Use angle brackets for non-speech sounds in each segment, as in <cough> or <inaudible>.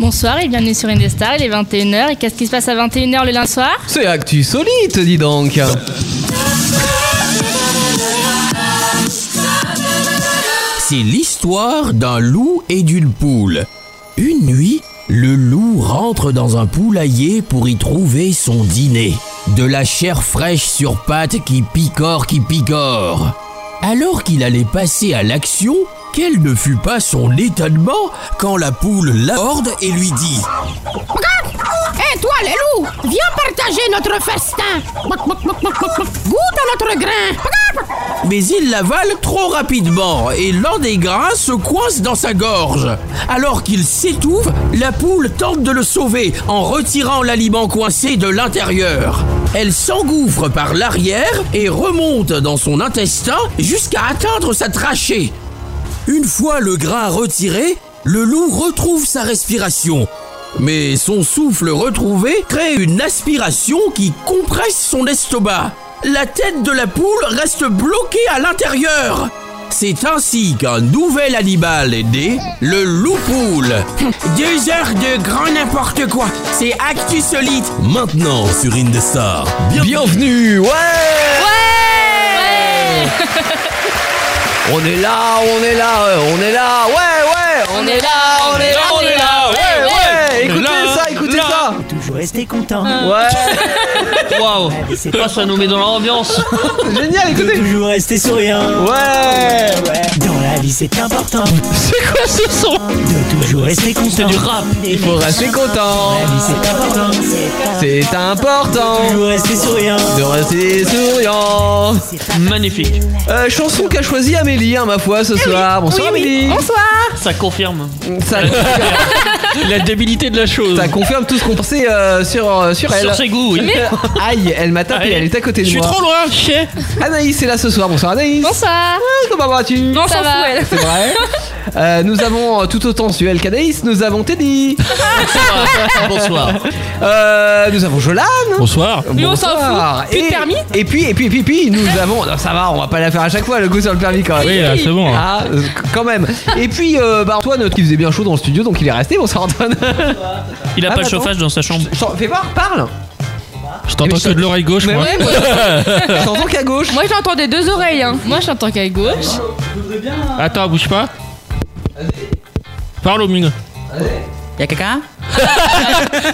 Bonsoir et bienvenue sur Indestar, il est 21h et qu'est-ce qui se passe à 21h le lundi soir C'est Actu Solite, dis donc C'est l'histoire d'un loup et d'une poule. Une nuit, le loup rentre dans un poulailler pour y trouver son dîner. De la chair fraîche sur pâte qui picore, qui picore. Alors qu'il allait passer à l'action, quel ne fut pas son étonnement quand la poule l'aborde et lui dit Hé toi les loups, viens partager notre festin. Mouak, mouak, mouak, mouak, mouak. Goûte à notre grain. Mais il l'avale trop rapidement et l'un des grains se coince dans sa gorge. Alors qu'il s'étouffe, la poule tente de le sauver en retirant l'aliment coincé de l'intérieur. Elle s'engouffre par l'arrière et remonte dans son intestin jusqu'à atteindre sa trachée. Une fois le grain retiré, le loup retrouve sa respiration. Mais son souffle retrouvé crée une aspiration qui compresse son estomac. La tête de la poule reste bloquée à l'intérieur. C'est ainsi qu'un nouvel animal est né, le loup-poule. <laughs> Deux heures de grand n'importe quoi. C'est Actu Solide. Maintenant sur Indestar. Bienvenue Ouais Ouais On est là, on est là, euh, on est là, ouais, ouais On est là, on est là, on est là, ouais, ouais Écoutez ça, écoutez ça Toujours rester content. Ah. Ouais Waouh Et c'est Ça, ça nous met dans l'ambiance Génial, de écoutez toujours rester souriant. Ouais Ouais. Dans la vie, c'est important C'est quoi ce son de toujours rester content. C'est du rap. Il faut rester content, La vie, c'est important. c'est important Toujours rester souriant. de rester souriant Magnifique Euh, Chanson qu'a choisi Amélie, hein, ma foi, ce soir. Bonsoir Amélie Ça confirme Ça, la débilité de la chose ça confirme tout ce qu'on pensait euh, sur, euh, sur elle. Sur ses goûts, oui <laughs> Aïe, elle m'a tapé, Aïe. elle est à côté de Je suis moi. trop loin, chier Anaïs est là ce soir, bonsoir Anaïs. Bonsoir Ah, Comment vas-tu On s'en fout elle C'est vrai. Euh, nous avons euh, tout autant Suel qu'Anaïs, nous avons Teddy, <laughs> Bonsoir Euh, nous avons Jolan. Bonsoir Lui, on s'en fout. Bonsoir. Plus de Et- permis Et puis, et puis, et puis, et puis, nous avons. Non, ça va, on va pas la faire à chaque fois le goût sur le permis quand même. Oui, là, c'est bon hein. Ah, euh, quand même. Et puis, euh, bah, Antoine, qui faisait bien chaud dans le studio, donc il est resté. Bonsoir, Antoine. Il a Ah, pas de attends. chauffage dans sa chambre J'en- Fais voir, parle. Je Mais t'entends je- que de l'oreille gauche, Mais moi. ouais, moi, j'entends qu'à gauche. Moi j'entends des deux oreilles hein. Moi j'entends qu'à gauche Attends, bouge pas. Parle au mine. Y'a <laughs> quelqu'un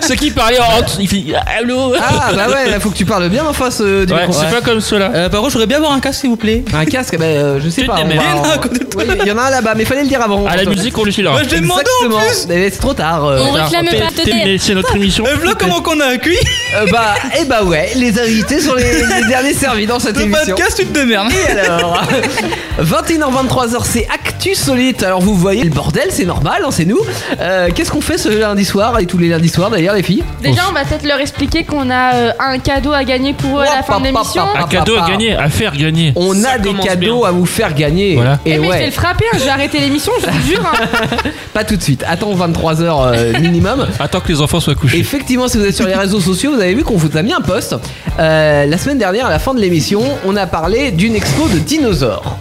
Ceux qui parlaient en honte, il fait Allô Ah, bah ouais, là, faut que tu parles bien en face euh, du Ouais, micro. c'est pas comme ceux-là. euh, Par contre, j'aurais bien avoir un casque, s'il vous plaît. Un casque, bah, euh, je sais Tu te pas. on va- démerdes. on- Ouais, Il y en a un là-bas, mais fallait le dire avant. À Ah, la Antoine. musique, on le filera. j'ai demandé Exactement. Mais c'est trop tard. euh. On réclame t'es- pas, t'es- t'es- mais C'est notre émission. Voilà comment qu'on a un cuit Euh, bah, et bah ouais, les invités sont les, les derniers servis dans cette émission. tu te démerdes. Et <laughs> alors 21h, 23h, c'est Actu Solite. Alors vous voyez le bordel, c'est normal, hein, c'est nous. Euh, Qu'est-ce qu'on fait ce lundi soir et tous les lundis soirs d'ailleurs, les filles Déjà on va peut-être leur expliquer qu'on a euh, un cadeau à gagner pour eux à la Ouah, fin de pa, pa, l'émission pa, pa, Un cadeau à gagner, à faire gagner. Ah, On Ça a des commence cadeaux bien. à vous faire gagner. Voilà. Et Eh, mais je vais ouais, le frapper, hein, je vais arrêter l'émission, je <laughs> vous jure. hein. pas tout de suite. Attends 23h <laughs> minimum. Attends que les enfants soient couchés. Effectivement, si vous êtes sur les réseaux sociaux, vous avez vu qu'on vous a mis un post. Euh, la semaine dernière, à la fin de l'émission, on a parlé d'une expo de dinosaures.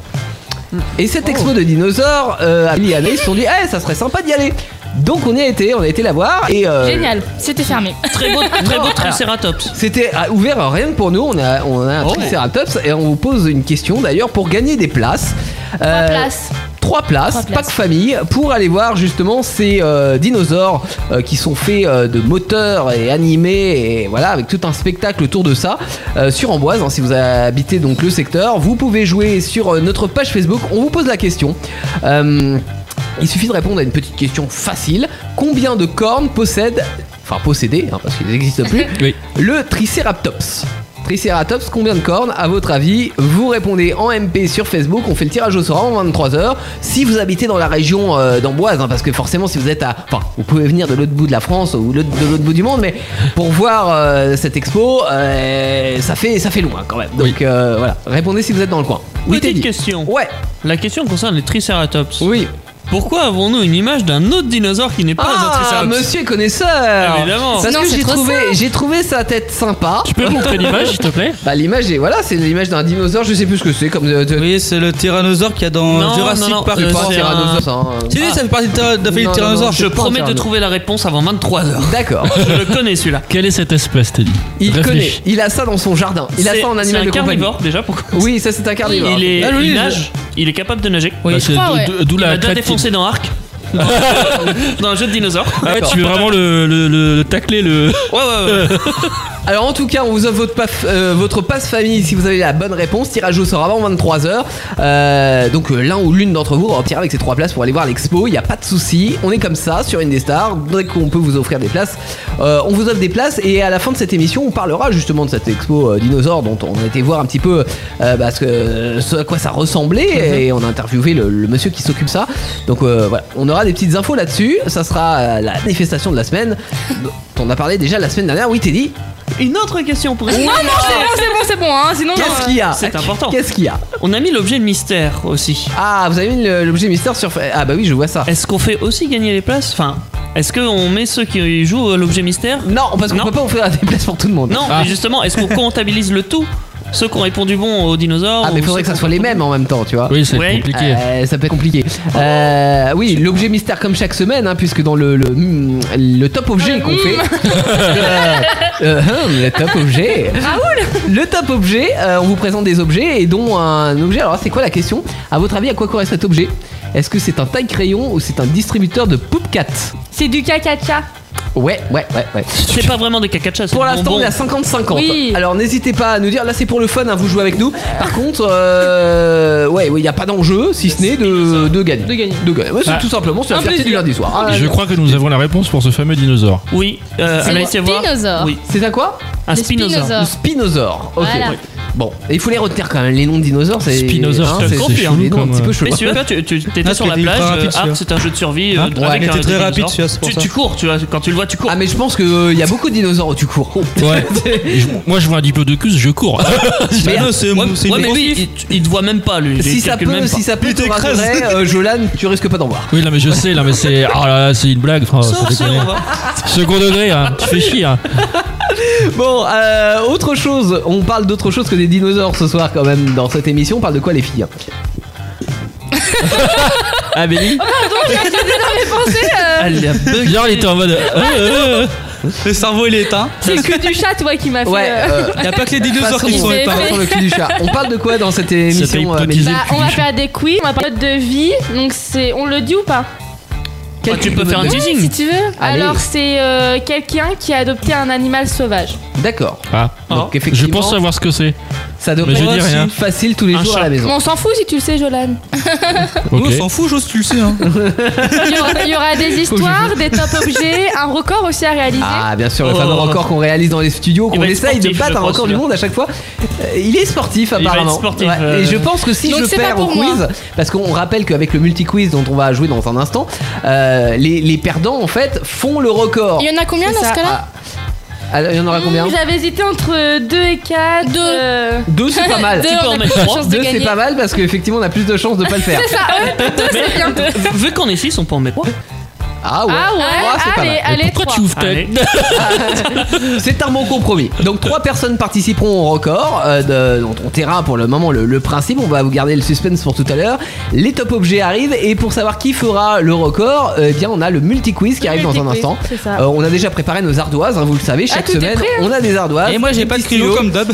Et cette expo de dinosaures, euh, Amélie et Anaïs se sont dit, Eh, ça serait sympa d'y aller. Donc on y a été, on a été la voir et euh, Génial, c'était <laughs> fermé. Très beau, très beau Triceratops C'était euh, ouvert euh, rien que pour nous. On a, on a un Triceratops et on vous pose une question d'ailleurs pour gagner des places. Trois Euh, places. Trois places, Trois places. pack famille, pour aller voir justement ces euh, dinosaures euh, qui sont faits euh, de moteurs et animés, et voilà, avec tout un spectacle autour de ça, euh, sur Amboise, hein, si vous habitez donc le secteur. Vous pouvez jouer sur euh, notre page Facebook, on vous pose la question. Euh, il suffit de répondre à une petite question facile. Combien de cornes possède, enfin possédé, hein, parce qu'il n'existe plus, Oui. le Triceratops. Triceratops, combien de cornes à votre avis Vous répondez en MP sur Facebook, on fait le tirage au sort en 23h. Si vous habitez dans la région euh, d'Amboise, hein, parce que forcément si vous êtes à... Enfin, vous pouvez venir de l'autre bout de la France ou l'autre- de l'autre bout du monde, mais pour voir euh, cette expo, euh, ça, fait, ça fait loin quand même. Donc euh, voilà, répondez si vous êtes dans le coin. Oui, Petite Teddy. question Ouais, La question concerne les Triceratops oui. Pourquoi avons-nous une image d'un autre dinosaure qui n'est pas un Ah, triceratops monsieur connaisseur Évidemment. Parce Non, que c'est j'ai trop trouvé, simple. j'ai trouvé sa tête sympa. Tu peux montrer l'image, s'il te plaît Bah l'image est voilà, c'est l'image d'un dinosaure, je sais plus ce que c'est comme euh, de, de- Oui, c'est le tyrannosaure qu'il y a dans Non, Jurassic non, non, Park. euh, c'est pas un c'est tyrannosaure. Ah. hein. Si, si, ça fait partie de la famille Non, non, de tyrannosaure. non, Je c'est pas un promets de tyrannosaure. trouver la réponse avant 23h. Ah. D'accord. Je le connais celui-là. Quelle est cette espèce, Teddy Il connaît, Réfléchis. il a ça dans son jardin. Il a C'est- ça en animal c'est de un compagnie. carnivore déjà pourquoi Oui, ça c'est un carnivore. Il est Ah oui, il je- nage, il est capable de nager. Bah, je c'est crois, d'o- Ah D'où Il la m'a déjà crête qui- défoncé dans Arc. <laughs> dans un jeu de dinosaures. Ah ouais, tu veux vraiment le, le, le, le tacler le. Ouais, ouais, ouais. Alors en tout cas, on vous offre votre, paf- euh, votre passe famille si vous avez la bonne réponse. Tirage au sort avant 23h. donc euh, l'un ou l'une d'entre vous repartira avec ses trois places pour aller voir l'expo. Il n'y a pas de souci. On est comme ça sur Indestar. Dès qu'on peut vous offrir des places, euh, on vous offre des places. Et à la fin de cette émission, on parlera justement de cette expo euh, dinosaure dont on a été voir un petit peu euh, bah, ce, que- ce à quoi ça ressemblait. Et on a interviewé le, le monsieur qui s'occupe ça. Donc euh, voilà, on aura des petites infos là-dessus. Ça sera euh, la manifestation de la semaine. dont On a parlé déjà la semaine dernière. Oui, Teddy Une autre question pour Non, non, c'est bon, c'est bon, c'est bon, hein, sinon. Qu'est-ce qu'il y a C'est important. Qu'est-ce qu'il y a On a mis l'objet mystère aussi. Ah, vous avez mis le- l'objet mystère sur. Ah, bah oui, je vois ça. Est-ce qu'on fait aussi gagner les places Enfin, est-ce qu'on met ceux qui jouent à l'objet mystère Non, parce qu'on Non. peut pas offrir des places pour tout le monde. Non, Ah. mais justement, est-ce qu'on comptabilise le tout Ceux qui ont répondu bon aux dinosaures Ah, mais ou faudrait que ceux ça qui soit ont les répondu- mêmes en même temps, tu vois. Oui, c'est Ouais. compliqué. Euh, ça peut être compliqué. Euh, oui, l'objet mystère comme chaque semaine, hein, puisque dans le, le, mm, le top Ah, objet hum. qu'on fait. <laughs> Euh, euh, hum, le top objet. le top objet, euh, on vous présente des objets et dont un objet. Alors, c'est quoi la question À votre avis, à quoi correspond cet objet Est-ce que c'est un taille-crayon ou c'est un distributeur de Poupcat C'est du <laughs> cacacha. Ouais, ouais, ouais, ouais. C'est pas vraiment des cacachas, c'est Pour des l'instant, bonbons. on est à 50-50. Oui. Alors n'hésitez pas à nous dire. Là, c'est pour le fun, hein, vous jouez avec nous. Par contre, euh, ouais, il n'y a pas d'enjeu si ce n'est de, de gagner. De gagner. Ouais, c'est Ah. tout simplement, c'est la Un fierté du plaisir. lundi soir. Ah, Je crois que nous avons la réponse pour ce fameux dinosaure. Oui, euh, C'est allez, un essayez voir. spinosaure. Oui, C'est à quoi un Le spinosaure. spinosaure. Le spinosaure. Ok. Ah. Voilà. Oui. Bon, Et il faut les retenir quand même. Les noms de dinosaures, c'est. hein, Spinosaure, je te c'est- confirme, c'est chelou, les noms un comme, petit peu euh, chelous. Messieurs, toi, tu, tu- t'étais Ah, sur parce qu'il était la plage, ultra rapide, euh, Arc, celui-là. c'est un jeu de survie euh, Hein Ouais, avec il un était très dinosaure. rapide, celui-là, c'est pour tu, ça. tu cours, tu vois, quand tu le vois, tu cours. Ah, mais je pense qu'il y a beaucoup de dinosaures où tu cours. Ouais. <laughs> Et je- moi, je vois un diplodocus, je cours. <laughs> Mais Ah non, c'est Ouais, c'est ouais, une mais lui, il, il te voit même pas, lui. il si te ça, calcule peut, même si pas. ça peut, Il te t'écrase. rassurer, euh, Jolan, tu risques pas d'en voir. Oui, non, mais je sais, non, mais c'est. Oh là là, c'est une blague, frère. Sors, sans sors, déconner. on va. Second degré, hein. tu fais chier. hein. Bon, euh, autre chose, on parle d'autre chose que des dinosaures ce soir quand même dans cette émission. On parle de quoi les filles Amélie Pensez, euh, Ah, Elle a bug. Genre, il était en mode. euh, euh, euh. Le cerveau, il est éteint. c'est le cul du chat, toi, qui m'a fait. Ouais, euh, euh, Il n'y a pas que les dinosaures façon, qui Il sont s'est éteints. fait- façon, le cul du chat. On parle de quoi dans cette émission t'a euh, hypnotisé. Bah, le cul on va du faire des quiz, on va parler de vie. Donc, c'est. On le dit ou pas Ah, tu peux faire un Oui, teasing. Si tu veux. Allez. Alors, c'est euh, quelqu'un qui a adopté un animal sauvage. Mélanie D'accord. Ah. Donc Je effectivement, pense savoir ce que c'est. ça doit mais je être dis rien. facile tous les Un jours à chat. la Mais maison. on s'en fout si tu le sais, Jolan. Nous, Ok. on s'en fout, j'ose, tu le sais. Hein. <laughs> Il y aura, il y aura des histoires, des top <laughs> objets, un record aussi à réaliser. Ah bien sûr le Oh. fameux record qu'on réalise dans les studios qu'on va être essaye sportif, de battre je un pense, record du celui-là. monde à chaque fois. Euh, il est sportif va être apparemment. sportif, Ouais, euh. Et je pense que si Donc je c'est pas perds au pour moi. quiz, parce qu'on rappelle qu'avec le multi quiz dont on va jouer dans un instant, euh, les, les perdants en fait font le record. Il y en a combien C'est dans ça. ah, ce cas-là Alors, il y en aura combien Hmm, J'avais hésité entre 2 et 4. 2. Deux c'est <laughs> pas mal. Deux, Tu peux en on a mettre plus de trois. chances de Deux c'est gagner. pas mal parce qu'effectivement on a plus de chances de pas le <laughs> faire. C'est ça, ouais, deux, c'est bien. Vu- Vu qu'on est 6, on peut en mettre trois. Ah ouais, Ah ouais, Trois, c'est pas allez, mal. allez, Pourquoi trois. tu ouvres ta. Allez. C'est un bon compromis. Donc trois personnes participeront au record. euh, de- dont on taira pour le moment le, le principe. On va vous garder le suspense pour tout à l'heure. Les top objets arrivent et pour savoir qui fera le record, euh, eh bien on a le multi quiz qui Le arrive dans un multi-quiz, instant. c'est ça. Euh, on a déjà préparé nos ardoises, hein, vous le savez. Chaque tout est semaine, prêt, hein. on a des ardoises. Et moi, j'ai des pas de petits cryo stylos. comme d'hab.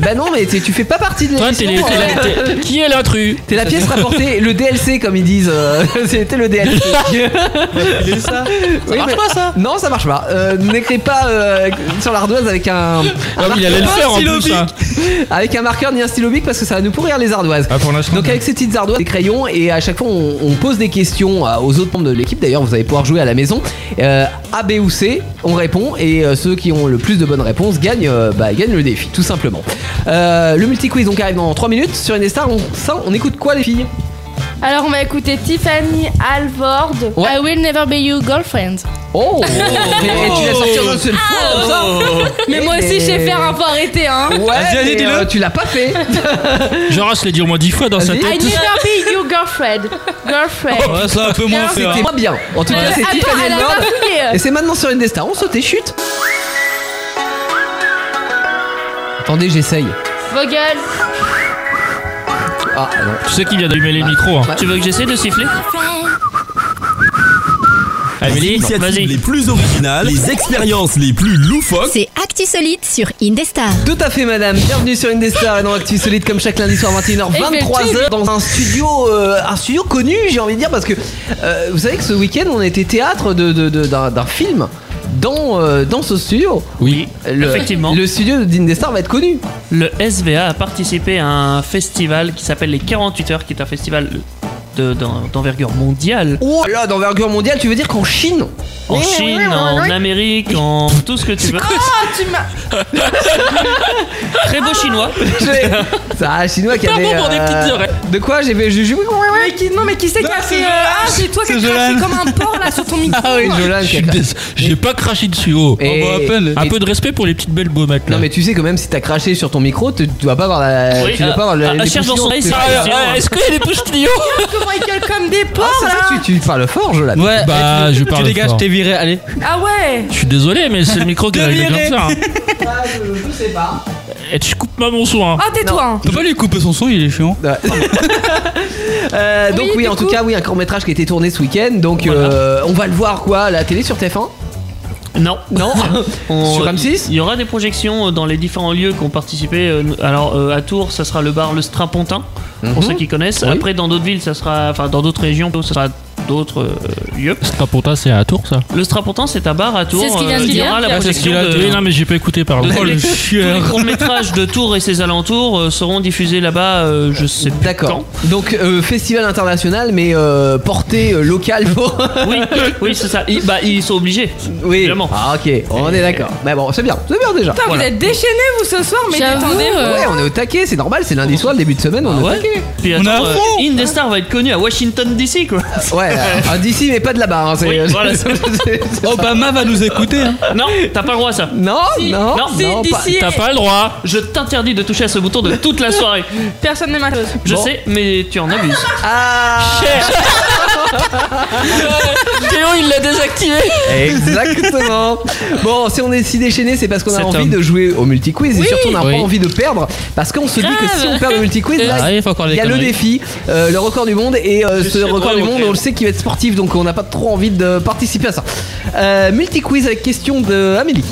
Bah non, mais t'es- tu fais pas partie de Toi, l'émission. t'es les- t'es la- euh, t'es- Qui est l'intrus T'es la pièce rapportée, le DLC comme ils disent. euh, <laughs> C'était le DLC. <laughs> Il est ça. Oui, marche mais- pas, ça Non, ça marche pas. Euh, N'écris pas euh, sur l'ardoise avec un, Ah <laughs> oui, il allait le faire en plus. hein. avec un marqueur ni un stylo bic parce que ça va nous pourrir les ardoises. Ah, pour l'instant. Donc avec ces petites ardoises, des crayons et à chaque fois on, on pose des questions euh, aux autres membres de l'équipe. D'ailleurs vous allez pouvoir jouer à la maison. Euh, a, B ou C, on répond et euh, ceux qui ont le plus de bonnes réponses gagnent, euh, bah, gagnent le défi tout simplement. Euh, le multi quiz donc arrive dans 3 minutes sur Indestar. On, ça on écoute quoi les filles Alors, on va écouter Tiffany Alvord. Ouais. I will never be your girlfriend. Oh <laughs> Mais tu l'as sorti en une seule fois comme ça Oh. Ah Mais moi aussi, je sais faire un peu arrêté, hein. Ouais, Vas-y, allez, mais, dis-le. euh, tu l'as pas fait. Ah, Joras l'a dit au moins dix fois dans sa Vas-y. tête. I never be your girlfriend. Girlfriend. Ouais, ça un peu moins fait. hein. C'était pas bien. En tout Euh, cas, c'est attends, Tiffany elle a pas Alvord. Et fouillé. c'est maintenant sur une des stars. On saute et chute. Attendez, j'essaye. Vogel. Ah non. Tu sais qu'il vient d'allumer les micros. Hein. Tu veux que j'essaie de siffler Les Amélie, initiatives les vas-y. plus originales, les expériences les plus loufoques. C'est Actu Solide sur Indestar. Tout à fait, madame. Bienvenue sur une des stars et dans Actu Solide comme chaque lundi soir 21h 23h dans un studio, euh, un studio connu, j'ai envie de dire, parce que euh, vous savez que ce week-end on a été théâtre de- de- de- d'un d'un film. Dans, euh, dans ce studio, Oui. le, Effectivement. le studio d'Indestar va être connu. Le SVA a participé à un festival qui s'appelle les 48 heures, qui est un festival de- d'en- d'envergure mondiale. Oh là, d'envergure mondiale, tu veux dire qu'en <laughs> Chine En Chine, en Amérique, en tout ce que tu veux. Oh, tu m'as. Très beau chinois. J'ai- C'est un chinois qui Pas avait. euh, bon pour des petites oreilles. De quoi J'ai fait juju. Mais qui- Non, mais qui c'est qui a c'est fait. euh, Jolan. Ah, c'est toi qui as C'est craché Jolan. comme un porc là sur ton micro. <laughs> Ah oui, Jolan Je qui a- suis dés- J'ai pas craché dessus. Oh. Et- Oh, bah, à peine. Un et- peu de respect pour les petites belles baumettes là. Non mais tu sais que même si t'as craché sur ton micro, tu tu dois pas avoir la. Oui, tu dois ah, pas avoir la- ah, les cherche dans son poussures, ice. tu- Ah, Ah, ah, ouais. Est-ce qu'il y a des pouces tuyaux Comment ils gueulent comme des Ah, porcs c'est là vrai que tu, tu parles fort, Jolan. Ouais, Bah, eh, tu- je parle Tu dégages, fort. t'es viré, allez. Ah ouais Je suis désolé, mais c'est le micro qui a réglé comme Deviré. ça. hein. je, sais pas. Et Eh, tu coupes pas mon son. hein. Ah, tais-toi hein. Faut pas lui couper son son, il est chiant. Euh, donc Oui, oui, du en tout coup- cas, oui, un court métrage qui a été tourné ce week-end. Donc euh, on va le voir quoi, à la télé sur TF1 Non. Non On- Sur M6 Il y aura des projections euh, dans les différents lieux qui ont participé. euh, Alors euh, à Tours, ça sera le bar Le Strapontin, pour ceux qui connaissent. Mhm. Oui. Après, dans d'autres villes, ça sera, enfin dans d'autres régions, ça sera d'autres euh, lieux. C'est pas Ah, pour toi, c'est à tour ça. Le Strapontin, c'est un bar à Tours. C'est ce qu'il vient de euh, Il y dire. aura la Ah, C'est ce projection qu'il a de. dit. Non, mais j'ai pas écouté, pardon. de- tous les- Tous les Oh, chieur. courts-métrages de Tours et ses alentours euh, seront diffusés là-bas, euh, je sais plus D'accord. Donc euh, festival international, mais euh, portée euh, locale <laughs> pour. quand. Oui, oui c'est ça. Ils, bah, ils sont obligés. oui. Évidemment. Ah ok, on est d'accord. Mais bon, c'est bien, c'est bien déjà. Putain, vous êtes déchaînés vous ce soir, mais J'avoue, attendez. euh, Ouais, on est au taquet, c'est normal, c'est lundi soir, le début de semaine, on est au <laughs> Ouais. taquet. Puis On est attends, à euh, fond. Indestar va être connu à Washington DC, quoi. Ouais, euh, d'ici mais pas de là-bas. hein, <laughs> c'est- Oui, voilà, c'est- Obama va nous écouter, hein. Non, t'as pas le droit à ça. non, non, Non, Si, non, pas- d'ici, bah, T'as pas le droit. Je t'interdis de toucher à ce bouton de toute la soirée. personne ne m'accuse. Je Bon. sais, mais tu en abuses. Ah, Théo, il l'a désactivé. exactement. Bon, si on est si déchaîné, c'est parce qu'on a Cet envie homme. de jouer au multi-quiz et surtout on n'a Oui. pas envie de perdre parce qu'on se dit que si on perd le multi-quiz, là, Ah, il faut encore des il y a le conneries. défi, euh, le record du monde et euh, Je ce sais record pas, du ok. monde, on le sait qu'il va être sportif donc on n'a pas trop envie de participer à ça. Euh, multi-quiz avec question de Amélie.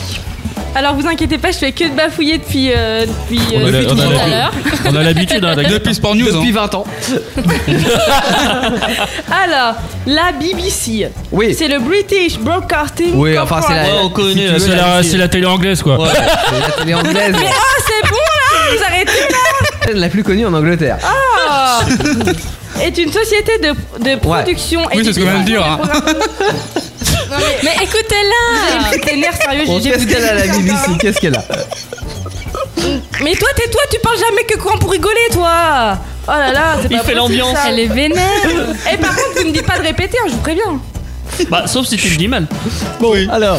Alors vous inquiétez pas, je fais que de bafouiller depuis, euh, depuis, On a euh, la- depuis on a tout la- à l'heure. On a l'habitude, hein, d'accord. Depuis Sport News, Depuis hein. 20 ans. Alors, la BBC, Oui. c'est le British Broadcasting Oui, enfin c'est la, Ouais, on connaît, si tu la- veux, C'est la, c'est la télé anglaise, quoi. c'est la télé anglaise Mais oh, c'est bon là Vous arrêtez la plus connue en Angleterre. là Est une société de, de production et Oui, c'est ce qu'on vient de dire, hein. <laughs> Mais écoutez-la T'es nerf sérieux, Bon, j'ai- j'ai qu'est-ce qu'elle a la BBC Qu'est-ce qu'elle a Mais toi, tais-toi, tu parles jamais que quand pour rigoler, toi Oh là là, c'est Il pas fait possible, l'ambiance. ça. Elle est vénère Et par contre, vous ne dites pas de répéter, hein, je vous préviens. Bah, sauf si tu le dis mal. Alors,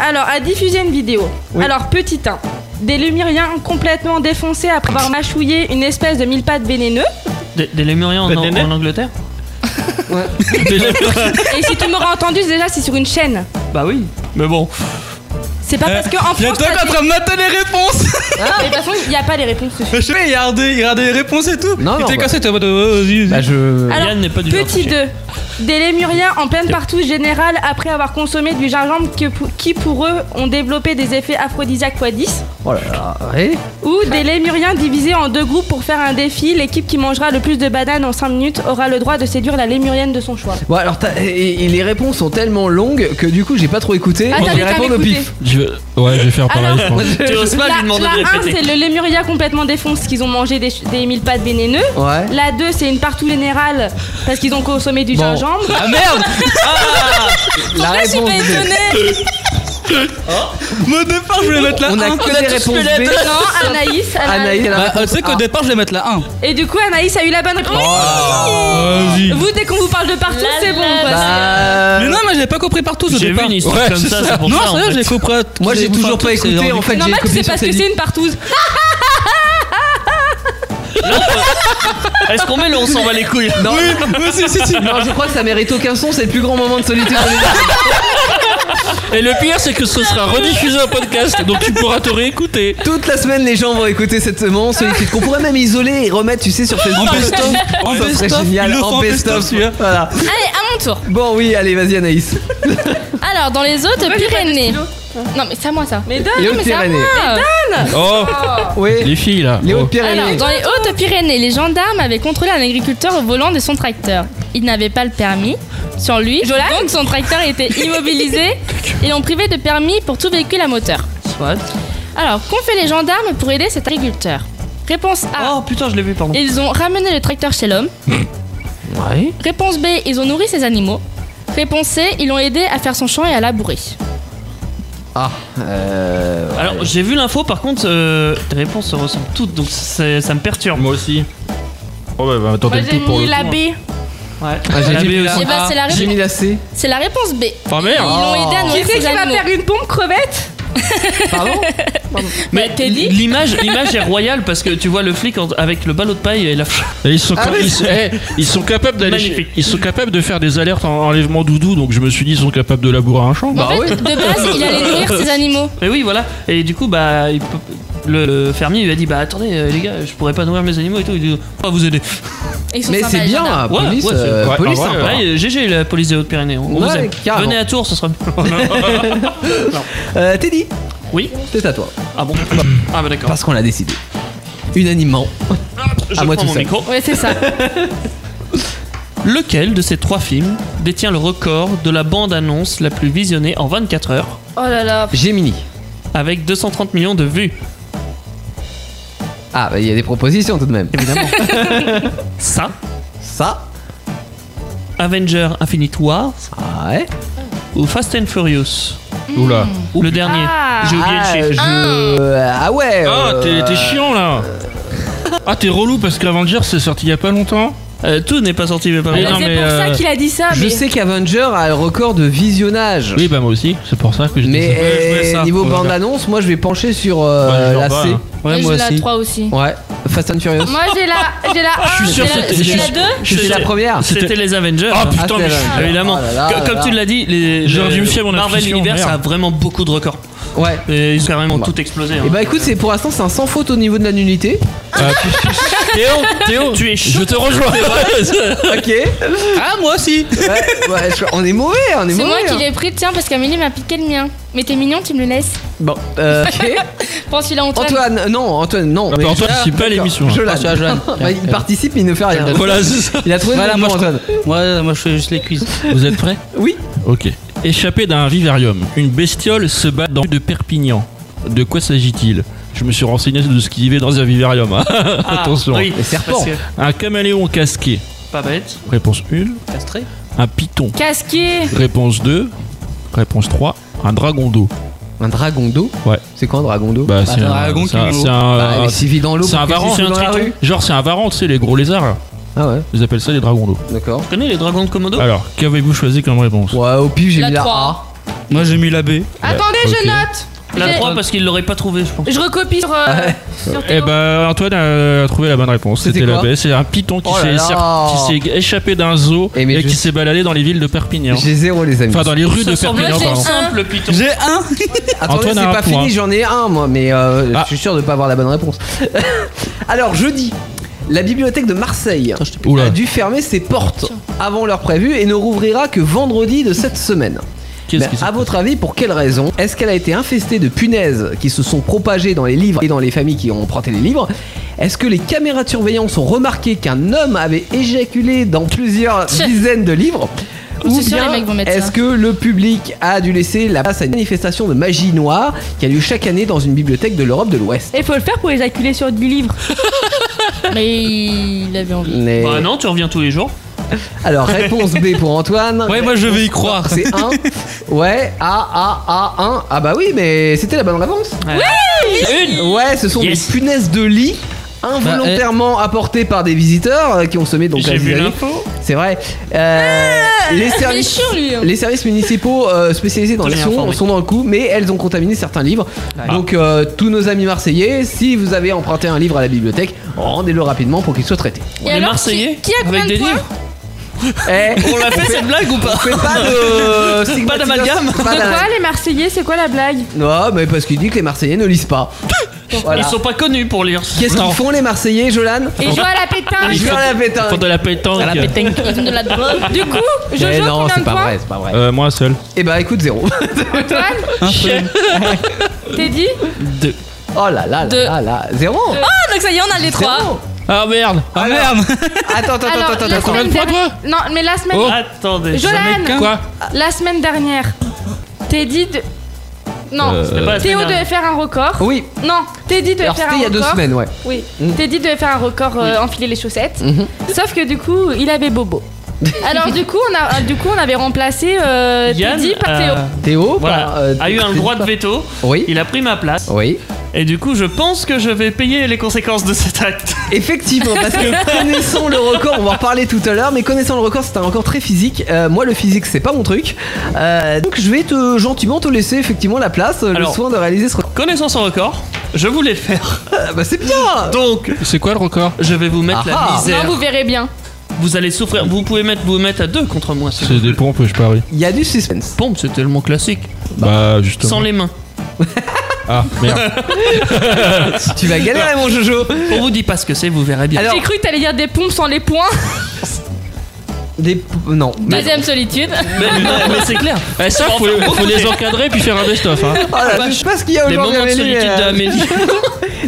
Alors, à diffuser une vidéo. Alors, petit 1. Des lumiriens complètement défoncés après avoir mâchouillé une espèce de mille pattes vénéneux. Des, des Lémuriens Bah, en, Des Lémuriens en Angleterre Des Lémuriens. Et si tu m'auras entendu, déjà, c'est sur une chaîne. Bah oui. Mais bon. C'est pas parce qu'en Y'a France. Euh, toi qui est en t'as train de mater les réponses des- Mais de toute façon, il n'y a pas les réponses dessus. Je sais, il a regardé il a regardé les réponses et tout. Non, Il non, était bah. cassé, t'es en mode. oh, vas-y, bah vas-y. je. Alors, Yann n'est pas du genre petit touché. 2. Des lémuriens en pleine partouze générale après avoir consommé du gingembre que pou- qui, pour eux, ont développé des effets aphrodisiaques x 10. Oh là là, ouais. Ou des lémuriens divisés en deux groupes pour faire un défi. L'équipe qui mangera le plus de bananes en 5 minutes aura le droit de séduire la lémurienne de son choix. Bon, alors, t'as- et, et les réponses sont tellement longues que du coup, j'ai pas trop écouté. Ah, Moi, t'avais je vais qu'à répondre au m'écouter. pif. Je vais- Ouais, je vais faire pareil, je pense. Tu oses pas la, lui demander la de 1, répéter. c'est le lémuria complètement défonce qu'ils ont mangé des, des mille pattes vénéneux. <laughs> Ouais. La 2, c'est une partout générale parce qu'ils ont consommé du Bon. gingembre. Ah merde La Là, je suis réponse pas D. étonnée. Au départ, je voulais mettre la On a 1. que On a des tous réponses fait la B. deux. Non, Anaïs, Anaïs. Anaïs, elle a la Bah, euh, Tu sais réponse qu'au A. départ, je voulais mettre la 1. Et du coup, Anaïs a eu la bonne réponse. Vas-y. Vous, dès qu'on vous parle de partout, c'est bon. Bah, quoi. euh, Mais non, mais j'ai pas compris partout. J'ai vu une histoire comme c'est ça, c'est pour Non, ça, en c'est fait. vrai, j'ai compris. Moi, j'ai toujours pas écouté, en fait, C'est normal que c'est parce que c'est une partouze. Est-ce qu'on met le on s'en va les couilles Non. si, si, si. Non, je crois que ça mérite aucun son, c'est le plus grand moment de solitude de l'émission. Et le pire, c'est que ce sera rediffusé en podcast, donc tu pourras te réécouter. Toute la semaine, les gens vont écouter cette moment solitude qu'on pourrait même isoler et remettre, tu sais, sur Facebook. En best-of. En Ça serait best-of. génial, Il le en fera en best-of. best-of, celui-là. Voilà. Allez, à mon tour. Bon, oui, allez, vas-y, Anaïs. Alors, dans les eaux de j'ai pas de Pyrénées. stylo Non, mais c'est à moi ça. Mais Les donne, mais c'est à Hautes-Pyrénées. moi. Oh, Oui, les filles là. les Oh. Alors, Hautes-Pyrénées. dans les Hautes-Pyrénées, les gendarmes avaient contrôlé un agriculteur au volant de son tracteur. Il n'avait pas le permis sur lui, donc son tracteur était immobilisé et l'ont privé de permis pour tout véhicule à moteur. Soit. Alors, qu'ont fait les gendarmes pour aider cet agriculteur Réponse A. Oh putain, je l'ai vu, pardon. Ils ont ramené le tracteur chez l'homme. Ouais. Réponse B. Ils ont nourri ses animaux. Réponse C. Ils l'ont aidé à faire son champ et à labourer. Ah, euh. Alors, j'ai vu l'info, par contre, euh, tes réponses se ressemblent toutes, donc c'est- ça me perturbe. Moi aussi. Oh bah, bah Moi, attendez j'ai tout pour mis le la coup, B. hein. Ouais. Ah, j'ai La dit B la- aussi. Eh ben, c'est la J'ai mis réponse. la C. C'est la réponse B. Enfin merde Ils l'ont aidé à Qui nourrir c'est ses qui va animaux. faire une pompe crevette Pardon Mais t'es dit l'image, l'image est royale parce que tu vois le flic en- avec le ballot de paille et la. Et ils sont, Ah oui. ils, sont- eh, ils sont capables d'aller, Magnifique. ils sont capables de faire des alertes en enlèvement doudou, donc je me suis dit ils sont capables de labourer un champ. Bah. Bah Mais en fait, de base, il allait nourrir ses animaux. <laughs> Mais oui, voilà. Et du coup, bah, il peut- le, le fermier lui a dit, bah attendez euh, les gars, je pourrais pas nourrir mes animaux et tout. Il dit, on va vous aider. Et ils sont Mais sympas, c'est les bien, gendarmes. la Ouais, police, ouais, c'est- euh, ouais, police en vrai, sympa. Là, euh, GG la police des Hautes-Pyrénées. On vous Ouais, aime. carrément. Venez à Tours, ce sera. Euh, Teddy, oui. c'est à toi. Ah bon. Ah bah d'accord. Parce qu'on l'a décidé. Unanimement. Je à moi prends tout mon seul. micro. Ouais, c'est ça. Lequel de ces trois films détient le record de la bande-annonce la plus visionnée en 24 heures Oh là là. Gemini. avec 230 millions de vues Ah, bah, il y a des propositions tout de même. Évidemment. Ça, Ça. Avenger Infinite War Ah ouais. ou Fast and Furious Oula. Le dernier. J'ai oublié Ah, le je- chiffre. Ah ouais. Ah euh, t'es, t'es chiant là. Euh. Ah t'es relou parce qu'Avengers c'est sorti il y a pas longtemps. Euh, tout n'est pas sorti, mais pas Mais mal. non, C'est mais, pour ça euh, qu'il a dit Ah, ça. Je mais- sais qu'Avenger a le record de visionnage. Oui bah moi aussi, c'est pour ça que je. Mais eh, disais- euh, Ouais, je voulais ça. niveau Ouais, bande regarde. annonce, moi je vais pencher sur euh, Ouais, je hein. vais la en bas, C. là. Moi, moi j'ai la aussi. 3 aussi. Ouais, Fast and Furious. Moi, j'ai la, j'ai la 1. Je suis sûr que c'était- J'ai je la suis- 2. Je suis sais- la première. C'était les Avengers. Ah Ah, putain c'est mais. la- je- Évidemment. Oh là là, Co- oh là comme là. tu l'as dit, les, J'aurais dû me fier à mon Marvel intuition, Universe merde. a vraiment beaucoup de records. Ouais. Et ils ont carrément Bah. tout explosé. hein. Et bah écoute, c'est pour l'instant c'est un sans faute au niveau de la nullité. Ah, putain. Théo, Théo, tu es chaud. je te rejoins. <laughs> Ok. Ouais, Ah, moi aussi. ouais, je- on est mauvais, on est C'est mauvais. moi qui hein. l'ai pris, tiens, parce qu'Amélie m'a piqué le mien. Mais t'es mignon, tu me le laisses. Bon, euh, ok. Pense celui-là, Antoine. Antoine, non, Antoine, non. Ah, bah, Mais- Antoine, il participe pas à l'émission, hein. Je l'ai. Ah, tu vois, Johan. Bah, il participe mais il ne fait rien. voilà c'est ça. Il a trouvé Voilà, le bon moi je, Antoine. moi, moi, je fais juste les cuisses. Vous êtes prêts Oui. Ok. Échappé d'un vivarium, une bestiole se bat dans la rue de Perpignan. De quoi s'agit-il Je me suis renseigné de ce qui vivait dans un vivarium. hein. Ah, Attention. Oui, Les serpents. parce que- Un caméléon casqué. Pas bête. Réponse 1. Castré. Un python. Casqué. Réponse 2. Réponse 3. Un dragon d'eau. Un dragon d'eau. Ouais. C'est quoi un dragon d'eau Bah, un dragon c'est un- qui- c'est un- Bah, mais s'il vit dans l'eau, c'est un pourquoi varan, il joue c'est dans un la rue Genre, c'est un varan, tu sais, les gros lézards. Ah ouais. Ils appellent ça les dragons d'eau. D'accord. Tu connais les dragons de Komodo Alors, qu'avez-vous choisi comme réponse Ouais, au pif j'ai La mis la A. 3. Moi, j'ai mis la B. Attendez, ok. je note. La J'ai- 3 parce qu'ils l'auraient pas trouvé, je pense. Je recopie sur. euh, sur Eh Théo. ben Antoine a, a trouvé la bonne réponse. C'était C'était la quoi baie. C'est un python qui Oh là s'est là. qui s'est échappé d'un zoo Eh, et, mais je- qui s'est baladé dans les villes de Perpignan. J'ai zéro les amis. Enfin dans les rues de Ça semble Perpignan. j'ai- pardon. simple, python. J'ai <laughs> un. Attendez, Antoine c'est a un pas point. fini, j'en ai un moi, mais euh, Ah. je suis sûr de pas avoir la bonne réponse. <laughs> Alors jeudi, la bibliothèque de Marseille Oula. a dû fermer ses portes avant l'heure prévue et ne rouvrira que vendredi de cette semaine. Qu'est-ce Ben, qui s'est à votre avis, pour quelle raison Est-ce qu'elle a été infestée de punaises qui se sont propagées dans les livres et dans les familles qui ont emprunté les livres Est-ce que les caméras de surveillance ont remarqué qu'un homme avait éjaculé dans plusieurs Tchè. dizaines de livres C'est Ou sûr, bien, les mecs vont mettre est-ce ça. que le public a dû laisser la place à une manifestation de magie noire qui a lieu chaque année dans une bibliothèque de l'Europe de l'Ouest Et faut le faire pour éjaculer sur du livre. <laughs> Mais il avait envie. Mais- Bah non, tu reviens tous les jours. Alors, réponse B pour Antoine. Ouais, moi, je vais y croire. C'est 1. Ouais, A, A, A, 1. Ah bah oui, mais c'était là-bas dans l'avance. Oui Ouais, ce sont des punaises de lit involontairement apportées par des visiteurs euh, qui ont semé donc Bah, euh. J'ai la vu zizanie. l'info. C'est vrai. Euh, les, Ah, il est services, chaud, lui. hein. les services municipaux euh, spécialisés dans les Tenez sons informé. sont dans le coup, mais elles ont contaminé certains livres. Ah. Donc euh, tous nos amis marseillais, si vous avez emprunté un livre à la bibliothèque, rendez-le rapidement pour qu'il soit traité. Et alors, Marseillais qui, qui a combien de points <laughs> On l'a fait, cette blague ou pas Eh, On fait pas <laughs> de stigmatisation. Oh Pas d'amalgame De quoi les Marseillais C'est quoi la blague Non, mais parce qu'il dit que les Marseillais ne lisent pas. Voilà. Ils sont pas connus pour lire. Qu'est-ce qu'ils font les Marseillais, Jolan Ils jouent à la pétanque Ils jouent à la pétanque. Pour de la pétanque. À la pétanque. Ils ont de la drogue. Du coup, Jojo, Eh non, combien c'est de pas points vrai, c'est pas vrai. Euh, moi seul. Eh bah écoute, zéro. <laughs> Antoine T'es dit Deux. Oh là là Deux. là là là. Zéro Ah, donc ça y est, on a les trois. Ah merde Ah merde Attends, attends, Alors, attends, attends, la attends. semaine dernière- Non, mais la semaine. Oh. <laughs> Attendez. euh, Jolan Ah. Quoi La semaine dernière, Teddy de. Non, Euh, C'était pas la Théo semaine devait dernière. faire un record. Oui. Non, Teddy devait Oh. Alors, faire un record. c'était il y a deux semaines, Mm. ouais. Oui. Teddy devait faire un record euh, enfiler les chaussettes. Mm-hmm. Sauf que du coup, il <laughs> avait bobo. Alors du coup, on a, du coup, on avait remplacé euh, Yann, Teddy par Théo. euh, Théo voilà, par, euh, a eu un Teddy droit de par- veto. Oui. Il a pris ma place. Oui. Et du coup, je pense que je vais payer les conséquences de cet acte. <laughs> Effectivement, parce que connaissant le record, on va en reparler tout à l'heure, mais connaissant le record, c'est un record très physique. Euh, moi, le physique, c'est pas mon truc. Euh, donc, je vais te gentiment te laisser effectivement la place, euh, Alors. le soin de réaliser ce record. Connaissant son record, je voulais le faire. bah, c'est bien Donc, C'est quoi le record je vais vous mettre Ah ah. la misère. Non, vous verrez bien. Vous allez souffrir. Vous pouvez mettre, vous mettre à deux contre moi. si vous C'est des pompes, je parie. Il y a du suspense. Pompe, c'est tellement classique. Bah, justement. Sans les mains. Ah <laughs> merde. Tu vas galérer, mon Jojo On vous dit pas ce que c'est, vous verrez bien. Alors, J'ai cru que t'allais dire des pompes sans les points. des. p- Non. Deuxième solitude. mais, mais- mais c'est <laughs> clair. Eh, ça, faut, faut les encadrer puis faire un best-of. Hein. Oh là, je sais pas ce qu'il y a Les aujourd'hui. moments de Amélie, solitude euh, d'Amélie.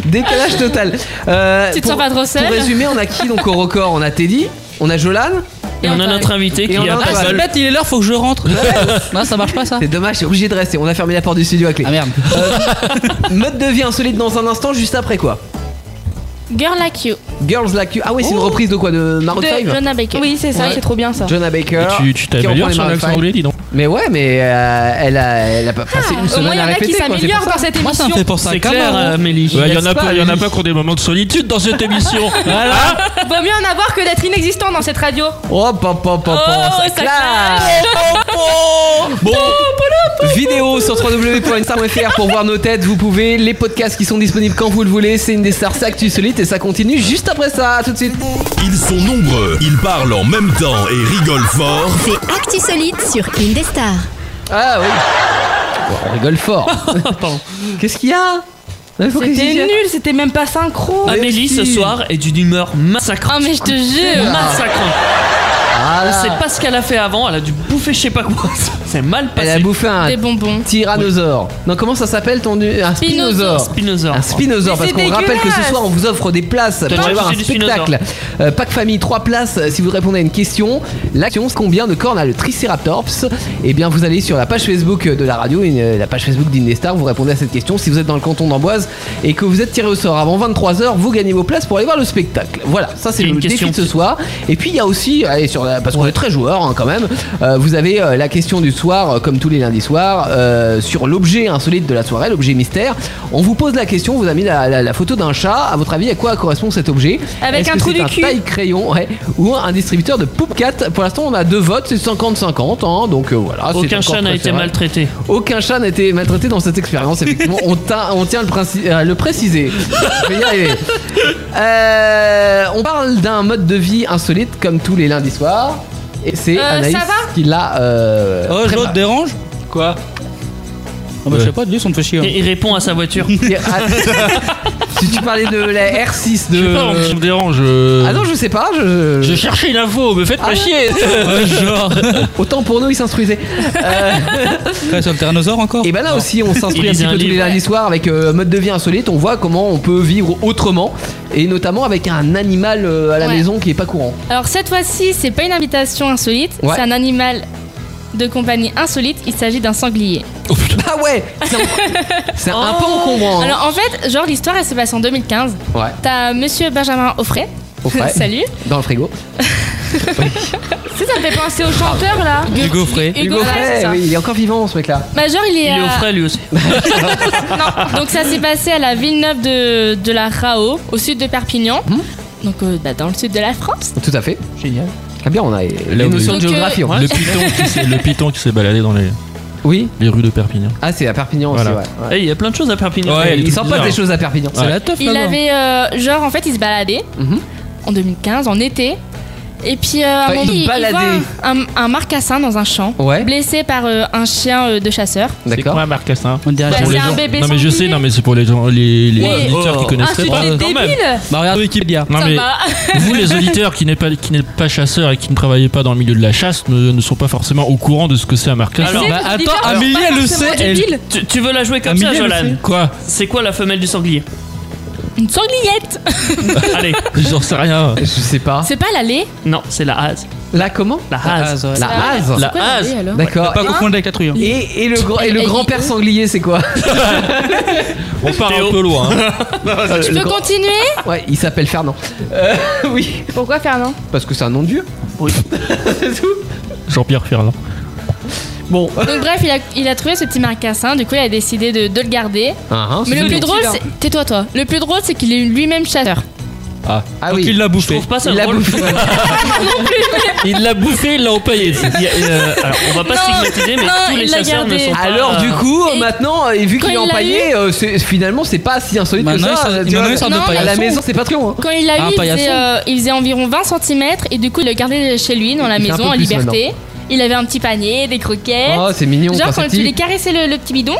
Décalage total. Euh, Tu te pour- sens pas trop seul Pour résumer, on a qui donc au record On a Teddy, on a Jolan. Et on a notre invité Et qui on est a un un peu seul. seul. Bête, il est l'heure, faut que je rentre. non, ça marche Ah. pas ça. C'est dommage, c'est obligé de rester. On a fermé la porte du studio à clé. Euh, Ah merde. Mode de vie insolite dans un instant, juste après quoi Girl like you. Girls Like You. Ah oui, c'est une reprise de quoi De Maroon Oh. De 5 Jonah Baker. Oui, c'est ça, c'est trop bien ça. Jonah Baker. Tu tu qui reprend t'améliores les sur Maroon l'accent 5. anglais, dis donc. Mais ouais, mais euh, elle, a, elle a pas passé une Ah, Au semaine moins, il y à en a répéter. qui quoi, c'est pour s'améliorent ça. dans cette Moi, ça émission. me fait penser à C'est clair, Cameron. Amélie. Il y en a pas, pas, il y en a lui. pas qui ont des moments de solitude dans cette émission. Voilà. Vaut mieux en avoir que d'être inexistant dans cette radio. Oh, pop, pop, pop, Oh, ça ça claque. Bon, vidéo sur www.instar.fr pour voir nos têtes, vous pouvez, les podcasts qui sont disponibles quand vous le voulez, c'est une des stars, c'est Actu Solite et ça continue juste après ça, à tout de suite. Ils sont nombreux, ils parlent en même temps et rigolent fort. C'est Actu Solide sur Indestar. Ah oui. Bon, on rigole fort. Qu'est-ce qu'il y a Non, il faut qu'est-ce C'était qu'il y a nul, c'était même pas synchro. Ah, Amélie ce soir est d'une humeur Oh, massacrante. mais euh, je te jure. Massacrante. Ah On là. sait pas ce qu'elle a fait avant, elle a dû bouffer je sais pas quoi. <laughs> C'est mal Elle passé. a bouffé un Des bonbons. tyrannosaure. Non, comment ça s'appelle ton nu- un spinosaure Spinosaure. un spinosaure, Mais parce c'est qu'on rappelle que ce dégueulasse. soir on vous offre des places pour T'as aller déjà voir un mangé du spinosaure spectacle. Euh, pack famille, 3 places euh, si vous répondez à une question. L'action, c'est combien de cornes a le Triceratops Et bien vous allez sur la page Facebook de la radio, une- euh, la page Facebook d'Indestar, vous répondez à cette question. Si vous êtes dans le canton d'Amboise et que vous êtes tiré au sort avant 23h, vous gagnez vos places pour aller voir le spectacle. Voilà, ça c'est Il y a le une défi question de ce soir. Et puis il y a aussi, allez, sur la- parce qu'on est très joueur hein, quand même, euh, vous avez euh, la question du soir, euh, comme tous les lundis soirs, euh, sur l'objet insolite de la soirée, l'objet mystère. On vous pose la question, on vous a mis la, la- la photo d'un chat. À votre avis, à quoi correspond cet objet Avec Est-ce un que trou c'est du un cul. taille crayon ouais, ou un distributeur de Poupcat Pour l'instant, on a deux votes, c'est 50-50. hein, donc euh, voilà. c'est Aucun encore chat n'a été préférable. maltraité. Aucun chat n'a été maltraité dans cette expérience, effectivement. on, tient- on tient le, princi- euh, le préciser. Je vais y arriver. Euh, on parle d'un mode de vie insolite, comme tous les lundis soirs. Et c'est Euh, Anaïs ça va qui l'a. euh, Oh, préparé. Joe, te dérange Quoi Non, bah, je sais pas, lui, on me fait chier. Et il répond à sa voiture. Et- ah, <laughs> si tu parlais de la R6 Je sais de. pas, on me dérange. euh, Ah non, je sais pas. je- Je cherchais une info, me faites Ah pas ouais. chier. Genre. <laughs> Autant pour nous, il s'instruisait. Après, sur le tyrannosaure encore Et ben là aussi, on s'instruit Il un petit lisait peu un tous les livre. lundis soirs avec euh, mode de vie insolite. On voit comment on peut vivre autrement, et notamment avec un animal euh, à la Ouais. maison qui est pas courant. Alors cette fois-ci, c'est pas une invitation insolite, Ouais. c'est un animal de compagnie insolite, il s'agit d'un sanglier. Ah ouais, c'est un- c'est un, peu encombrant. hein. Alors en fait, genre l'histoire elle se passe en 2015. ouais, <laughs> T'as monsieur Benjamin Offray. Offray. Salut. dans le frigo. Tu sais, ça me fait penser au chanteur là. Hugo Frey. Hugo Frey, Frey, c'est ça. oui, il est encore vivant ce mec-là. Bah, genre, il est. Il est euh, au frais lui aussi. <laughs> Donc ça s'est passé à la ville neuve de, de la Rao, au sud de Perpignan. Donc euh, bah, dans le sud de la France. Tout à fait. Génial. Ah bien, on a les où notions de Donc, géographie. euh, on- Le python qui s'est- le python qui s'est baladé dans les, Oui. les rues de Perpignan. Ah, c'est à Perpignan Voilà. aussi, ouais. Eh, Il y a plein de choses à Perpignan. Ouais, Il trucs sent pas bizarres. des choses à Perpignan. C'est la Il avait euh, genre en fait il se baladait Mhm. en 2015 en été. Et puis euh, à un Enfin, moment il il, il baladait. voit un, un- un marcassin dans un champ, Ouais. blessé par euh, un chien euh, de chasseur. D'accord. un marcassin On dirait Bah, un c'est les un gens. bébé Ah, Non mais je sais, non mais c'est pour les gens, les, les Mais- auditeurs qui connaissent Insulte pas. les quand même. débiles Bah regarde Wikipédia. Non Ça mais va. vous les auditeurs qui n'êtes pas qui n'êtes pas chasseurs et qui ne travaillez pas dans le milieu de la chasse ne, ne sont pas forcément au courant de ce que c'est un marquage. <laughs> Alors, C'est bah, des attends, Amélie, débiles, pas elle le forcément sait, elle- débiles. Tu, tu veux la jouer comme Un ça, million Jolan aussi. Quoi C'est quoi la femelle du sanglier Une sangliette <laughs> Allez, <laughs> J'en sais rien. Je sais pas. C'est pas la lait non, c'est la hase. Là, comment La hase. ouais. La hase. La Quoi, la hase. lait, alors D'accord. Pas confondre avec la truie. hein. Et, et le, grand- et le Elle- grand-père elle- sanglier, c'est quoi On part Théo. un peu loin. <laughs> hein. Euh, Tu peux continuer Ouais, il s'appelle Fernand. Euh, oui, Pourquoi Fernand parce que c'est un nom de vieux. <laughs> Jean-Pierre Ferland. Bon. Donc bref, il a, il a trouvé ce petit marcassin, du coup il a décidé de, de le garder. Ah, hein, Mais le c'est plus mignon. drôle, c'est... Tais-toi toi. Le plus drôle, c'est qu'il est lui-même chasseur. Ah Donc oui. il l'a Je bouffé. trouve pas ça Il l'a <laughs> drôle. bouffé. Il l'a bouffé, il l'a empaillé. alors, on va pas Non, stigmatiser, mais non, tous les il l'a chasseurs ne gardé. sont pas. euh, Alors du coup, Et- maintenant, et vu Quand qu'il il est l'a empaillé, euh, c'est- finalement, c'est pas si insolite que Maintenant, il ça. sort- tu maintenant, vois. il sort de Non, mais- à paillasson. la maison, c'est pas très loin. Quand il l'a Ah, eu, il paillasson. faisait, euh, il faisait environ 20 cm et du coup il le gardait chez lui dans la Il fait un maison peu en plus hein. liberté. Il avait un petit panier, des croquettes. Oh, c'est mignon. genre quand quand c'est tu lui petit. caressais le, le petit <laughs> bidon,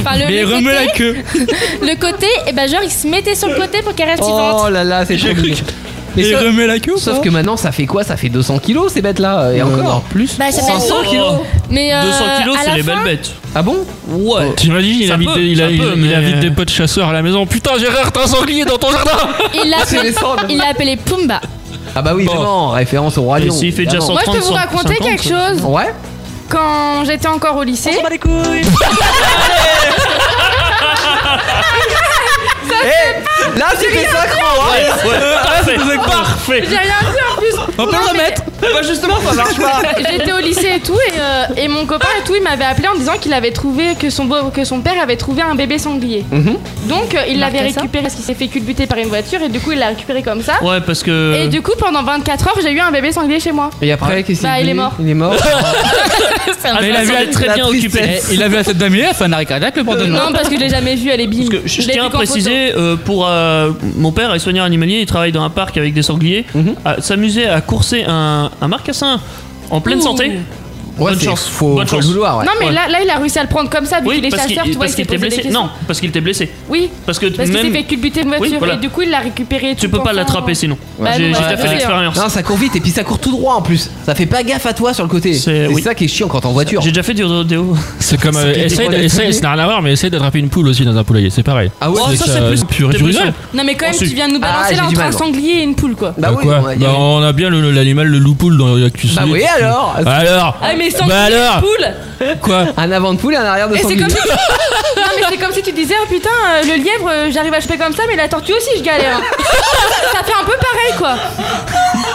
enfin le, Mais le remets la côté, queue. le côté, et bah genre il se mettait sur le côté pour qu'elle reste Oh vivante. là là, c'est trop J'ai cru mignon. que- Mais Et sauf- remets la queue ou Sauf pas que maintenant, ça fait quoi Ça fait 200 kilos ces bêtes-là Et Euh, encore plus. Bah ça fait 500 longtemps. kilos Mais euh, 200 kilos, à c'est la les fin, belles bêtes. Ah bon Ouais. T'imagines, il, Ça invite peut, des- il, a- ça il- peut, il mais- invite des potes chasseurs à la maison. Putain, Gérard, t'as un sanglier dans ton jardin <laughs> il l'a C'est appelé- récent, même. il l'a appelé Pumba. Ah bah oui, Bon. vraiment, référence au roi Oh. Et lion. s'il fait déjà évidemment. Moi, je peux 130, vous raconter 150, quelque chose. Ouais Quand j'étais encore au lycée, Eh, Là, c'était synchro hein. <laughs> Parfait. Parfait. j'ai rien dit en plus. On peut le remettre. Ah Bah justement, ça marche pas J'étais au lycée et tout, et, euh, et mon copain et tout, il m'avait appelé en disant qu'il avait trouvé que son beau- que son père avait trouvé un bébé sanglier. Mhm. Donc euh, il l'avait Marcassin. récupéré parce qu'il s'est fait culbuter par une voiture et du coup il l'a récupéré comme ça. Ouais, parce que. Et du coup pendant 24 heures j'ai eu un bébé sanglier chez moi. Et après, qu'est-ce qu'il Bah, il est dit mort. Il est <laughs> mort. Ah, Mais il a ça vu va la- être très la bien tristesse. occupé. Eh, Il a vu la tête d'Amélie, elle a fait un arrêt cardiaque le bordel. Non parce que je l'ai jamais vu, elle est bim. Euh, Parce que je, l'ai tiens vu à qu'en préciser, euh, pour euh, mon père est soignant animalier, il travaille dans un parc avec des sangliers, Mhm. à s'amuser à courser un, un marcassin en pleine Ouh. santé. Ouais, Bonne c'est- chance. Faut, Bonne faut le chance. vouloir, ouais. Non mais Ouais. là, là il a réussi à le prendre comme ça vu Oui, qu'il est parce qu'il chasseur, tu vois, il parce s'est qu'il était posé des blessé. questions. Non, parce qu'il était blessé. Oui, Parce que parce qu'il s'est même fait culbuter une voiture voilà. et du coup il l'a récupéré. tu tout peux pas enfant. l'attraper sinon. Bah J'ai non, j'ai bah déjà bien fait sûr. l'expérience. Non, ça court vite et puis ça court tout droit en plus. Ça fait pas gaffe à toi sur le côté. C'est C'est- oui. ça qui est chiant quand t'es en voiture. J'ai déjà fait du rodéo. C'est comme. C'est euh, qu'il essaye, décolle de- le essaye- sanglier. ça n'a rien à voir, mais essaye d'attraper une poule aussi dans un poulailler. C'est pareil. Euh, Ah ouais, Oh, c'est- ça, c'est plus- purée, t'es tu plus rigoles Non mais quand même Ensuite. tu viens de nous Ah, balancer j'ai là du entre mal, un moi. sanglier et une poule quoi. Bah Bah oui, quoi on a- il y Bah, avait- on a bien le- l'animal, le loupoule dans la cuisine. Bah oui, alors Hein Alors Ah mais sanglier Bah et alors poule Quoi Un avant de poule et un arrière de Et c'est sanglier. comme si tu... Non, mais c'est comme si <laughs> tu disais oh putain euh, le lièvre euh, j'arrive à choper comme ça mais la tortue aussi je galère. <laughs> ça fait un peu pareil quoi.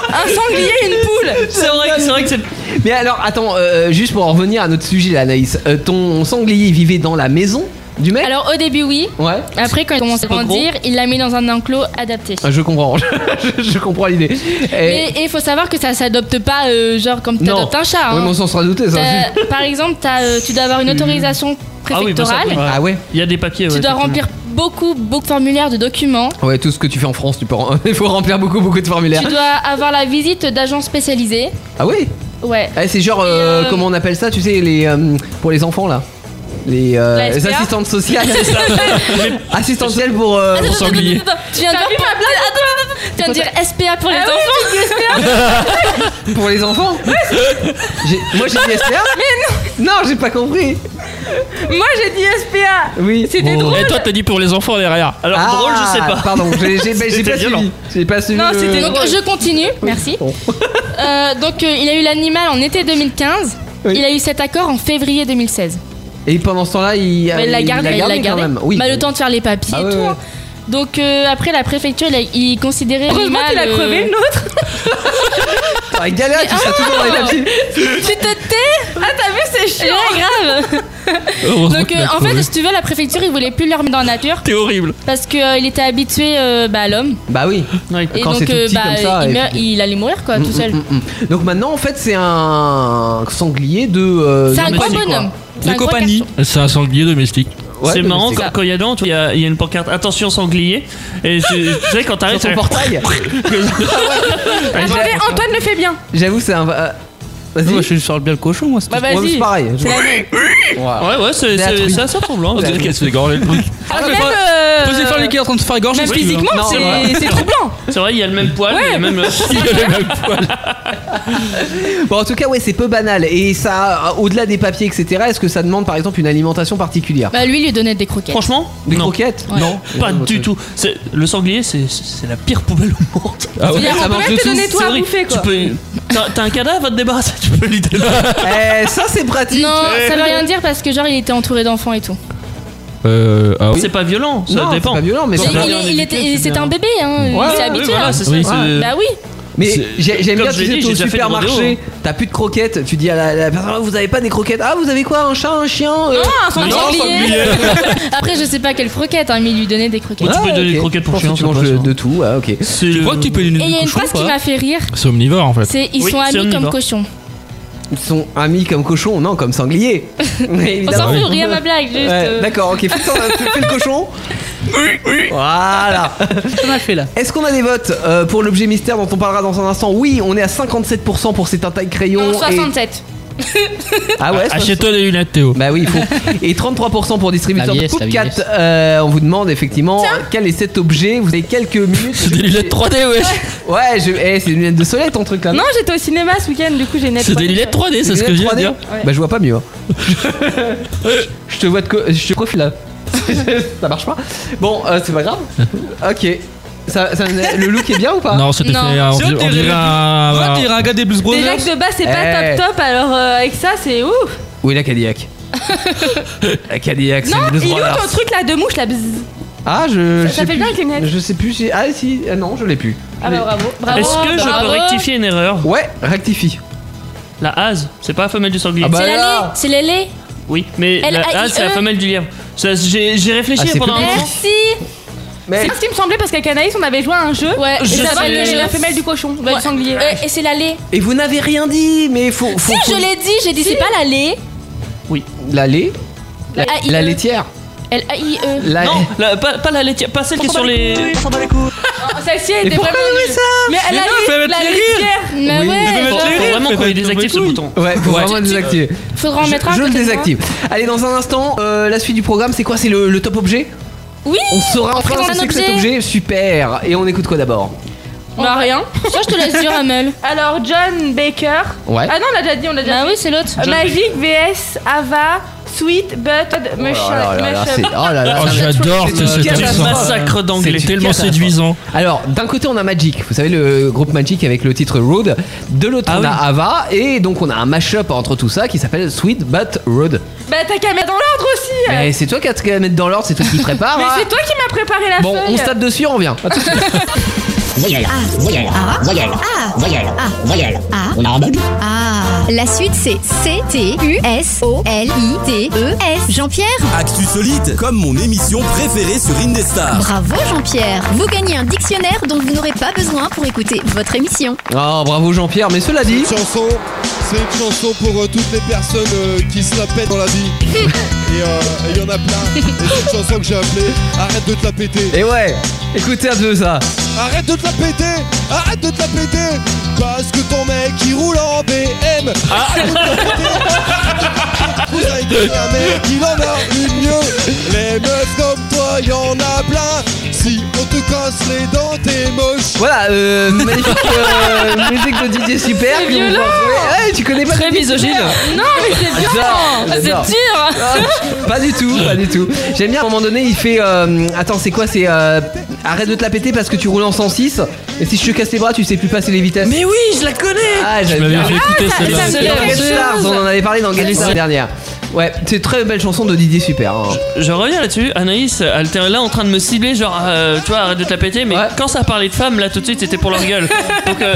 Un sanglier et une poule. C'est vrai, que- c'est vrai que c'est. Mais alors, attends, euh, juste pour en revenir à notre sujet, là, Anaïs. Euh, ton sanglier il vivait dans la maison du mec Alors au début oui, Ouais. après quand il commence à pas grandir, il l'a mis dans un enclos adapté. Ah, Je comprends, <laughs> je, je comprends l'idée. Eh, Mais Et- il faut savoir que ça s'adopte pas euh, genre comme Non. t'adoptes un chat. Oui, hein. mais on s'en sera douté, ça. T'as- par exemple, t'as, euh, tu dois avoir une autorisation Ah oui, bah ça, préfectorale. oui. Ah ouais Il y a des papiers. Tu ouais, dois effectivement. remplir beaucoup, beaucoup de formulaires de documents. Ouais, tout ce que tu fais en <laughs> France, tu peux rem- il faut remplir beaucoup, beaucoup de formulaires. Tu dois avoir la visite d'agents spécialisés. Ah ouais Ouais. Ah, C'est genre, euh, euh, comment on appelle ça, tu sais, les, euh, pour les enfants, là les, euh, La les SPA. assistantes sociales. <laughs> assistantes sociales pour... euh, Attends, attends, sanglier. attends, attends, Tu viens de dire, Attends, attends, attends, tu viens de dire SPA pour les enfants. Pour les enfants J'ai- Moi j'ai dit SPA Mais non Non, j'ai pas compris Moi j'ai dit SPA. Oui. C'était drôle. <laughs> Et toi, t'as dit pour les enfants derrière. Alors Ah, drôle, je sais <laughs> pas. Pardon, j'ai <laughs> j'ai- j'ai C'était pas violent. suivi. J'ai pas suivi. Non, le- c'était Donc drôle. je continue, merci. Bon. <laughs> Euh, donc euh, il a eu l'animal en été 2015. Oui. Il a eu cet accord en février 2016. Et pendant ce temps-là, il, Mais il l'a Ah, il gardé, il l'a quand gardé. même. Oui. Bah, le temps de faire les papiers Ah et ouais, tout. ouais. hein. Donc euh, après la préfecture, il, a- il considérait Heureusement l'animal, qu'il a euh, crevé le nôtre. Ah, galère, tu seras toujours dans Ah <laughs> les papiers. Tu te tais Ah t'as vu c'est chiant grave Heureusement Donc qu'il euh, a en crevé. fait si tu veux la préfecture ils voulaient plus leur mettre dans la nature T'es horrible parce qu'il était habitué euh, bah, à l'homme Bah oui. et Quand donc c'est tout euh, petit bah, comme ça. il, et- meurt- il allait mourir quoi tout seul. Mm, mm, mm. Donc maintenant, en fait, c'est un sanglier de. euh, C'est un gros domestique, quoi. bonhomme. C'est un gros garçon. C'est un sanglier domestique. Ouais, c'est mais marrant, c'est quand ça. quand il y a dedans, tu vois, il y, a- il y a une pancarte Attention sanglier. Et c'est- tu sais, quand t'arrives. Sur ton c'est- <laughs> portail. Attendez, Antoine le fait bien. J'avoue, c'est un. euh, Vas-y. Moi, je parle bien le cochon, moi. c'est Bah tout. vas-y. Ouais, c'est pareil. C'est la même. Ouais, ouais, c'est C'est la c'est- truie. ça, ça ressemble. hein. On dirait qu'elle se fait gorger le truc. Ah, mais même, pas- euh, Posez faire les gars en train de se faire égorger. même si tu veux. physiquement, Non, c'est c'est troublant. C'est vrai, il y a le même poil, il y a même. euh, Bon, en tout cas, ouais, c'est peu banal. Et ça, euh, au-delà des papiers, etc., est-ce que ça demande par exemple une alimentation particulière Bah lui il lui donnait des croquettes. Franchement, Des non. croquettes Ouais. Non. Pas du tout. C'est- Le sanglier, c'est c'est la pire poubelle au monde. Ah Il y a- ça on peut marche même de te tous, donner toi C'est à horrible. bouffer Tu quoi. peux- T'as t'as un cadavre à te débarrasser, tu peux l'idée Eh, ça, c'est pratique. Non, ça veut rien dire parce que genre il était entouré d'enfants et tout. Euh, ah oui. C'est pas violent, ça Non, c'est dépend. pas violent, mais Il, c'est il- pas- il- il était, il- c'était un bébé hein, il s'est oui, habitué. voilà, hein. c'est ça, Oui, c'est- c'est- Bah oui. Mais C'est- j'ai- j'aime comme bien, je tu l'ai sais, dit, t'es au j'ai déjà fait hein. le rodéo, supermarché, t'as plus de croquettes, tu dis à la, la personne, Ah, vous avez pas des croquettes Ah, vous avez quoi Un chat, un chien euh Ah, un sanglier. Après je sais pas quelle croquette hein, mais il lui donnait des croquettes. Ouais. tu peux Ah, donner des ok. croquettes pour Je pense chien, que Tu ça manges passe, de, hein. de tout, ah, ok. C'est Tu le- vois que tu peux lui Et il y a une phrase qui m'a fait rire, C'est omnivore en fait. c'est ils Oui, sont c'est amis comme omnivore. cochons. Ils sont amis comme cochons, non, <laughs> comme sangliers. Mais On s'en évidemment. fout, rien à ma blague, juste. Ouais, euh, D'accord, ok, fais, fais le cochon. Voilà. Qu'est-ce qu'on a fait là Est-ce qu'on a des votes euh, pour l'objet mystère dont on parlera dans un instant Oui, on est à 57% pour ces Tintin crayons. non, et- 67. Ah ouais soixante- Achète-toi des lunettes, Théo. Bah oui, il faut. <laughs> Et 33% pour distributeur La de vieillesse, la Poupcat. vieillesse. Euh, on vous demande effectivement euh, quel est cet objet. Vous avez quelques minutes. C'est des lunettes 3D, wesh Ouais, je... eh, c'est des lunettes de soleil ton truc là. Ah Non, j'étais au cinéma ce week-end, du coup j'ai net. C'est des lunettes 3D, c'est Des ce que je lunettes viens de 3D? dire. Bah je vois pas mieux. <laughs> hein. je te vois de co... je te profile <laughs> là. ça marche pas. Bon, euh, c'est pas grave. Ok. Ça, ça- le look est bien ou pas Non, c'était fait. Non. Ah, On C'est dirait- on dirait Pourquoi un. t'es un gars des Blues Déjà Brothers que de base c'est pas Eh. top top, alors euh, avec ça c'est ouf. Où est la <laughs> Cadillac La Cadillac, c'est Non, le il est où Brothers. ton truc là de mouche là bzz. Ah, je. Ça je sais s'appelle plus. bien avec les lunettes. Je sais plus si. Ah, si. Ah, non, je l'ai plus. Ah bah bravo, bravo. Est-ce que je bravo. peux rectifier une erreur Ouais, rectifie. La hase, c'est pas la femelle du sanglier. Ah bah C'est la là. lait, c'est la lait. Oui, mais L A I E. la hase, c'est la femelle du lièvre. Ça, J'ai j'ai réfléchi Ah, c'est pendant un moment. Merci. Mais. C'est ce qui me semblait parce qu'avec Anaïs on avait joué à un jeu. Ouais, Et je ça va, sais. le- la femelle du cochon, bah, Ouais. du sanglier. Euh, et c'est la lait. Et vous n'avez rien dit, mais faut. faut Si, je l'ai dit, j'ai dit c'est pas la lait. La lait La, La- la I- laitière L A I E. La. Non, la- pas, pas la laitière, pas celle qui est sur les. Ah, Celle-ci elle Mais était pourquoi vraiment vous nulle. Mais elle non, faut a mettre la les Mais litière. Oui. ouais. Faut, genre, faut vraiment qu'on Faut lui désactive ce mettre bouton. Ouais, faut Ouais. vraiment le désactiver. Faudra en mettre un. je à le côté de moi. désactive. Allez, dans un instant, euh, la suite du programme, c'est quoi C'est le, le top objet Oui. On saura enfin présente ce que un c'est que cet objet. objet. Super Et on écoute quoi d'abord Bah rien. Ça, je te laisse dire, Amel. Alors John Baker. Ouais. Ah non, on l'a déjà dit, on l'a déjà Bah dit. oui, c'est l'autre. Euh, Magic vs Ava Sweet But Oh Mushroom. là là là là, c'est- oh là là, Oh, ça va être- j'adore c'est ce une Euh, cet catastrophe. accent. Massacre d'anglais. C'est C'est tellement une catastrophe. séduisant. Alors, d'un côté, on a Magic, vous savez, le groupe Magic avec le titre Road. De l'autre, Ah on oui. a Ava. Et donc, on a un mash-up entre tout ça qui s'appelle Sweet But Road. Bah t'as qu'à mettre dans l'ordre aussi. euh. Mais c'est toi qui as qu'à mettre dans l'ordre, c'est toi qui prépare. Mais hein. c'est toi qui m'as préparé la Bon, feuille. on se tape dessus, on revient. Voyelle Ah. A, voyelle Ah. A, voyelle A, voyelle A, voyelle A. On a A. Ah. La suite, c'est C-T-U-S-O-L-I-T-E-S. E Jean-Pierre Actu solide, comme mon émission préférée sur Indestar. Bravo Jean-Pierre Vous gagnez un dictionnaire dont vous n'aurez pas besoin pour écouter votre émission. Oh, bravo Jean-Pierre, mais cela dit, Cette chanson, c'est une chanson pour euh, toutes les personnes euh, qui se la pètent dans la vie. <laughs> Et euh, et il y en a plein. Et c'est une chanson que j'ai appelée Arrête de te la péter. et ouais, écoutez un peu ça. Arrête de te la péter. Arrête de te la péter. Parce que ton mec il roule en BM. Arrête de te la péter. Vous avez gagné un mec, il en a une mieux. Les meufs Eh comme toi, il y en a plein. Si on te casse les dents, t'es moche. Voilà, euh, magnifique euh, musique de Didier Super. que vous pouvez retrouver. Ouais, tu connais pas Très misogyne. Non mais c'est bien. C'est dur. Ah, Pas du tout, pas du tout. J'aime bien à un moment donné, il fait. euh, attends, c'est quoi C'est. euh, arrête de te la péter parce que tu roules en 106. Et si je te casse les bras, tu sais plus passer les vitesses. Mais oui, je la connais Ah, Je j'avais m'avais fait écouter ça- celle-là. ça- Dans Get Stars, on en avait parlé dans Get Stars la dernière. Ouais, c'est très belle chanson de Didier Super. hein. Je reviens là-dessus, Anaïs, elle était là en train de me cibler, genre, euh, tu vois, arrête de te la péter, mais quand ça parlait de femmes, là tout de suite c'était pour leur gueule. Donc euh,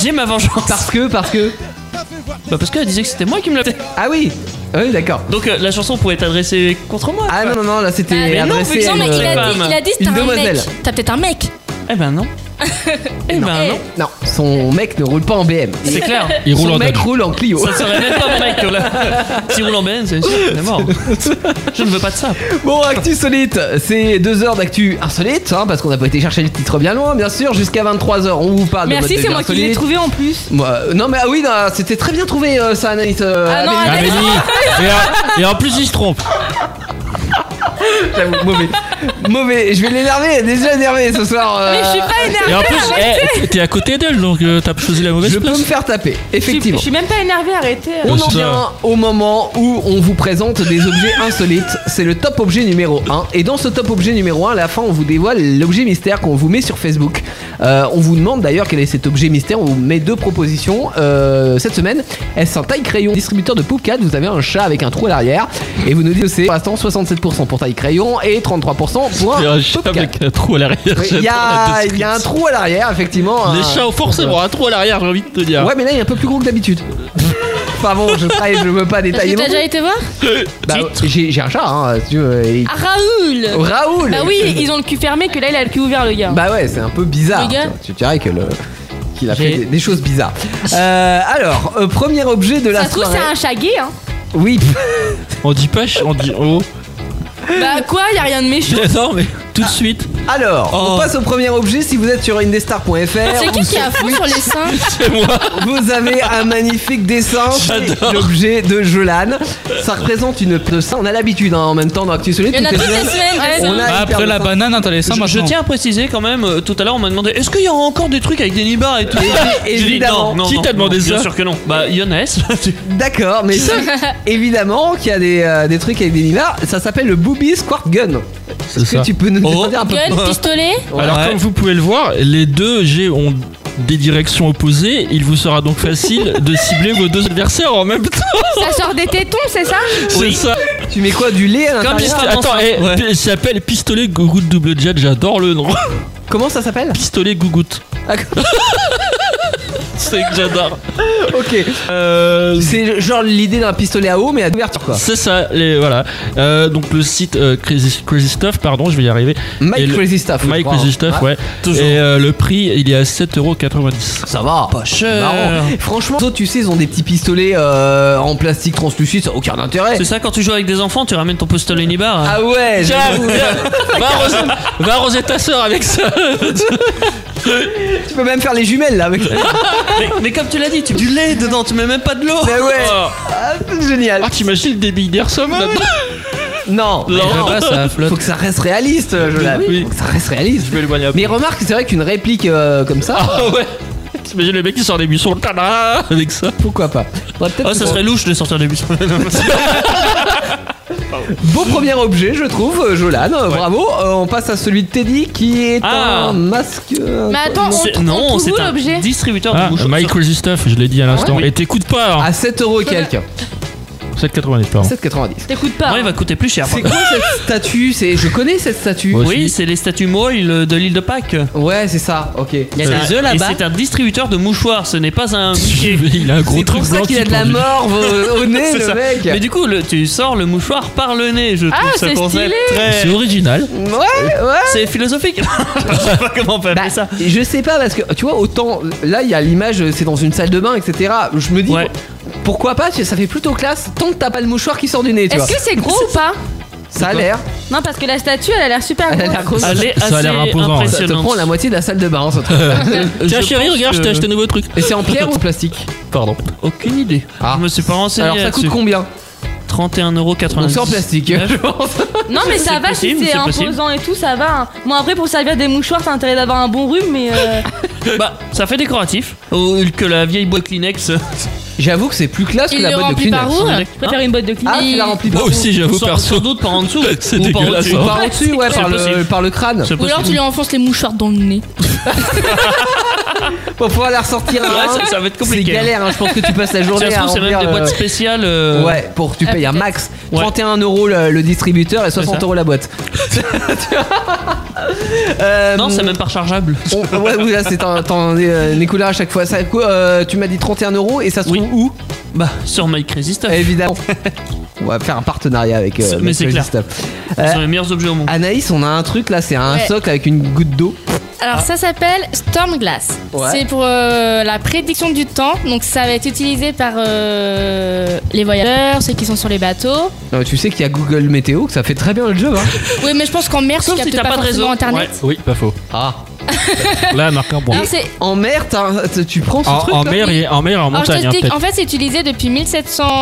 j'ai ma vengeance. Parce que, parce que. Bah parce qu'elle disait que c'était moi qui me la pétais. Ah oui Ah oui, d'accord. Donc euh, la chanson pouvait être adressée contre moi. Ah non, non, non, là c'était Bah, mais non, adressé vu que à non, une, mais il a euh, dit- Il a dit une t'as un mec. demoiselle. T'as peut-être un mec. Eh ben non. Eh ben non. Non, son mec ne roule pas en BM. C'est clair. Il Il roule roule son en mec Dodge. roule en Clio. Ça serait même pas mec là. Si roule en BN, c'est sûr, c'est mort. Je ne veux pas de ça. Bon, Actu Solite, c'est deux heures d'actu insolite, hein, parce qu'on n'a pas été chercher le titre bien loin, bien sûr, jusqu'à 23h. On vous parle de Merci, votre c'est devient moi qui l'ai insolite. trouvé en plus. Moi, euh, non, mais ah oui, non, c'était très bien trouvé euh, ça, Anaïs. euh, Ah non, Amélie. Anaïs. Et, en- et en plus, il se trompe. J'avoue, mauvais. Mauvais, je vais l'énerver, elle est déjà énervé ce soir. euh. Mais je suis pas énervée, Et en plus, arrêtez. eh, t'es à côté d'elle, donc euh, t'as choisi la mauvaise Je place. peux me faire taper, Je effectivement. suis même pas énervée, arrêtez. On en vient au moment où on vous présente des objets insolites. C'est le top objet numéro 1. Et dans ce top objet numéro 1, à la fin, on vous dévoile l'objet mystère qu'on vous met sur Facebook. Euh, on vous demande d'ailleurs quel est cet objet mystère. On vous met deux propositions euh, cette semaine. Est-ce un taille-crayon distributeur de Poupcade Vous avez un chat avec un trou à l'arrière. Et vous nous dites que c'est pour l'instant 67% pour taille-crayon et 33% pour Il y a un chat Poupcade. avec un trou à l'arrière. Oui, Il y, a- il y a un trou à l'arrière, effectivement. Les un- chats ont forcément un trou à l'arrière, j'ai envie de te dire. Ouais, mais là, il est un peu plus gros que d'habitude. <laughs> enfin bon, je pareil, je veux Parce pas que détailler. Eh, t'as non déjà été voir plus. Bah, j'ai j'ai un chat, hein, si tu veux, et- Ah, Raoul Oh, Raoul Bah oui, ils ont le cul fermé, que là il a le cul ouvert, le gars. Bah ouais, c'est un peu bizarre. Le gars. Tu, tu dirais que le- qu'il a fait des, des choses bizarres. Euh, alors, euh, premier objet de la Ça se trouve, soirée. c'est un chat gay, hein. Oui. <laughs> On dit pas, ch- on dit oh. Bah quoi, y a rien de méchant. Non, mais tout Ah. de suite. Alors, Oh. on passe au premier objet si vous êtes sur indestar.fr. Ah, C'est qui ou qui est à fond sur les <laughs> seins C'est moi. Vous avez un magnifique <laughs> dessin, c'est l'objet de Jolan. Ça représente une de ça. On a l'habitude hein, en même temps dans Actu Solide. Il y en a toutes les toutes les semaines. semaines, On a une paire de seins. Je- Je tiens à préciser quand même, euh, tout à l'heure on m'a demandé est-ce qu'il y aura encore des trucs avec des nibards et tout Et- J'ai dit, évidemment. non, non, Qui non, t'a demandé non, Bien ça sûr que non. Bah Yonès. D'accord, mais ça, évidemment qu'il y a des, euh, des trucs avec des lilas. Ça s'appelle le Booby Squirt Gun. Est-ce ça. que tu peux nous Oh. en dire un peu Gun, pistolet Alors, comme vous pouvez le voir, les deux G ont des directions opposées. Il vous sera donc facile de cibler vos deux adversaires en même temps. Ça sort des tétons, c'est ça C'est ça. Tu mets quoi Du lait à Comme l'intérieur Attends, eh, Ouais. pi- ça s'appelle pistolet gougoute double jet. J'adore le nom. <laughs> Ah, Comment ça s'appelle Ah, Pistolet gougoute. C'est que j'adore. <laughs> Ok. C'est genre l'idée d'un pistolet à eau, mais à ouverture quoi. C'est ça, les, voilà. Euh, donc le site euh, Crazy, Crazy Stuff, pardon, je vais y arriver. Mike Et le- Crazy Stuff, je Mike crois, Crazy hein. Stuff, Ah, ouais. toujours. Et euh, le prix, il est à 7,90€. Ça va. Pas cher. Franchement, eux, tu sais, ils ont des petits pistolets euh, en plastique translucide, ça n'a aucun intérêt. C'est ça quand tu joues avec des enfants, tu ramènes ton pistolet nibar. hein. Ah ouais, Tiens, j'avoue. viens, va, arroser, va arroser ta soeur avec ça. tu peux même faire les jumelles là avec. mais, mais comme tu l'as dit, tu mets du lait dedans, tu mets même pas de l'eau. Mais ouais. Oh. Ah, c'est génial. Ah, t'imagines le débit d'Ersom Bah, Ah, Non, Non. Là-bas, ça flotte. faut que ça reste réaliste, je l'avoue. Oui. Faut que ça reste réaliste. Je vais l'éloigner un peu. Mais remarque, c'est vrai qu'une réplique euh, comme ça. Ah ouais. T'imagines le mec qui sort des buissons tada, avec ça. Pourquoi pas Oh, ça serait louche de sortir des buissons. Ah, Beau premier objet, je trouve, euh, Jolan. euh, Bravo. Euh, on passe à celui de Teddy qui est Ah. un masque. euh, Mais attends, on, C'est- on non, trouve c'est où un l'objet distributeur Ah, de bouchons. Mike Crazy Stuff, je l'ai dit à l'instant. Ah, ouais Et t'écoutes pas. À 7 euros et quelques. Ah. 7,90€, pardon. 7,90. T'écoutes pas. Ouais, il va coûter plus cher. C'est quoi cette statue C'est- Je connais cette statue. Oui, c'est les statues moiles de l'île de Pâques. Ouais, c'est ça. Ok. Il y a des œufs là-bas. C'est un distributeur de mouchoirs, ce n'est pas un. <laughs> Il a un gros C'est truc pour ça blanc qu'il a qui de la pendule. morve au, au nez, C'est le ça. mec. Mais du coup, le- tu sors le mouchoir par le nez. Je Ah, trouve c'est ça concept stylé. Ah. très. C'est original. Ouais, ouais. C'est philosophique. <laughs> je sais pas comment on peut appeler ça. Bah, Je sais pas parce que tu vois autant là il y a l'image c'est dans une salle de bain etc. Je me dis pourquoi pas tu- ça fait plutôt classe tant que t'as pas le mouchoir qui sort du nez tu vois. Est-ce que c'est gros ou pas Ça a l'air. Non, parce que la statue, elle a l'air super Elle a l'air grosse. Ah, grosse. Elle est Ça a l'air assez imposant, ouais. Ça te prend la moitié de la salle de bain hein, <laughs> ce truc. Tiens, Je chérie, pense regarde, je t'ai que- acheté un nouveau truc. Et c'est en pierre ou en plastique Pardon. Aucune idée. Je me suis pas renseigné. Ah. Alors ça coûte là-dessus. combien 31,99€. Donc c'est en plastique. je pense. Non, mais ça C'est va si possible, c'est c'est possible. imposant et tout, ça va. hein. Bon, après, pour servir des mouchoirs, t'as intérêt d'avoir un bon rhume, mais. <laughs> euh, Bah, ça fait décoratif. Ou que la vieille boîte Kleenex. <laughs> J'avoue que c'est plus classe que Il la le boîte de remplit Kleenex. par où Hein Je préfère une botte de Kleenex. Ah tu l'as rempli par Moi aussi, j'avoue, Sans- perso. Sans doute par en dessous. <laughs> C'est Ou par dégueulasse, hein. au-dessus. où Ah, Par au-dessus ouais C'est par le hein. possible. par le crâne. C'est Ou alors tu possible. lui enfonces les mouchoirs dans le nez. Pour pouvoir la ressortir. Ouais, hein. ça- ça va être compliqué, C'est galère, hein. hein. je pense que tu passes la Si journée ça se à trouve, c'est même remplir, des euh, boîtes spéciales, euh, Ouais, pour tu Ah, payes un peut-être. max 31 euros le, le distributeur et 60 ça. euros la boîte. Euh, Non, Mmh. c'est même pas rechargeable. On- ouais, oui, là, c'est un, t'en es, euh, écouleur à chaque fois. Ça, quoi, euh, tu m'as dit 31 euros et ça se trouve où Bah, sur My Crazy Stuff. Évidemment. On va faire un partenariat avec. C'est- Euh, mais c'est Crazy clair. Stuff. Ce Euh, sont les meilleurs objets au monde. Anaïs, on a un truc là, c'est un Ouais. socle avec une goutte d'eau. Alors ça s'appelle Stormglass. Ouais. C'est pour euh, la prédiction du temps. Donc ça va être utilisé par euh, les voyageurs, ceux qui sont sur les bateaux. Non, mais Euh, tu sais qu'il y a Google Météo, que ça fait très bien le job. Hein. Oui, mais je pense qu'en mer, tu captes pas, forcément internet. Oui, pas faux. Ah. Là, marque un point. Alors, c'est- En mer, t'as- t'as- tu prends ce En- truc. en là mer et- en mer et en Alors, je montagne, t'explique, hein, peut-être. en fait, c'est utilisé depuis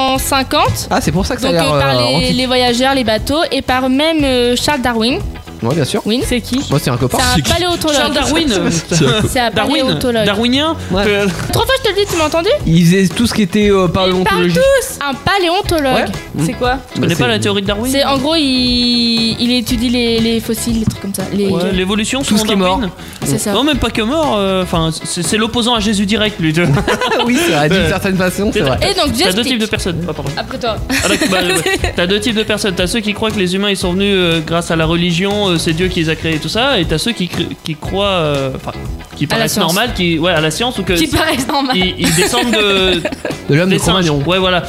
1750. Ah, c'est pour ça que ça Donc a l'air. euh, par euh, les, antique. les voyageurs, les bateaux et par même euh, Charles Darwin. Ouais, bien sûr. Oui, c'est qui Moi, c'est un copain. C'est un paléontologue. Charles Darwin. euh, C'est un Darwin. paléontologue. Darwinien. Euh, Trois fois, je te le dis, tu m'as entendu Ils faisaient tout ce qui était euh, paléontologie. Un paléontologue. Ouais. C'est quoi Tu connais pas la théorie de Darwin C'est en gros, il, il étudie les, les fossiles, les trucs comme ça. Les... Ouais, L'évolution, tout ce qui est mort. C'est ça. Non, même pas que mort. euh, Enfin, c'est c'est l'opposant à Jésus direct, lui. <laughs> Ah oui, c'est vrai, d'une Euh, certaine façon, c'est vrai. Et donc, T'as deux j'explique. types de personnes. Ah, pardon. Après toi. Ah, d'accord, bah, <laughs> ouais. T'as deux types de personnes. T'as ceux qui croient que les humains ils sont venus euh, grâce à la religion, euh, c'est Dieu qui les a créés et tout ça, et t'as ceux qui, cr- qui croient, euh, enfin, qui À la paraissent science. normal, qui, ouais, à la science ou que Qui <laughs> paraissent normales. Ils, ils descendent <laughs> de de l'homme des singes. Ouais, voilà.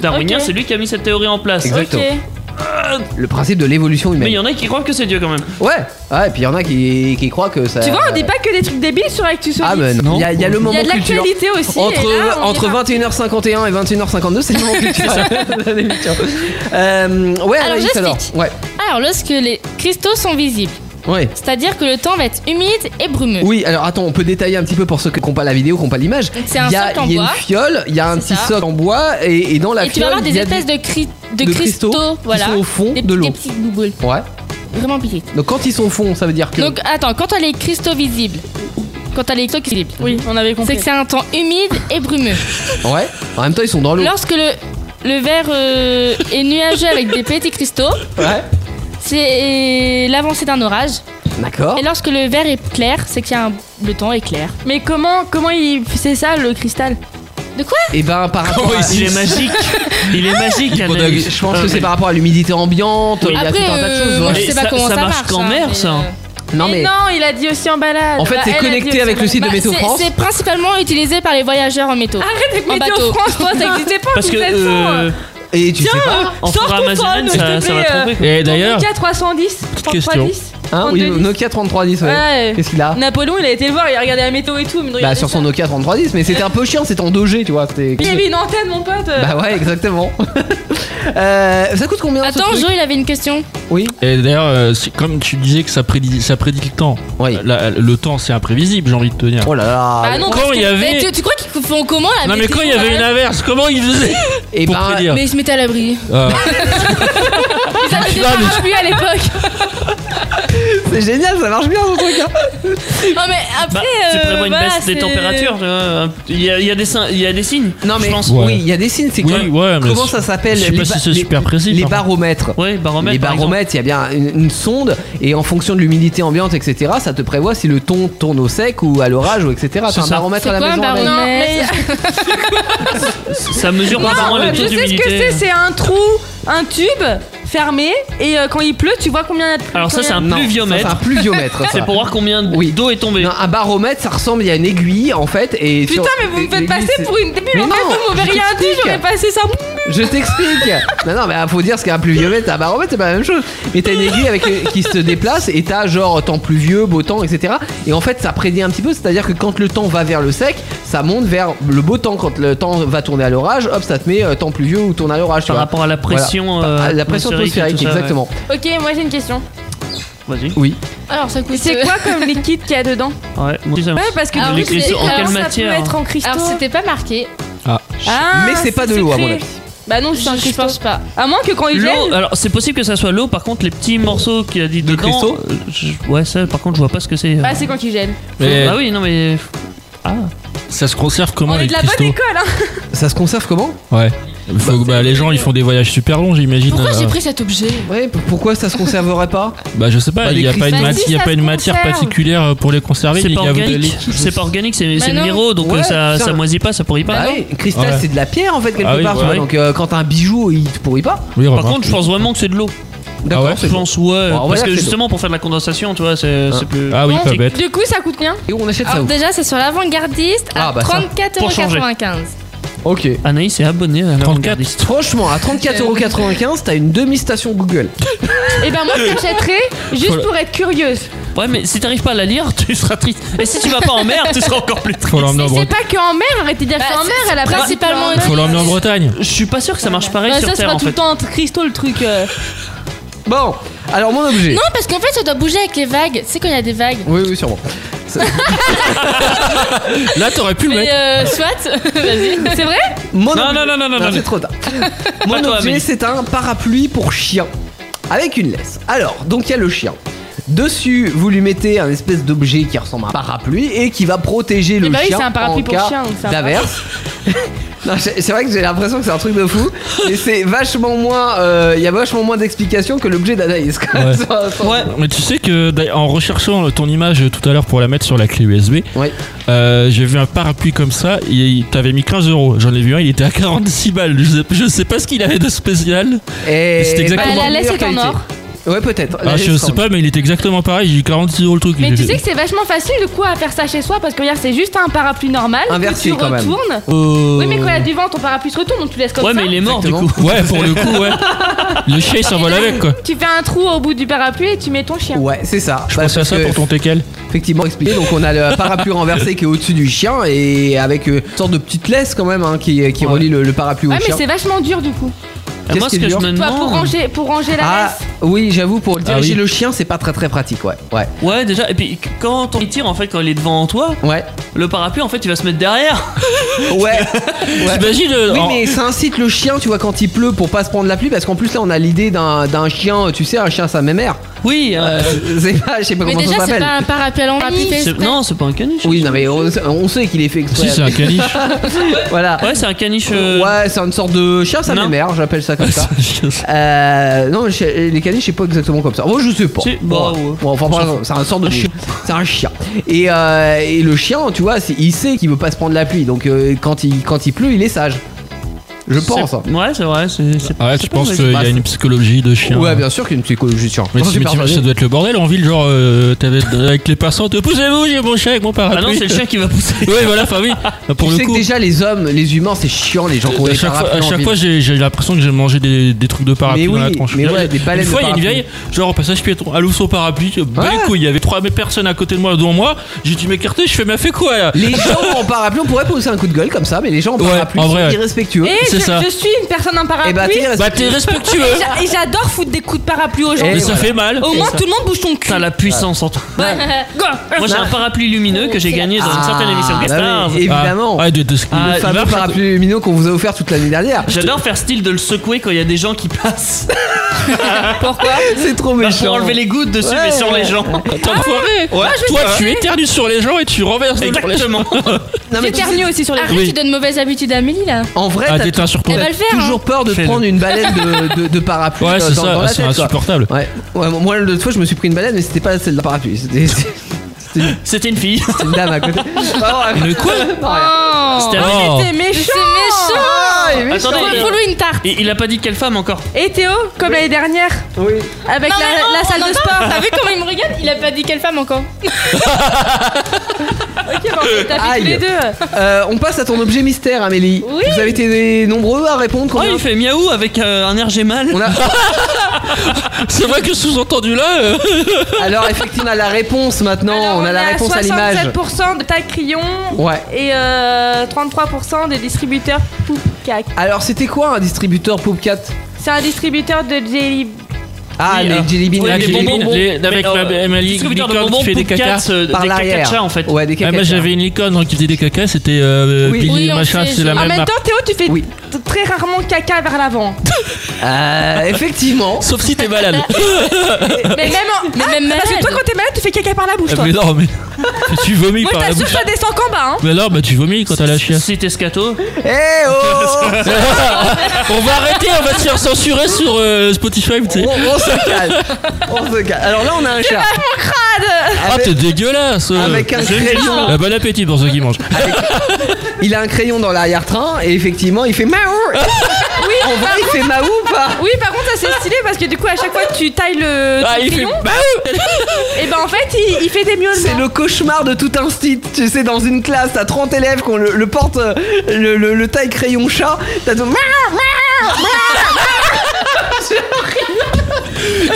Darwinien, c'est lui qui a mis cette théorie en place. Exactement. Ok. Le principe de l'évolution Mais humaine. il y en a qui croient que c'est Dieu quand même. Ouais, ouais, et puis il y en a qui, qui croient que ça. Tu vois, on dit pas que des trucs débiles sur Actu Ah, ben non. Il y, a- il y a le moment Il y a de culture. l'actualité aussi. Entre, et là, on entre est pas- 21h51 et 21h52, c'est le moment culture. <laughs> de la l'émission. Euh, ouais, Alors, Anaïs, j'explique. alors. Ouais. Alors, lorsque les cristaux sont visibles, Ouais. c'est-à-dire que le temps va être humide et brumeux. Oui, alors attends, on peut détailler un petit peu pour ceux qui n'ont pas la vidéo, qui n'ont pas l'image. c'est un Il y a, socle en il y a bois. une fiole, il y a un C'est petit ça. socle en bois, et, et dans la et tu vas fiole. avoir il des y a espèces de, cri- de, de cristaux, cristaux qui voilà. sont au fond des, de petits- l'eau. Des petites boules, Ouais. vraiment petites. Donc quand ils sont au fond, ça veut dire que. Donc, attends, quand t'as les cristaux visibles, quand t'as les cristaux visibles, oui, on avait compris. C'est que c'est un temps humide et brumeux. <laughs> Ouais. En même temps, ils sont dans l'eau. Lorsque le, le verre euh, est nuageux avec des petits cristaux, Ouais. c'est l'avancée d'un orage. D'accord. Et lorsque le verre est clair, c'est qu'il y a un- le temps est clair. Mais comment, comment il. C'est ça le cristal De quoi Et ben par rapport Oh, à... il est magique. Il est magique, Anaïs. Je Ah, pense que c'est Euh, par rapport à l'humidité ambiante, il y a Après, tout un tas de euh, choses. moi, je ouais. sais pas comment ça marche, qu'en hein, mer, mais, ça. Non mais. Non, il a dit aussi en balade. En fait, Bah, c'est Ah, elle a dit connecté aussi avec en le site de balade. Météo Bah, c'est- France. Ah, C'est principalement utilisé par les voyageurs en métaux. Arrête avec En Météo bateau. France, toi, ça existait pas en Parce que. 1700, euh, Et tu Tiens, sais pas. en sors forêt ton amazonienne, phone, ça, s'il te ça va plaît, euh, tromper. Et d'ailleurs, Nokia 310. petite question. 3310. Hein, oui, 3210. Nokia 3310, ouais. Ah, Ouais. Qu'est-ce qu'il a Napoléon, il a été le voir, il a regardé la météo et tout. mais Bah regardez sur ça. son Nokia 3310, mais c'était un peu chiant, c'était en 2G, tu vois. c'était- Il y avait une antenne, mon pote. Bah ouais, exactement. <laughs> Euh, ça coûte combien ce Attends, truc Ah, Jo, il avait une question. Oui. Et d'ailleurs, euh, c'est- comme tu disais que ça prédit, ça prédit le temps. euh, La- le temps, c'est imprévisible, j'ai envie de te dire. Oh là là. Bah non, parce quand que- il y Mais avait. tu, tu crois qu'ils font comment la Non mais météo, quand il y avait hein une averse, comment ils faisaient Et bah, pour prédire Mais ils se mettaient à l'abri. Euh, Ils avaient des Non, mais- parapluies à <laughs> l'époque. C'est génial, ça marche bien ce truc. <laughs> hein. Non mais après. Bah, tu euh, prévois une voilà, baisse des c'est- températures. euh, Il y, a- il y a des signes. Il y a des signes. Non mais je pense. oui, il y a des signes, c'est Oui, que- ouais, mais comment je- ça s'appelle je sais les pas si ba- c'est les- super précis, Les par contre. baromètres. Oui, baromètre. les par exemple. baromètres, il y a bien une, une sonde et en fonction de l'humidité ambiante, etc. Ça te prévoit si le ton tourne au sec ou à l'orage ou etc. T'as C'est un ça. baromètre C'est à la quoi un maison. Anaïs Non, mais baromètre Ça mesure Non, pas vraiment le je taux sais ce d'humidité. que c'est, c'est un trou, un tube fermé et euh, quand il pleut, tu vois combien il y a de Ah, Alors ça, combien- c'est un Non, pluviomètre. ça, c'est un <laughs> pluviomètre, ça. C'est pour voir combien d'eau est tombée. Non, un baromètre, ça ressemble, il y a une aiguille en fait. Et Putain, sur- mais vous me l'aiguille, faites passer c'est- pour une débile Mais en fait, non, vous je m'avez rien dit, t'explique. j'aurais passé ça. Je t'explique. non, non, mais ah, faut dire ce qu'est un pluviomètre, un baromètre, bah, c'est pas la même chose. Mais t'as une aiguille avec euh, qui se déplace et t'as genre temps pluvieux, beau temps, etc. Et en fait, ça prédit un petit peu, c'est-à-dire que quand le temps va vers le sec, ça monte vers le beau temps. Quand le temps va tourner à l'orage, hop, ça te met euh, temps pluvieux ou tourne à l'orage. tu Par vois. rapport à la Par- pression, à euh, Bah, la pression atmosphérique et atmosphérique, tout ça, ouais. exactement. Ok, moi j'ai une question. Vas-y. Oui. Alors ça coûte. C'est quoi comme liquide qu'il y a dedans Ouais, moi, ça- Ah, Ouais, parce que Alors, du les coup, c'est- cristaux, en alors, quelle ça matière peut être en cristaux. Alors c'était pas marqué. Ah. Ah, Mais c'est pas de l'eau, à mon secret. avis. Bah non, c'est un Je cristaux. pense pas. À moins que quand il L'eau, gèle. alors c'est possible que ça soit l'eau, par contre les petits morceaux qu'il a dit de dedans. cristaux euh, je- Ouais, ça par contre je vois pas ce que c'est. euh. Bah c'est quand il gèle. Mais- Ah oui, non mais. Ah. ça se conserve comment On est les de la cristaux bonne école, hein Ça se conserve comment Ouais. Faut que- bah, les gens ils font des voyages super longs, j'imagine. Pourquoi euh, j'ai pris cet objet Ouais, p- pourquoi ça se conserverait pas Bah je sais pas, Pas il n'y a d'écrit. pas une, Bah mati- si, il y a ça pas se une matière conserve. particulière euh, pour les conserver. C'est ni pas qu'il Ah y a de organique, liquide. c'est pas organique, c'est Bah c'est non. minéraux, donc Ouais, euh, ça, putain. ça moisit pas, ça pourrit pas. Bah oui, cristal Ouais. c'est de la pierre en fait quelque Ah oui, part. tu ouais. Ah vois, Donc euh, quand t'as un bijou, il te pourrit pas. Par contre, je pense vraiment que c'est de l'eau. D'accord, c'est je bon. pense ouais, Bon, on va parce dire que c'est justement pour faire de la condensation, tu vois, c'est c'est plus. Ah oui, pas bête. Du coup, ça coûte combien Et où on achète Alors, ça où Déjà, c'est sur l'avant-gardiste à Ah, bah, ça. Pour changer. 34,95€. Ok. Anaïs est abonnée à la 34. Franchement, à 34,95€, t'as une demi-station Google. Eh Et ben moi je l'achèterais <laughs> Faut juste le- pour être curieuse. Ouais, mais si t'arrives pas à la lire, tu seras triste. Et si tu vas pas en mer, tu seras encore plus triste. Faut l'emmener en C'est Bretagne. pas que en mer, arrêtez de dire que c'est en mer, elle a Bah, c'est principalement une- Faut l'emmener en Bretagne. Je suis pas sûr que ça marche pareil Bah, sur ça, c'est Terre pas en tout le fait. temps un cristaux le truc. euh. Bon, alors mon objet. Non, parce qu'en fait, ça doit bouger avec les vagues. Tu sais, quand il y a des vagues. Oui, oui, sûrement. Là, t'aurais pu le Mais mettre. euh, soit, vas-y. <laughs> C'est vrai Mon Non, non, non, non, non, non. c'est trop tard. Mon toi, objet, Amélie. c'est un parapluie pour chien avec une laisse. Alors, donc il y a le chien. Dessus, vous lui mettez un espèce d'objet qui ressemble à un parapluie et qui va protéger le bah oui, chien c'est un parapluie en pour cas chien, c'est un d'averse. <laughs> Non, c'est c'est vrai que j'ai l'impression que c'est un truc de fou, mais c'est vachement moins. euh, Il y a vachement moins d'explications que l'objet d'Anaïs. quoi. <laughs> Ouais. Sans- sans- Mais tu sais que d'ailleurs, en recherchant euh, ton image tout à l'heure pour la mettre sur la clé USB, euh, j'ai vu un parapluie comme ça, il t'avais mis 15 euros. J'en ai vu un, il était à 46 balles. Je sais, je sais pas ce qu'il avait de spécial. Et C'était exactement. Bah, la laisse est en Meilleure qualité. or. Ouais, peut-être. Ah, je sais pas, mais il était exactement pareil. J'ai eu 46 euros le truc. Mais J'ai tu fait- sais que c'est vachement facile de quoi à faire ça chez soi parce que regarde c'est juste un parapluie normal Inversé, que tu quand même. retournes. Oh. Euh. Oui mais quand il y a du vent ton parapluie se retourne donc tu laisses comme Ouais, ça. mais il est mort du coup. Ouais, pour le coup, ouais. Le chien il s'envole avec quoi. Tu fais un trou au bout du parapluie et tu mets ton chien. Ouais, c'est ça. Je pensais à ça pour ton teckel. <laughs> Effectivement, expliqué. Donc, on a <laughs> le parapluie renversé qui est au-dessus du chien et avec euh, une sorte de petite laisse quand même hein, qui, qui relie le, le parapluie Ouais au mais chien. c'est vachement dur du coup. Qu'est-ce qui est dur Toi, pour ranger pour ranger la Ah laisse. oui, j'avoue pour Ah diriger oui. le chien, c'est pas très très pratique, ouais. Ouais. Ouais, déjà, et puis quand on y tire en fait, quand il est devant toi, <laughs> ouais. le parapluie en fait il va se mettre derrière. <laughs> Ouais. T'imagines, euh, Oui, en- mais ça incite le chien, tu vois, quand il pleut, pour pas se prendre la pluie, parce qu'en plus là, on a l'idée d'un d'un chien, euh, tu sais, un chien à sa mémère. Oui. euh, Euh. c'est pas, je sais pas Mais comment ça déjà, c'est s'appelle. pas un parapluie à l'envie. C'est- Non, c'est pas un caniche. Oui, non, mais on, on sait qu'il est fait exprès. Si, c'est <laughs> un caniche. voilà. Ouais, c'est un caniche. euh, Ouais, c'est une sorte de chien, ça Non. m'émerge, j'appelle ça comme ça. Euh, non, je- les caniches, c'est pas exactement comme ça. Moi, je sais pas. Si, bah, Bon, ouais. bon, enfin, par exemple, c'est un sorte de chien. C'est un chien. Et, euh, et le chien, tu vois, c'est- il sait qu'il veut pas se prendre la pluie. Donc, euh, quand, il, quand il pleut, il est sage. Je pense. c'est- Ouais, c'est vrai. c'est- c'est- Ah ouais, c'est tu pas penses vrai. qu'il y a une psychologie de chien. Ouais, bien sûr qu'il y a une psychologie de chien. Mais, Enfin, c'est tu- mais tu- persuadé. ça doit être le bordel en ville, genre euh, t'avais avec les passants, te poussez-vous, j'ai mon chien avec mon Ah parapluie. non, c'est le chien qui va pousser. Ouais, voilà, enfin oui. Pour Tu le sais coup, que déjà, les hommes, les humains, c'est chiant, les gens qui ont à des chaque fois, à parapluies en chaque ville. fois, j'ai j'ai l'impression que j'ai mangé des, des trucs de parapluie Mais dans la oui, tronche. mais ouais, des baleines une de fois, il y a une parapluie. vieille, genre au passage piéton, elle ouvre son parapluie, bah les couilles, il y avait trois personnes à côté de moi, devant moi, j'ai dû m'écarter, je fais, mais elle fait quoi là Les gens en parapluie, on pourrait poser un coup de gueule comme ça, mais les gens en Ouais, parapluie en sont vrai, ouais. irrespectueux. Et je, C'est ça. je suis une personne en parapluie. Eh bah, t'es Bah, t'es respectueux. Et j'a- Et j'adore foutre des coups de parapluie Bah, aux gens. Eh, Mais ça Voilà. fait mal. Au Oh, Et moins ça- tout le monde bouge son cul. T'as la puissance en toi. Moi j'ai un parapluie lumineux que j'ai gagné dans une certaine émission Ah, Guest bah Stars. oui, évidemment. Ah, de- de- Ah, le il fameux marche, parapluie lumineux qu'on vous a offert toute l'année dernière. J'adore faire style de le secouer quand il y a des gens qui passent. Pourquoi <laughs> C'est trop Bah, méchant. Pour enlever les gouttes dessus, mais sur les gens. Ah, Attends, toi, ouais, toi, Ah. tu éternues sur les gens et tu renverses le- Exactement. Non, mais tu sais- J'éternue aussi sur les Arrête, Arrête, Oui. tu tu donnes mauvaise habitude à Amélie là. En vrai, Ah, t'as t'étais tou- insupportable. Elle va le faire, toujours peur de Fais-le. prendre une baleine de, de- de parapluie. euh, Ouais, dans- c'est dans- dans ça, la c'est tête, quoi. insupportable. Ouais. Ouais, moi, l'autre fois, je me suis pris une baleine, mais c'était pas celle de la parapluie. C'était <laughs> c'était une, C'était une fille. c'était une dame à côté. euh, Mais quoi C'était Amélie. Oh, C'est méchant. Ah, C'est Ah, méchant. Attendez, il- Refous-lui une tarte. Et il a pas dit quelle femme encore. Et Théo, comme l'année dernière, Oui. avec Non, la, mais non, la salle on de entend. sport. T'as vu Ah comment il me regarde Il a pas dit quelle femme encore. Ok, bon, t'as fait tous Aïe. les deux. Euh, on passe à ton objet mystère, Amélie. Oui. Vous avez été nombreux à répondre. Oh, combien il fait miaou avec euh, un air gémal. On a- <laughs> C'est vrai que sous-entendu là. euh, Alors, effectivement, on a la réponse maintenant. Alors, on, a la réponse à l'image. 67% de Tacrion Ouais. et euh, 33% des distributeurs Poupcac. Alors, c'était quoi un distributeur Poupcat C'est un distributeur de Jelly Ah, Oui, les alors- jelly beans, oui, les les jelly bonbons. beans. Les- Mais, avec euh, ma, ma li- distributeur de licorne bonbons, qui fait des Poucat, cacas. euh, des Par l'arrière. cacachas, en fait. Ouais, des Ah, cacachas. moi j'avais une licorne qui faisait des cacas, c'était euh, Billy machin, c'est la en même même marque. temps, Théo, tu fais t- très rarement caca <laughs> vers l'avant. Euh, effectivement. Sauf <laughs> si t'es malade. Mais même, en- Ah, parce que toi, quand t'es malade, tu fais caca par la bouche, Euh, toi. mais non, mais. tu vomis Moi, par la t'assure, bouche. ça descend <laughs> qu'en bas, hein. Mais non, bah tu vomis quand t'as la chiasse. Si t'es scato. Eh oh on va arrêter, on va se faire censurer sur euh, Spotify, tu sais. On, on se calme. On se calme. Alors là, on a un chat. crade Ah, t'es dégueulasse! euh. Avec un Je le dis. crayon. Ah, Bon appétit pour ceux qui mangent. Ah, Il a un crayon dans l'arrière-train et effectivement, il fait Mahou Oui, En vrai, il fait Mahou ou pas Oui, par contre, ça c'est stylé parce que du coup, à chaque fois que tu tailles le Ah, ton il fait crayon, Mahou et ben en fait, il, il fait des miaulements. C'est le cauchemar de tout un site. Tu sais, dans une classe, t'as 30 élèves qu'on le, le porte euh, le, le- le taille crayon chat. T'as tout.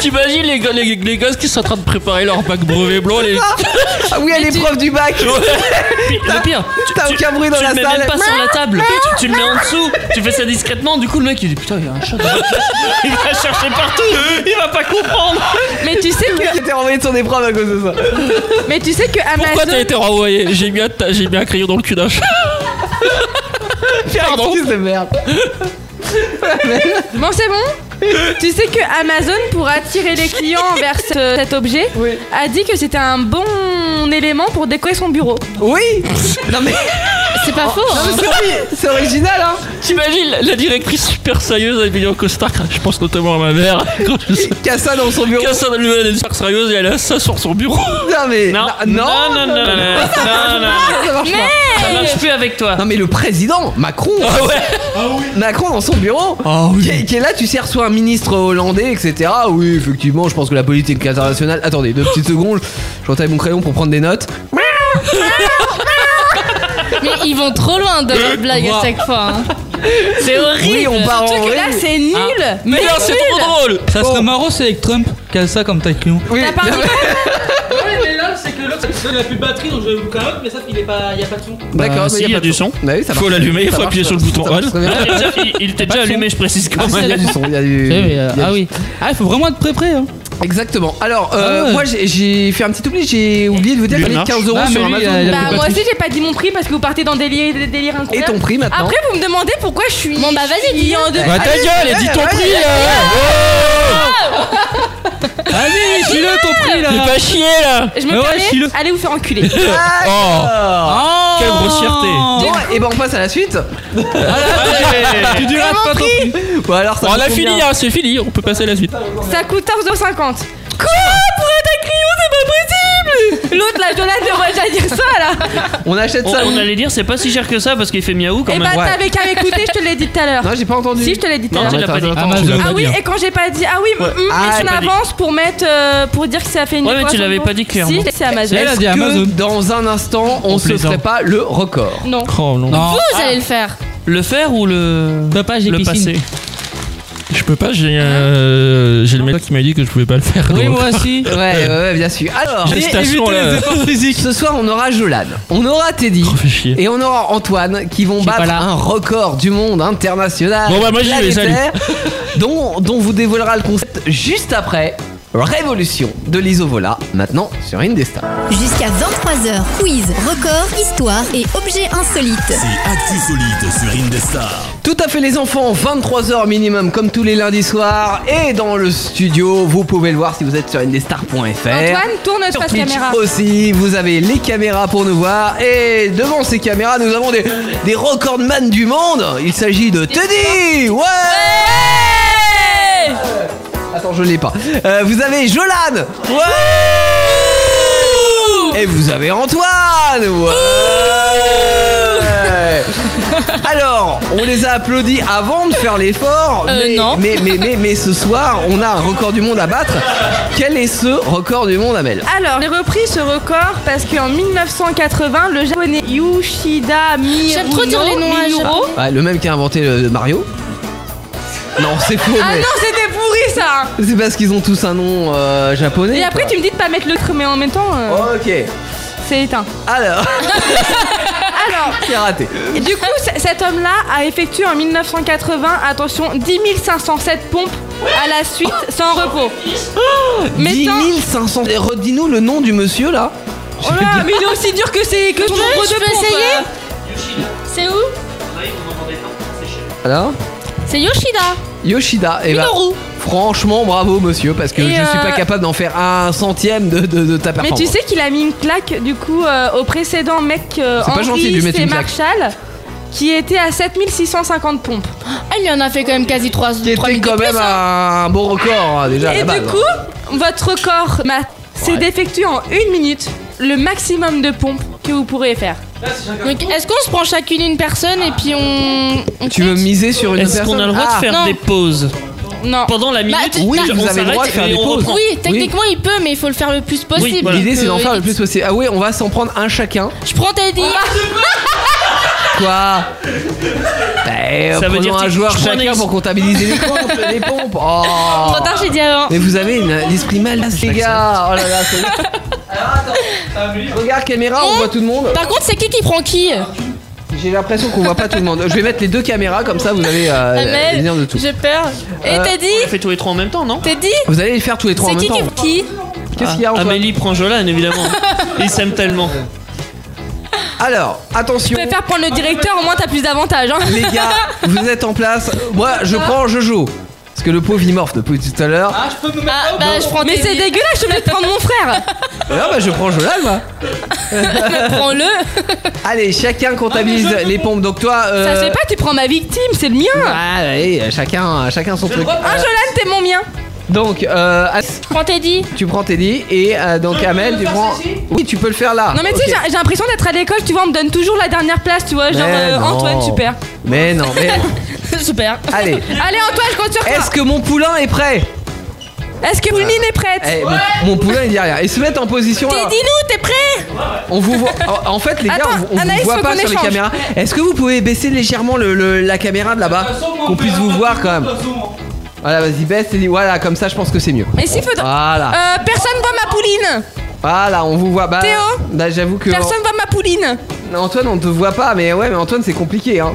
T'imagines les, go- les, les gosses qui sont en train de préparer leur bac brevet blanc? Les... Ah oui, elle est prof du bac. Le pire, tu- T'as tu- aucun bruit dans tu la le mets salle. même pas sur la table. Tu, tu le mets en dessous. Tu fais ça discrètement. Du coup, le mec il dit putain, il y a un chat. dans la classe. Il va chercher partout. Il va pas comprendre. Mais tu sais que. Qui était renvoyé de son épreuve à cause de ça. Mais tu sais que Pourquoi Bah, t'as Amazon. été renvoyé? J'ai mis, un ta- j'ai mis un crayon dans le cul d'un chat. Faire excuse de merde. Bon, <laughs> c'est bon Tu sais que Amazon, pour attirer les clients vers ce- cet objet, a dit que c'était un bon élément pour décorer son bureau. Oui <laughs> Non mais. Oh, C'est pas faux hein. Non, mais c'est- C'est original, hein T'imagines la directrice super sérieuse habillée en costard Je pense notamment à ma mère. <laughs> Quand je... Qui a ça dans son bureau. Qui a ça dans le elle est super sérieuse et elle a ça sur son bureau. Non mais. bah, Non, non, non, non, non, non, non. Ça marche pas. Ça marche plus avec toi. Non mais le président Macron Ah Oh. Macron dans son bureau qui, est- qui est là tu sais reçoit un ministre hollandais etc oui effectivement je pense que la politique internationale attendez deux petites secondes je retaille mon crayon pour prendre des notes Mais ils vont trop loin de leur blague à chaque fois. <laughs> hein. C'est horrible. Oui, on part en Surtout que là, vrille. Ah, c'est nul Bah, Mais non, c'est nul. trop drôle! Ça serait marrant, c'est avec Trump qui a ça comme taillon. Oui, T'as parlé Ouais, mais là, c'est que l'autre, il a plus de batterie, donc je vais vous carotte, mais ça, il est pas, il y a pas de son. D'accord, mais Bah, si, il y a pas de du son. Bah oui, ça Faut marche. l'allumer, Ça faut marche, appuyer ça- sur le bouton ça marche on. très bien. Il était Ah, déjà- Il était déjà allumé, je précise Ah, quand si, il y a même. du son, il y a du- Tu sais, mais, euh, il y a ah du- oui. Ah, il faut vraiment être prêt prêt. Hein. Exactement. Alors, euh, Ah ouais. moi j'ai- j'ai fait un petit oubli, j'ai oublié de vous dire Lui qu'il est marche. 15 euros Ah, mais sur lui, Amazon. euh, il a Bah, moi aussi, j'ai pas dit mon prix parce que vous partez dans des délires des délires incroyables. Et ton prix, maintenant Après, vous me demandez pourquoi je suis. Bon, bah, vas-y, dis-le. en deux- Bah, ta Allez, gueule, et ouais, dis ton ouais, prix, euh. ouais. Ah, Allez, chie-le ton prix là! Fais pas chier là Je me Mais ouais, permets, chie-le. allez vous <laughs> faire enculer. D'accord. Quelle grossièreté Bon, et ben on passe à la suite. Eh, Tu diras pas ton prix! Bon, alors, ça On me a convient. fini, hein, c'est fini, on peut passer à la Ah, suite. Ça coûte 14,50. Quoi Pour un crayon, c'est oh, pas possible L'autre, la Jolade, devrait déjà dire ça là On achète On, ça. on allait dire, c'est pas si cher que ça parce qu'il fait miaou Eh quand Et bah, même. t'avais qu'à m'écouter, je te l'ai dit tout à l'heure. Non, j'ai pas entendu. Si, je te l'ai dit tout à Non, l'heure. tu l'as pas dit. Amazon. Ah oui, bien. hein. et quand j'ai pas dit. Ah oui, mm, mm, Ah, et j'ai tu pas dit. avance pour mettre. euh, pour dire que c'est a fait une Ouais, mais tu décoration l'avais de pas dit jour. clairement. Si, c'est Amazon. Elle a Est-ce dit Amazon. que dans un instant, on se plaisante. pas le record Non. Oh non. Non! Vous allez le faire. Le faire ou le. Papa, j'ai Le piscine. passé Je peux pas, j'ai euh, j'ai le mec qui m'a dit que je pouvais pas le faire. Oui, donc. <laughs> moi aussi! Ouais, ouais, ouais, bien sûr. Alors, J'ai station éviter là. les efforts physiques! ce soir, on aura Jolane, on aura Teddy Oh, fais chier. et on aura Antoine qui vont J'ai pas battre là. un record du monde international. Bon, bah, moi, j'y vais, salut. planétaire, <laughs> Dont, dont vous dévoilera le concept juste après. Révolution de l'isovola, maintenant sur Indestar. Jusqu'à 23h, quiz, record, histoire et objets insolites. C'est Actu Solide sur Indestar. Tout à fait les enfants, 23h minimum comme tous les lundis soirs et dans le studio, vous pouvez le voir si vous êtes sur indestar.fr. Antoine, tourne Sur face Twitch caméra. aussi, vous avez les caméras pour nous voir et devant ces caméras, nous avons des, des recordman du monde. Il s'agit de Teddy. Ouais Attends, je l'ai pas. Euh, vous avez Jolan. Ouais Et vous avez Antoine. Ouais Alors, on les a applaudis avant de faire l'effort. Euh, mais, non. Mais, mais, mais, mais ce soir, on a un record du monde à battre. Quel est ce record du monde, Amel Alors, j'ai repris ce record parce qu'en 1980, le japonais Yoshida J'aime trop dire les Miruno noms, hein, Miuro- Ouais, le même qui a inventé le Mario Non, c'est faux, Ah mais non, c'était pourri ça c'est parce qu'ils ont tous un nom euh, japonais. Et après, quoi. tu me dis de pas mettre le truc, mais en même temps, euh, Ok, Oh. c'est éteint. alors, <laughs> Alors, <laughs> j'ai raté. et du coup, c- cet homme-là a effectué en 1980, attention, 10 507 pompes à la suite Oh. sans repos. 10 500. Eh, Redis-nous le nom du monsieur là. Oh <laughs> là, mais il est aussi dur que c'est que Je ton peux- nombre je de peux pompes, essayer euh. C'est où Voilà. C'est Yoshida. Yoshida. Et Minoru. franchement, bravo monsieur, parce que Et, je suis pas euh, capable d'en faire un centième de, de- de ta Mais performance. tu sais qu'il a mis une claque du coup euh, au précédent mec euh, C'est pas gentil de lui Henry mettre C. une claque. Marshall qui était à 7650 pompes. il en a fait quand même quasi 3 C'était quand même un, un bon record hein, déjà. à la Et du base, hein. coup, votre record Matt, c'est d'effectuer en une minute le maximum de pompes que vous pourrez faire. Donc est-ce qu'on se prend chacune une personne et puis on. on Tu veux miser sur une Est-ce personne qu'on a le droit Ah. de faire des pauses Non. Pendant Bah, la minute, tu- Oui, t'as- vous on avez le droit de faire s'arrête et des on pauses. reprend. Oui, techniquement il peut, mais il faut le faire le plus possible. Oui, Ah, L'idée c'est d'en Euh, faire le plus possible. Ah ouais, on va s'en prendre un chacun. Je prends Teddy. Quoi Bah, euh, Ça veut prenons dire un que joueur je prends un chacun ex- pour comptabiliser les pompes. les pompes. Oh. Trop tard, j'ai dit avant. Mais vous avez une- l'esprit mal, les gars. Oh là là, c'est- Regarde caméra, on voit tout le monde. Par contre, c'est qui qui prend qui J'ai l'impression qu'on voit pas tout le monde. Je vais mettre les deux caméras comme ça, vous allez euh, Amel, les liens de tout. J'ai peur. Et Euh, Teddy On fait tous les trois en même temps, non Teddy Vous allez les faire tous les trois en C'est même qui qui temps. qui Qu'est-ce qu'il y a Antoine Ah, Amélie prend Jolan, évidemment. Ils s'aiment tellement. Alors, Je attention. préfère prendre le directeur, au moins t'as plus d'avantages. hein. Les gars, vous êtes en place. Moi, Ah. je prends Jojo. Parce que le pauvre il morphe depuis tout à l'heure. Ah, je peux me mettre là-haut Bah, je prends Mais c'est Teddy. dégueulasse, je voulais prendre mon frère. Alors, bah, je prends Jolan, moi. Prends-le. Allez, chacun Ah, comptabilise les pompes. Donc, toi. euh, Ça se fait pas, tu prends ma victime, c'est le mien. Ah, allez, chacun, chacun son truc. Ah, Jolan, t'es mon mien. Donc, euh, As- Prends Teddy. tu prends Teddy et euh, donc Amel, tu prends. Oui, tu peux le faire là. Non mais tu sais, Ok. j'ai- j'ai l'impression d'être à l'école, tu vois, on me donne toujours la dernière place, tu vois, genre Mais euh, non. Antoine, super. <laughs> Mais non, mais. <laughs> Super. Allez, Allez Antoine, je compte sur toi. est-ce que mon poulain est prêt Est-ce que Pauline est prête Eh, mon, mon poulain il dit rien. Ils se mettent en position. Teddy, alors. nous, t'es prêt On vous voit. En en fait, les gars, Attends, on- on Anaïs, vous voit faut pas qu'on sur les échange. caméras. Est-ce que vous pouvez baisser légèrement le- le- la caméra de là-bas qu'on puisse vous voir quand même Voilà, vas-y, baisse et dis voilà, comme ça, je pense que c'est mieux. Mais s'il faudra... Voilà, Euh, personne voit ma Pauline voilà, on vous voit. Bah, Théo bah, j'avoue que Personne voit ma Pauline Antoine, on te voit pas, mais ouais, mais Antoine, c'est compliqué, hein.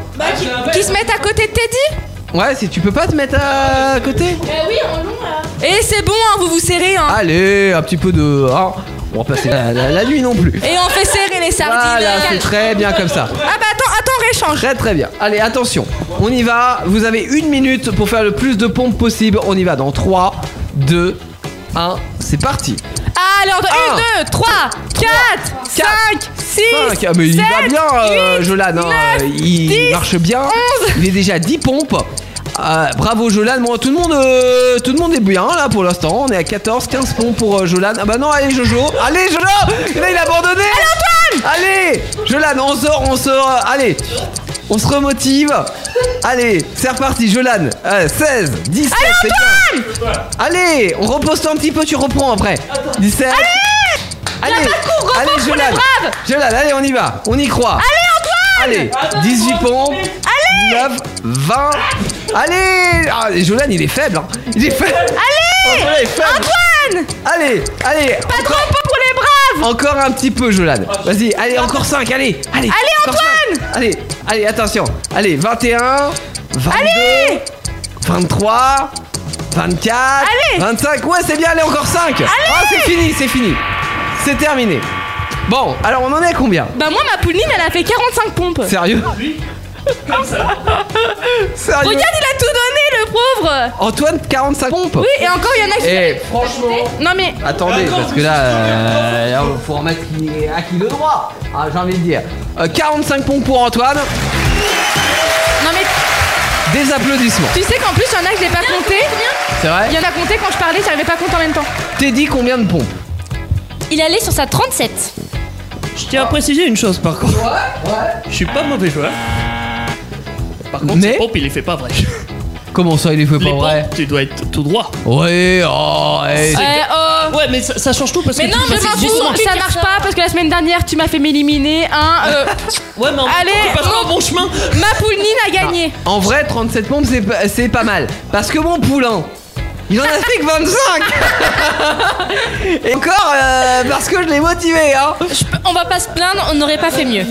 Qui se mettent à côté de Teddy Ouais, si tu peux pas te mettre à côté. oui, en long là. Et c'est bon, hein, vous vous serrez, hein Allez, un petit peu de. hein. on va passer la, la- la nuit non plus. Et on fait serrer les sardines Ah. Voilà, c'est très bien comme ça. Ah bah attends, attends, réchange Très très bien. Allez, attention. On y va. Vous avez une minute pour faire le plus de pompes possible. On y va dans 3, 2, 1. C'est parti. Alors, Un, 1, 2, 3, 4, 5, 6, 5. Ah, mais il va bien, euh, Jolan. hein. il marche bien. Il est déjà à 10 pompes. Euh, bravo Jolan, bon, tout le monde euh, tout le monde est bien là pour l'instant, on est à 14, 15 pompes pour euh, Jolan. Ah bah non, allez Jojo, allez Jojo Là il a abandonné Allez Jolan, on sort, on sort, euh, allez On se remotive Allez, c'est reparti Jolan, Euh, 16, 17, c'est bien Allez, on repose toi un petit peu, tu reprends après 17 Allez Allez, allez Jolan Jolan, allez on y va, on y croit Allez, 18 pompes. Allez 9, 20. Allez ah, et Jolan, il est faible. Hein. Il est faible. Allez Jolan est faible. Antoine Allez, allez Pas encore... trop pour les braves Encore un petit peu, Jolan. Vas-y, allez, encore 5, allez Allez, Antoine Allez, allez, attention. Allez, 21, 22, 23, 24, 25. Ouais, c'est bien, allez, encore 5. Ah, c'est fini, c'est fini. C'est terminé. Bon, alors on en est à combien Bah moi, ma Pauline, elle a fait 45 pompes Sérieux Sérieux Regarde, il a tout donné, le pauvre Antoine, 45 pompes Oui, et encore, il y en a qui... Eh, franchement Non mais... Attendez, parce que là, euh, là, faut remettre qui est- à qui le droit, Ah, j'ai envie de dire. Euh, 45 pompes pour Antoine, Non mais... des applaudissements. Tu sais qu'en plus, il y en a que j'ai pas compté. C'est vrai Il y en a compté quand je parlais, j'arrivais pas à compter en même temps. T'es dit combien de pompes Il allait sur sa 37. Je tiens à préciser une chose par contre. Je suis pas mauvais joueur. Par contre, Mais- ces pompes, il les fait pas vrai. Comment ça, il les fait Les pas vrai pompes, Ah, tu dois être tout droit. Ouais, oh, eh. C'est- oh. Ouais, mais ça, ça change tout parce Mais que non, tu je passes m'en doucement. fous, ça marche pas parce que la semaine dernière tu m'as fait m'éliminer. Hein, <laughs> euh, Ouais, mais en même Allez, temps, tu passes pas au bon chemin. ma Pouline a gagné. En vrai, 37 pompes, c'est pas- c'est pas mal. Parce que mon poulain, il en a fait que <laughs> 25 Et encore, euh, parce que je l'ai motivé, hein On va pas se plaindre, on n'aurait pas fait mieux.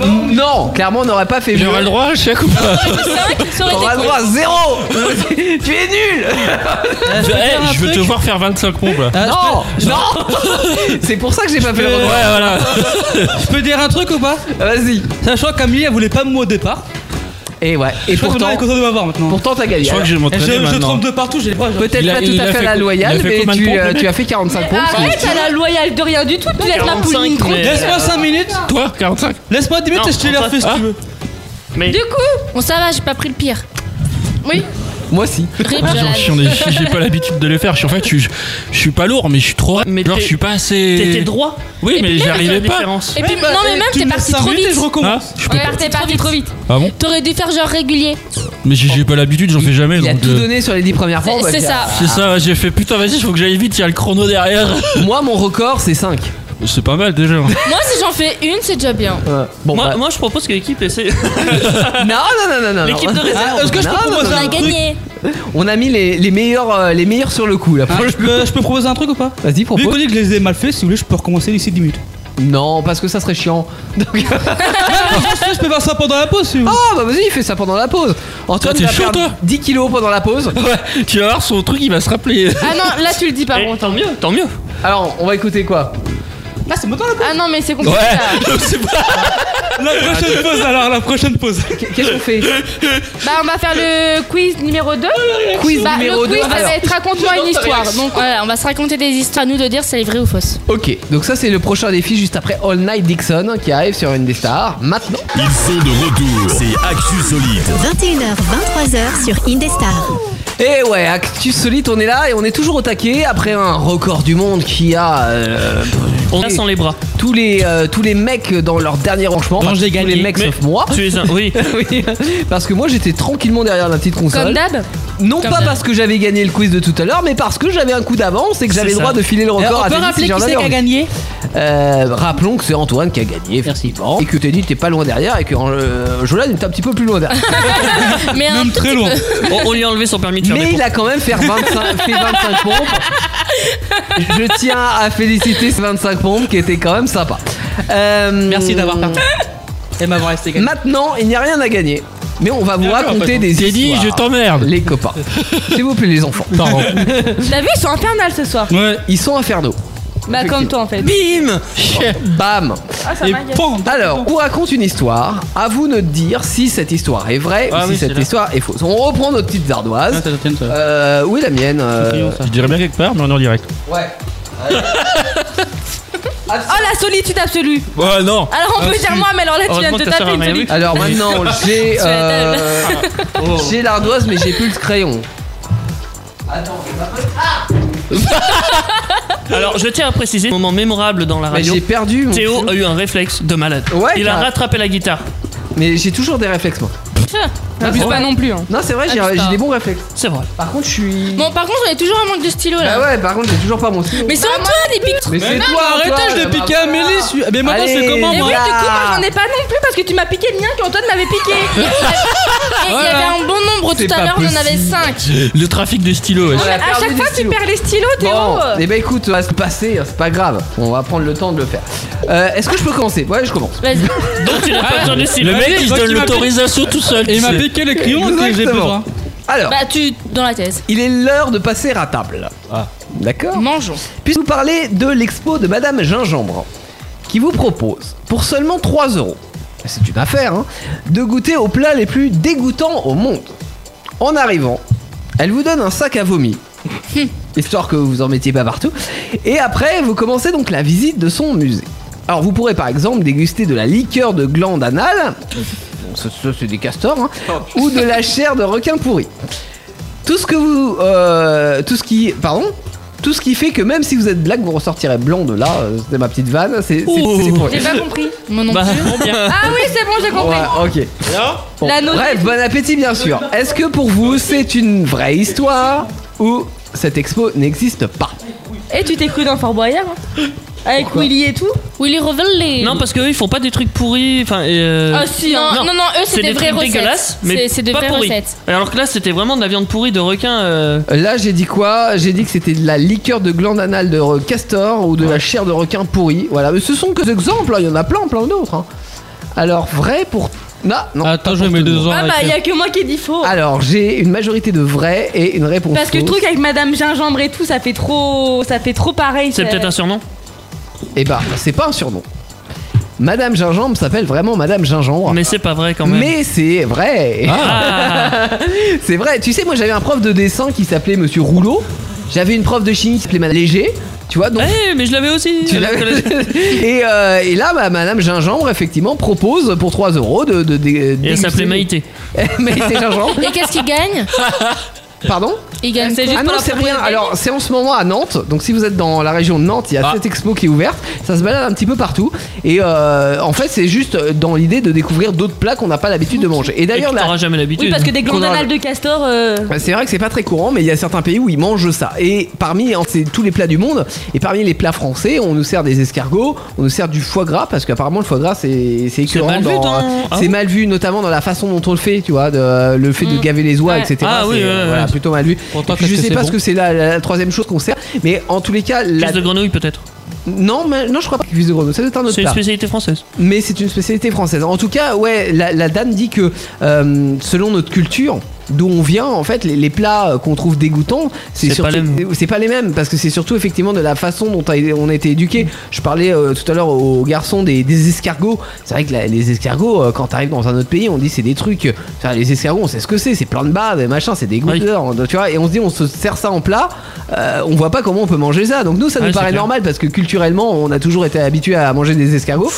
Non, clairement, on n'aurait pas fait mieux. J'aurais le droit à chaque ou pas T'auras le droit <laughs> à zéro Tu es nul je, eh, je veux te voir faire 25 pompes Ah, là. Non Non <laughs> C'est pour ça que j'ai pas fait le Ouais, retour. voilà. Je peux dire un truc ou pas Vas-y. Sachant que Camille, elle voulait pas me mot au départ. Et ouais, et je crois que maintenant, pourtant- elle est contente de m'avoir maintenant. Pourtant, t'as gagné. Je crois que je vais m'entraîner Je maintenant. trompe de partout, j'ai les bras. Peut-être pas tout à fait à la loyale, mais tu, euh, tu as fait 45 pompes. Arrête, elle a loyale de rien du tout. Tu laisses la 45, pouline tranquille. Laisse-moi 5 minutes. Toi, 45. Laisse-moi 10 minutes Non, et je te les refais si tu veux. Mais. Du coup, on ça va, j'ai pas pris le pire. Oui. Moi si. Rip, je Genre, l'avais. je suis en défi, Ah, j'ai pas l'habitude de le faire. Je suis- en fait, je, je, je suis pas lourd, mais je suis trop. genre, je suis pas assez. t'étais droit. Oui, Et Ah. mais puis même, j'arrivais c'est la pas. différence. Et puis, non, euh, mais même, t'es parti trop vite. Ah, je peux Ouais, pas. T'es parti trop vite. Ah bon T'aurais dû faire genre régulier. Mais j'ai j'ai pas l'habitude, j'en fais jamais. Ah, Il a donc, tout euh, donné sur les 10 premières pompes. C'est- c'est ça. C'est ça, ouais, j'ai fait putain, vas-y, faut que j'aille vite, il y a le chrono derrière. Moi, mon record, c'est 5. C'est pas mal <laughs> Euh, déjà. Moi, si j'en fais une, c'est déjà bien. moi, moi, je propose que l'équipe essaie. bah, non, non, non, non, non. L'équipe de réserve. Ah, est-ce que je peux Non, proposer non, un non. truc On a mis les, les meilleurs, euh, les meilleurs sur le coup là. je, peux, je peux proposer un truc ou Ah, pas Vas-y, propose. Vu qu'on dit que je les ai mal faits, si vous voulez, je peux recommencer d'ici 10 minutes. Non, parce que ça serait chiant. Donc... je peux faire ça pendant la pause. Ah bah vas-y, fais ça pendant la pause. Antoine, Toi, t'es va chaud, perdre 10 kilos pendant la pause. Ouais, tu vas voir son truc, il va se rappeler. Ah non, là tu le dis par contre. Tant mieux, tant mieux. Alors, on va écouter quoi Là c'est maintenant la Ah non, mais c'est compliqué. Ouais, c'est pas. La <laughs> prochaine pause alors, la prochaine pause. Qu'est-ce qu'on fait ça. Bah on va faire le quiz numéro 2. Quiz bah, numéro le quiz, deux, ça alors. va être raconte-moi une histoire. Donc voilà, on va se raconter des histoires à nous de dire si elle est vraie ou fausse. Ok, donc ça c'est le prochain défi juste après All Night Dixon qui arrive sur une des stars maintenant. Ils sont de retour. C'est Actu Solide. 21h, 23h sur Indestar. Et Eh ouais, Actus Solite, on est là et on est toujours au taquet après un record du monde qui a. euh, On a sans les bras. Tous les, euh, tous les mecs dans leur dernier rangement. Enfin, tous les mecs Mais sauf moi. Tu es un. Oui. <laughs> Oui, parce que moi j'étais tranquillement derrière la petite console. Comme d'hab Non Comme pas d'hab. parce que j'avais gagné le quiz de tout à l'heure, mais parce que j'avais un coup d'avance et que j'avais C'est le ça. droit de filer le record Alors, on à peut Denis rappeler si qui j'en c'est avais qui a gagné envie. Euh, Rappelons que c'est Antoine qui a gagné, effectivement. Et que Teddy t'es pas loin derrière et que euh, Jolan était un petit peu plus loin derrière. Mais un tout petit peu. On, on lui a enlevé son permis de faire des Mais il pompes. a quand même fait 25, fait 25 pompes. Je tiens à féliciter ces 25 pompes qui étaient quand même sympas. Merci d'avoir participé. Et m'avoir resté gagné. Maintenant, il n'y a rien à gagner. Mais on va vous raconter des histoires. Ah, Teddy, je t'emmerde. Les <laughs> copains. S'il vous plaît, les enfants. Pardon. T'as vu, ils sont infernales ce soir. Ils sont infernaux. Bah comme toi en fait. Bim Bam Ah, ça Et m'agace. pam. Alors, on raconte une histoire. À vous de dire si cette histoire est vraie Ah ou oui, si cette c'est là. histoire est fausse. On reprend nos petites ardoises. Euh, où est la mienne euh, Je dirais bien quelque part, mais on est en direct. Ouais. <laughs> Ah, Oh la solitude absolue. Ouais, non. Alors Ah, on peut dire moi, mais alors là tu viens de te taper une solitude. Ah, Alors maintenant, j'ai Sur la euh, table. <laughs> j'ai l'ardoise, mais j'ai plus le crayon. Alors, je tiens à préciser un moment mémorable dans Ah, la Mais radio. j'ai perdu, mon Théo a eu un réflexe de malade. Ouais, Il a t'as- rattrapé la guitare. Mais j'ai toujours des réflexes, moi. N'abuse Ah, pas bon non plus. hein. Non, c'est vrai, j'ai Abuse j'ai pas. des bons réflexes. C'est vrai. Par contre, je suis. Bon, par contre, on est toujours en manque de stylo là. Bah ouais, par contre, j'ai toujours pas mon stylo. Ah. Mais c'est Antoine, les pics. Mais c'est toi, arrêtez, Antoine, je l'ai bah, piqué bah, à voilà. Mélis. je- Mais maintenant, c'est Allez, comment Et oui, moi du coup, moi Ah. j'en ai pas non plus parce que tu m'as piqué le mien qu'Antoine m'avait piqué. Et Eh, Il y avait un bon nombre C'est tout à pas l'heure, il y en avait possible. 5. Le trafic de stylo, ouais. Ah, On a À perdu chaque des fois, tu stylos. perds les stylos, Théo. Bon, et bah écoute, ça va se passer, hein, c'est pas grave. On va prendre le temps de le faire. Euh, Est-ce que je peux commencer Ouais, je commence. Vas-y. Donc, tu n'as pas besoin de stylo. Le mec, il se toi donne qui m'as l'autorisation tout seul. Et tu il m'a sais. piqué le crayon que j'ai hein. Exactement. besoin. Alors, Bah, tu. dans la thèse. il est l'heure de passer à table. Ah. D'accord Mangeons. Puis vous parler de l'expo de Madame Gingembre, qui vous propose, pour seulement 3 euros, c'est une affaire, hein, de goûter aux plats les plus dégoûtants au monde. En arrivant, elle vous donne un sac à vomi, histoire que vous en mettiez pas partout, et après vous commencez donc la visite de son musée. Alors vous pourrez par exemple déguster de la liqueur de glande anale, bon, ça, ça, c'est des castors, hein, ou de la chair de requin pourri. Tout ce que vous. euh, tout ce qui. Pardon Tout ce qui fait que même si vous êtes black, vous ressortirez blanc de là. euh, C'était ma petite vanne. C'est c'est- Oh. c'est pour J'ai pas <laughs> compris. Moi non <laughs> Bah, plus. Ah oui, c'est bon, j'ai compris. Ouais, ok. Bon, La note- Bref, bon appétit, bien sûr. Est-ce que pour vous, c'est une vraie histoire ou cette expo n'existe pas Et tu t'es cru dans Fort Boyard hein Avec Willy et tout Willy Revelé. Non, parce qu'eux, ils font pas des trucs pourris. Enfin, et, euh, Ah, si, hein. Non, non, non, eux, c'est des vraies trucs recettes. dégueulasses, C'est- mais c'est des pas vraies pourris. recettes. Alors que là, c'était vraiment de la viande pourrie de requin. euh, Là, j'ai dit quoi J'ai dit que c'était de la liqueur de glande anale de re- castor ou de la chair de requin pourrie. Voilà, mais ce sont que des exemples. hein, Il y en a plein, plein d'autres. hein. Alors, vrai pour. Non, non. Attends, je mets deux Ah bah, il y a que moi qui ai dit faux. Alors, j'ai une majorité de vrai et une réponse Parce que le fausse. truc avec Madame Gingembre et tout, ça fait trop, ça fait trop pareil. ça- surnom Eh bah, c'est pas un surnom. Madame Gingembre s'appelle vraiment Madame Gingembre. Mais c'est pas vrai quand même. Mais c'est vrai. Ah. <laughs> c'est vrai. Tu sais, moi j'avais un prof de dessin qui s'appelait Monsieur Rouleau. J'avais une prof de chimie qui s'appelait Madame Léger. Tu vois, Ah. donc. Eh, mais je l'avais aussi. <laughs> Tu euh, l'avais- collège. <laughs> et, euh, et là, bah, Madame Gingembre, effectivement, propose pour 3 euros de. de, de- déguster- <laughs> s'appelait Maïté. <laughs> Maïté Gingembre. Et qu'est-ce qu'il gagne Pardon Il gagne quoi ah non, c'est rien. Alors, c'est en ce moment à Nantes. Donc, si vous êtes dans la région de Nantes, il y a Ah. cette expo qui est ouverte. Ça se balade un petit peu partout. Et euh, en fait, c'est juste dans l'idée de découvrir d'autres plats qu'on n'a pas l'habitude de manger. Et d'ailleurs, Et que là. t'auras jamais l'habitude. Oui, parce que des Qu'on aura- glandanales de castor. euh, Bah, C'est vrai que c'est pas très courant, mais il y a certains pays où ils mangent ça. Et parmi en- c'est tous les plats du monde, et parmi les plats français, on nous sert des escargots, on nous sert du foie gras, parce qu'apparemment le foie gras c'est c'est écœurant. mal vu dans- hein. dans- Ah c'est bon mal vu, notamment dans la façon dont on le fait, tu vois, de- le fait de gaver les oies, Mm. Ouais. etc. Ah oui, c'est, ouais, euh, ouais, voilà, ouais. plutôt mal vu. Et puis, qu'est-ce je que sais c'est pas bon ce que c'est la, la- la troisième chose qu'on sert, mais en tous les cas, la... Cuisse de grenouille peut-être. non, mais, non, je crois pas que cuisse de grenouille, ça doit être un autre C'est une plat. spécialité française. Mais c'est une spécialité française. En tout cas, ouais, la, la dame dit que euh, selon notre culture, d'où on vient, en fait, les, les plats euh, qu'on trouve dégoûtants, c'est C'est pas surtout- euh, les mêmes. c'est pas les mêmes parce que c'est surtout effectivement de la façon dont a- on a été éduqué. Mm. Je parlais euh, tout à l'heure aux garçons des, des escargots. C'est vrai que la- les escargots, euh, quand t'arrives dans un autre pays, on dit c'est des trucs. euh, enfin, les escargots, on sait ce que c'est, c'est plein de bave, et machin, c'est des goûteurs, hein, tu vois. Et on se dit, on se sert ça en plat, euh, on voit pas comment on peut manger ça. Donc nous, ça Ouais, nous c'est paraît clair. normal parce que culturellement, on a toujours été habitué à manger des escargots.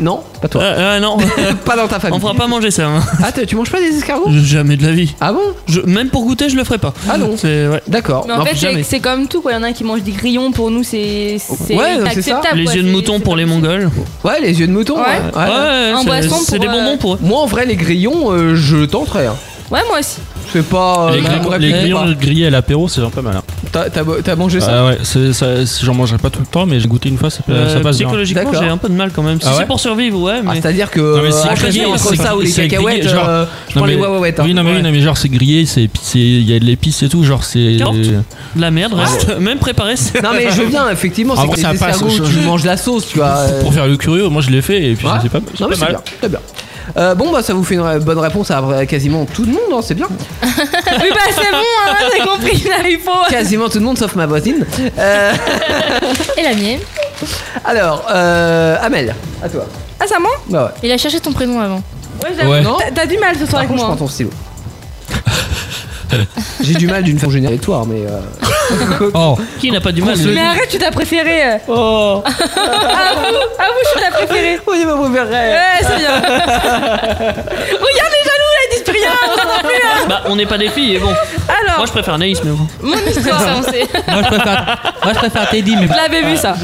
Non, pas toi. Euh, euh, non. pas dans ta famille. On fera pas manger ça. hein. Ah, t- tu manges pas des escargots Jamais de la vie. Ah bon Même pour goûter, je le ferai pas. Ah non. C'est- ouais. D'accord. Mais en Non, fait, jamais. c'est- c'est comme tout. quoi. Il y en a qui mangent des grillons. Pour nous, c'est c'est Ouais, non, c'est ça. inacceptable. Les quoi. yeux de mouton pour les Mongols. Ouais, les yeux de mouton. Ouais. ouais. Ouais. Ouais, En c'est- Ah, boisson c'est pour, des euh, bonbons pour eux. Moi, en vrai, les grillons, euh, je tenterais. hein. Ouais, moi aussi. C'est <laughs> pas. euh, les, bah, grillons- bref, les je sais grillons pas. grillés à l'apéro, c'est vraiment pas mal. hein. T'as- T'as t'as mangé ça Ah ouais, c'est- ça- c'est- j'en mangerai pas tout le temps, mais j'ai goûté une fois, ça, peut- ça Euh, passe bien. psychologiquement, D'accord. j'ai un peu de mal quand même. Si Ah ouais c'est pour survivre, ouais. Mais... Ah, C'est-à-dire que Non, mais euh, c'est à choisir grillé, entre c'est- ça ou les c'est grillé, cacahuètes, genre- euh, je prends Non, les mais- wawawettes. hein. Oui, non, mais, oui, Ouais. non, mais genre c'est grillé, c'est épicé, il y a de l'épice et tout, genre c'est. Carotte De la merde, Ah. reste. euh, Même préparé. c'est- Non, mais je viens, effectivement, En c'est vrai, que Ah ça les passe, escargots, je- tu manges la sauce, tu vois. euh, Pour faire le curieux, moi je l'ai fait et puis Ouais. c'est pas, c'est Non, mais pas c'est mal. bien, c'est bien. Euh, bon, bah ça vous fait une euh, bonne réponse à euh, quasiment tout le monde, hein, <laughs> c'est bien. Oui, bah c'est bon, hein, j'ai compris. Là, il faut. Quasiment tout le monde sauf ma voisine. Euh, Et la mienne alors, euh, Amel, à toi. Ah, ça ment Bah ouais. Il a cherché ton prénom avant. Ouais, j'avoue. Ouais. Non. T'as- T'as du mal ce soir Par avec contre, je moi. prends ton stylo. <laughs> J'ai du mal d'une façon générale avec toi, hein, mais. euh, Oh. Qui n'a pas du mal Qu'on se Mais lui arrête, tu t'as préféré. euh. Oh À vous, à vous, je suis ta préférée. Oui, ma préférée. Ouais, c'est bien. <laughs> Regarde les jaloux, là, ils disent plus rien, on s'en fout plus. hein. Bah, on n'est pas des filles, et bon. Alors. Moi, je préfère Naïs, mais bon. Mon histoire. <laughs> Ça, on sait. Moi je préfère, moi, je préfère Teddy, mais. Je l'avais vu ça.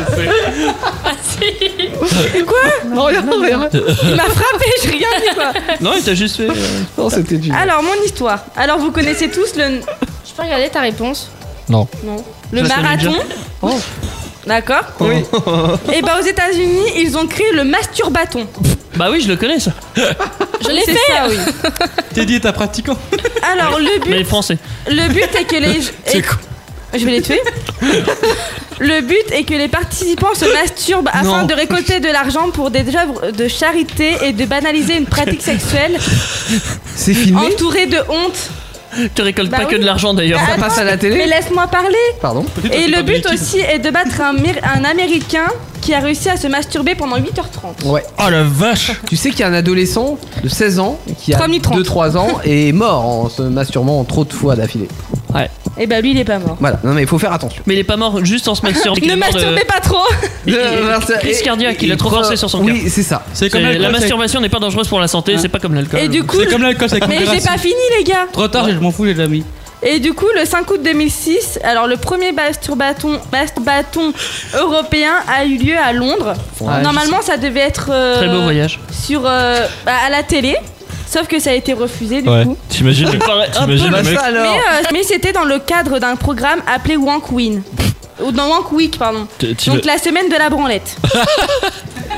Ah, si. Quoi Oh, Non, regarde, regarde. Il m'a frappé, j'ai rien dit quoi. Non, il t'a juste fait. euh, Non, c'était du. Alors, mon histoire. Alors, vous connaissez tous le. Je peux regarder ta réponse Non. Non. Le Je la connais marathon. D'accord Oui. Et bah, aux États-Unis, ils ont créé le masturbaton. Bah oui, je le connais, ça. Je l'ai C'est fait ça, oui. Teddy est un pratiquant. Alors, le but. Mais français. Le but est que les. C'est est- Je vais les tuer. Le but est que les participants se masturbent afin Non. de récolter de l'argent pour des œuvres de charité et de banaliser une pratique sexuelle C'est filmé entourée de honte. Tu récoltes Bah pas que oui. de l'argent d'ailleurs. Bah, Ça passe à la Mais télé laisse-moi parler. Pardon Et le but aussi est de battre un, Mir- un Américain qui a réussi à se masturber pendant 8h30. Ouais. Oh la vache Tu sais qu'il y a un adolescent de 16 ans qui a 3 minutes 30. 2-3 ans et est mort en se masturbant trop de fois d'affilée. Ouais. Et bah lui, il est pas mort. Voilà, non mais il faut faire attention. Mais il est pas mort juste en se masturbant. Ne masturbez pas trop Il- Euh, il- Crise cardiaque, il a trop prend- forcé sur son cœur. Oui, c'est ça. C'est comme C'est- La l'alcool. c'est- masturbation n'est pas dangereuse pour la santé, c'est pas comme l'alcool. Et du coup, C'est comme l'alcool, c'est mais j'ai pas fini les gars Trop tard, je m'en fous, j'ai déjà mis. Et du coup, le 5 août 2006, alors le premier masturbaton, masturbaton européen a eu lieu à Londres. Ouais, Normalement, ça devait être euh, Très beau voyage. sur euh, bah, à la télé, sauf que ça a été refusé du Ouais. coup. T'imagines Il paraît un t'imagines peu le mec Bah, Ça Mais, alors euh, mais c'était dans le cadre d'un programme appelé Wank Win. Ou dans Wank Week, pardon. T'es- t'im- Donc la semaine de la branlette.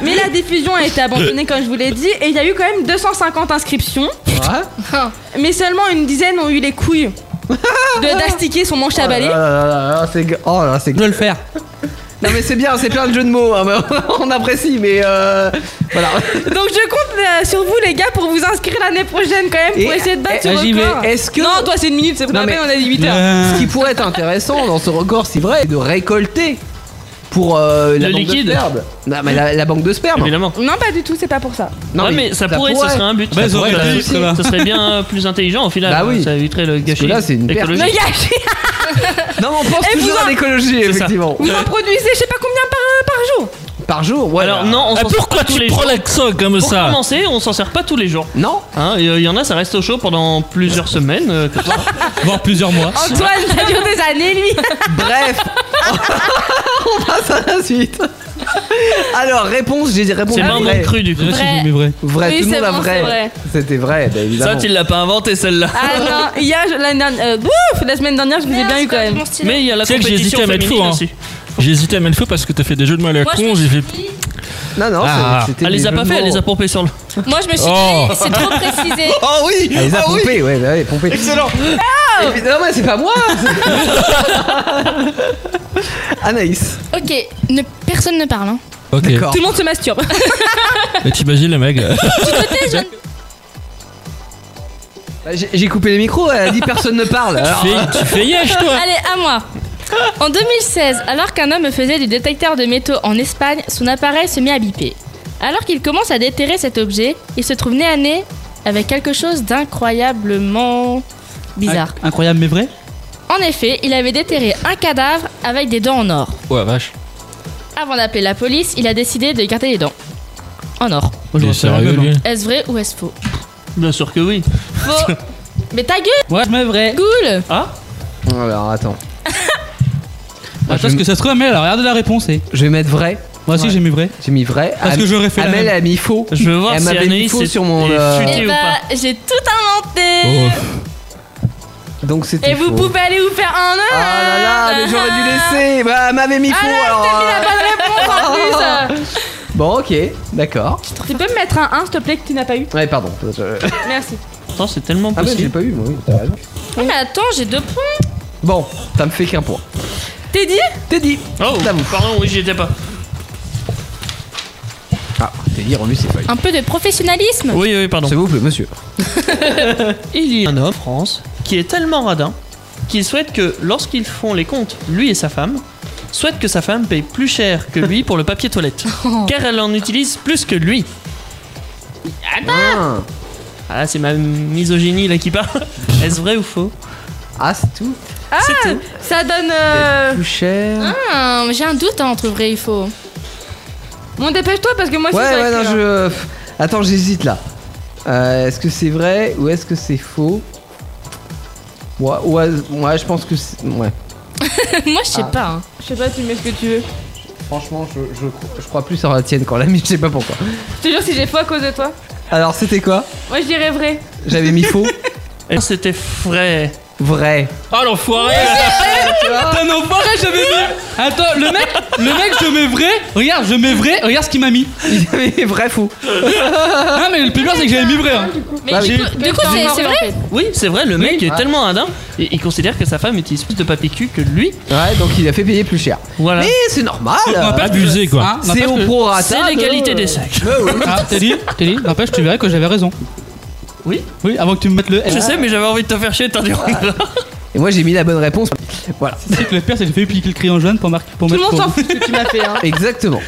mais la diffusion a été abandonnée, comme je vous l'ai dit, et il y a eu quand même 250 inscriptions. Ouais. Mais seulement une dizaine ont eu les couilles de- d'astiquer son manche à Oh balai. là là là là, c'est- Oh là, c'est Je vais le faire. Non mais c'est bien, c'est plein de jeux de mots, hein, <laughs> mais on apprécie, mais euh, voilà. Donc je compte euh, sur vous les gars pour vous inscrire l'année prochaine quand même pour Et- essayer de battre eh, ce j'y vais. record. Est-ce que- Non, toi c'est une minute, c'est pas Non, la peine, on a dit 8 heures. Ce qui pourrait être intéressant dans ce record, si vrai, est de récolter pour euh, la Le banque liquide. de sperme. Non mais la, la banque de sperme. Évidemment. Non, pas du tout, c'est pas pour ça. Non, ouais, mais mais, ça, ça pourrait, pourrait. ce serait un but. Bah, ça ça pourrait, aurait été euh, utile, là-bas. ce serait bien euh, plus intelligent au final. Bah oui. Ça éviterait le gâchis. là, c'est une perte. écologique. Le gâchis Non, mais on pense Et vous toujours en- à l'écologie, C'est ça. effectivement. Vous en produisez je sais pas combien par, par jour Par jour, ouais. Alors non, on s'en sert pas tous les jours. l'accent comme Pour ça commencer, on s'en sert pas tous les jours. Hein, Non. Il y en a, ça reste au chaud pendant plusieurs semaines, euh, Ah comme ça. Voire plusieurs mois. Antoine, ça dure des années lui <laughs> Bref On passe à la suite. Alors, réponse, j'ai dit réponse. C'est pas un vrai. monde cru, du coup. Vrai. J'ai dit, mais vrai. Vrai, Oui, tout le c'est monde a bon, c'est vrai. vrai. C'était vrai, bah, évidemment. Ça, tu l'as pas inventé celle-là. Ah non, <laughs> hier, je- l'année dernière, euh, bouf, la semaine dernière, je vous ai bien eu quand même. Mais il y a la Tu sais que j'ai compétition hésité à mettre féminine faux. hein. aussi. J'ai hésité à mettre faux parce que t'as fait des jeux de mal à la Moi, je con. me J'ai fait. Non, non, Ah. c'était. Elle les des a pas jeux de fait, elle mots. les a pompés sur le. Moi, je me suis Oh. dit, c'est trop précisé. Oh oui Elle les a Ah oui. pompés, ouais, bah, ouais, pompés. Excellent. Ah Évidemment, mais c'est pas <laughs> moi Anaïs. Ok, ne- personne ne parle. hein. Ok. Tout le monde se masturbe. <laughs> Mais t'imagines le mec Bah, j'ai- J'ai coupé les micros, elle a dit personne ne parle. Alors, fais- tu fais yesh, toi Allez, à moi. En 2016, alors qu'un homme faisait du détecteur de métaux en Espagne, son appareil se met à biper. Alors qu'il commence à déterrer cet objet, il se trouve nez à nez avec quelque chose d'incroyablement bizarre. Incroyable mais vrai En effet, il avait déterré un cadavre avec des dents en or. Ouais, vache. Avant d'appeler la police, il a décidé de garder les dents. En or. Il est sérieux, lui. Est-ce vrai ou est-ce faux Bien sûr que oui. Faux Mais ta gueule Ouais, mais vrai. Cool Ah Alors, attends. Ah, je Parce que ça se trouve, mais alors regardez la réponse. eh. Je vais mettre vrai. Moi aussi, j'ai mis vrai. J'ai mis vrai. Parce que Am- j'aurais fait la Amel même. a mis faux. Je veux voir Elle si m'avait mis Anaïs faux est- sur mon. est euh, futée Eh ou bah, j'ai tout Oh, inventé Donc c'était. Et vous faux. pouvez aller vous faire un Ah là là, mais <laughs> j'aurais dû laisser. Bah, elle m'avait mis Ah faux. alors, la euh, bonne réponse en plus <laughs> Bon, ok, d'accord. Tu peux me mettre un 1 s'il te plaît que tu n'as pas eu Ouais, pardon. Je- Merci. Attends, c'est tellement Ah, mais j'ai possible. pas eu, moi, oui, t'as raison. Oh, mais attends, j'ai deux points Bon, ça me fait qu'un point. T'es dit T'es dit Oh, pardon, oui, j'y étais pas. Ah, t'es dit, relu ses feuilles. Un peu de professionnalisme Oui, oui, pardon. Ah, S'il vous plaît, monsieur. Il y a un homme en France qui est tellement radin qu'il souhaite que lorsqu'ils font les comptes, lui et sa femme, souhaite que sa femme paye plus cher que lui pour le papier toilette. car elle en utilise plus que lui. Ah, Ah là, c'est ma misogynie là qui parle. Est-ce vrai ou faux Ah, c'est tout. Ah Ça donne. euh, Plus cher. Ah, J'ai un doute hein, entre vrai et faux. Bon, dépêche-toi parce que moi Ouais, c'est ouais, vrai non, que- je. euh, Attends, j'hésite là. Euh, est-ce que c'est vrai ou est-ce que c'est faux ouais, ouais, ouais, je pense que c'est. Ouais. Moi, je sais pas. hein. Je sais pas, tu mets ce que tu veux. Franchement, je, je, je crois plus sur la tienne quand la mise, je sais pas pourquoi. Je te jure si j'ai faux à cause de toi. Alors, c'était quoi Moi je dirais vrai. J'avais mis <laughs> faux Et c'était vrai. Vrai. Ah, l'enfoiré Putain, non, pareil, j'avais mis. Attends, le mec, le mec, je mets vrai. Regarde, je mets vrai. Regarde ce qu'il m'a mis. J'avais vrai faux. Ah, mais le plus dur, c'est que j'avais mis vrai. hein. Mais Bah du oui. coup, du coup, c'est c'est vrai Oui, c'est vrai, le mec est Ah. tellement radin, et il considère que sa femme utilise plus de papier cul que lui. Ouais, donc il a fait payer plus cher. Voilà. Mais c'est normal N'empêche que- Abusé, quoi. Ah, C'est n'empêche au que- prorata. C'est de- l'égalité des sexes. Ah, t'as dit, t'as dit. N'empêche, tu verrais que j'avais raison. Oui. Oui, avant que tu me mettes le. Je sais, mais j'avais envie de te faire chier, t'as dit. Et moi j'ai mis la bonne réponse. Voilà, C'est que le pire, c'est que j'ai fait piquer le crayon jaune pour marquer pour Tout le mettre. monde pour- s'en fout de ce que tu m'as fait. Hein. exactement.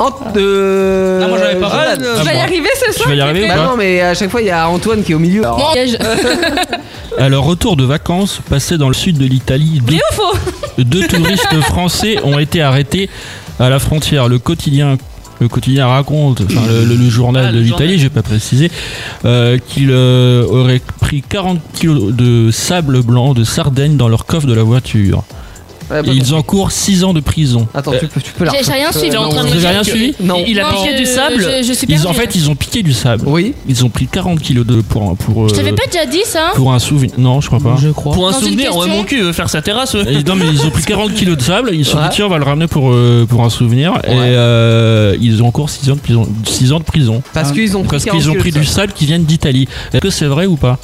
Ante- euh, Ah, moi, j'avais pas. Jonathan. Ah, Tu vas y bon. arriver ce soir Tu vas y arriver ou Bah pas non, mais à chaque fois il y a Antoine qui est au milieu. Alors, Bon, piège. À leur retour de vacances, passé dans le sud de l'Italie, deux, faux deux touristes français ont été arrêtés à la frontière. Le quotidien. Le quotidien raconte, enfin le, le- le journal Ah, le de journal. l'Italie, j'ai pas précisé, euh, qu'ils euh, auraient pris 40 kilos de sable blanc de Sardaigne dans leur coffre de la voiture. ouais, Et bah, ils encourent 6 ans de prison. Attends, tu peux, tu peux la J'ai j'ai rien Euh, suivi. non, en train de vous me avez dire rien que suivi Non. Il a Non, piqué je- du sable. Je, je suis Ils, perdue. en fait, ils ont piqué du sable. Oui. Ils ont pris 40 kilos de pour, pour, Je t'avais euh, pas déjà dit hein ça pour un souvenir. Non, je crois pas. Je crois. Pour un Dans une souvenir, ouais, question. mon cul veut faire sa terrasse. Ah, ouais. Et non, Bah, mais ils ont pris 40 kilos de sable, ils se sont Ouais. dit tiens, on va le ramener pour, euh, pour un souvenir. Et euh, ils ont encore 6 ans de prison. 6 ans de prison. Parce qu'ils ont pris, Parce qu'ils ont 40 pris du kilos de sable qui vient d'Italie. Est-ce que c'est vrai ou pas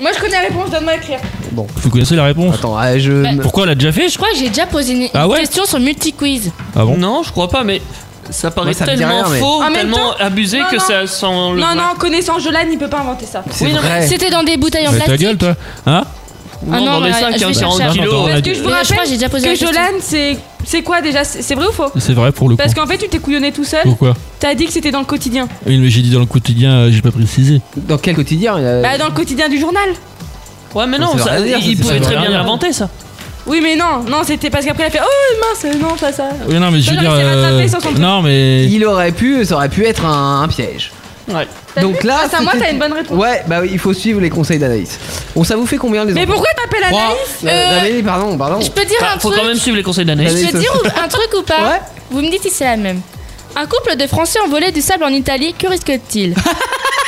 Moi je connais la réponse, donne-moi à écrire. Bon. Vous connaissez la réponse Attends, je. Pourquoi elle l'a déjà fait Je crois que j'ai déjà posé une, une Ah ouais question sur multi-quiz. Ah bon Non, je crois pas, mais ça paraît Moi, ça me dit tellement rien, mais- faux, En même tellement temps- abusé Non, que non. ça sent le. non, non, connaissant Jolane, il peut pas inventer ça. C'est Oui, non, mais Eh. vrai. C'était dans des bouteilles en Mais ta plastique. gueule, toi Hein Ah non, mais je hein, vais chercher 40 après. kilos. Parce Mais Que je vous je rappelle crois que j'ai déjà posé que la question. Jolane, c'est c'est quoi déjà C'est c'est vrai ou faux C'est vrai pour le coup. Parce qu'en fait, tu t'es couillonné tout seul. Pourquoi T'as dit que c'était dans le quotidien. Oui, mais j'ai dit dans le quotidien, euh, j'ai pas précisé. Dans quel quotidien euh, Bah, dans le quotidien du journal. Ouais, mais non, Ça veut ça- rien dire, il ça, pouvait ça veut très rien bien dire. l'inventer, ça. Oui, mais non, non, c'était parce qu'après, elle a fait Oh mince, non, pas ça. Oui, non, mais je veux dire. euh, Non, mais. Il aurait pu, ça aurait pu être un, un piège. Ouais. Donc là, Grâce à moi, c'était- t'as une bonne réponse. Ouais, bah oui, il faut suivre les conseils d'Anaïs. Bon, ça vous fait combien les Mais enfants pourquoi t'appelles Anaïs Euh, Anaïs, pardon, pardon. Je peux dire Bah, un Faut truc quand même suivre les conseils Allez, d'Anaïs. <laughs> Je peux dire ou- un truc ou pas Vous me dites si c'est la même. Un couple de Français ont volé du sable en Italie, que risque-t-il <laughs>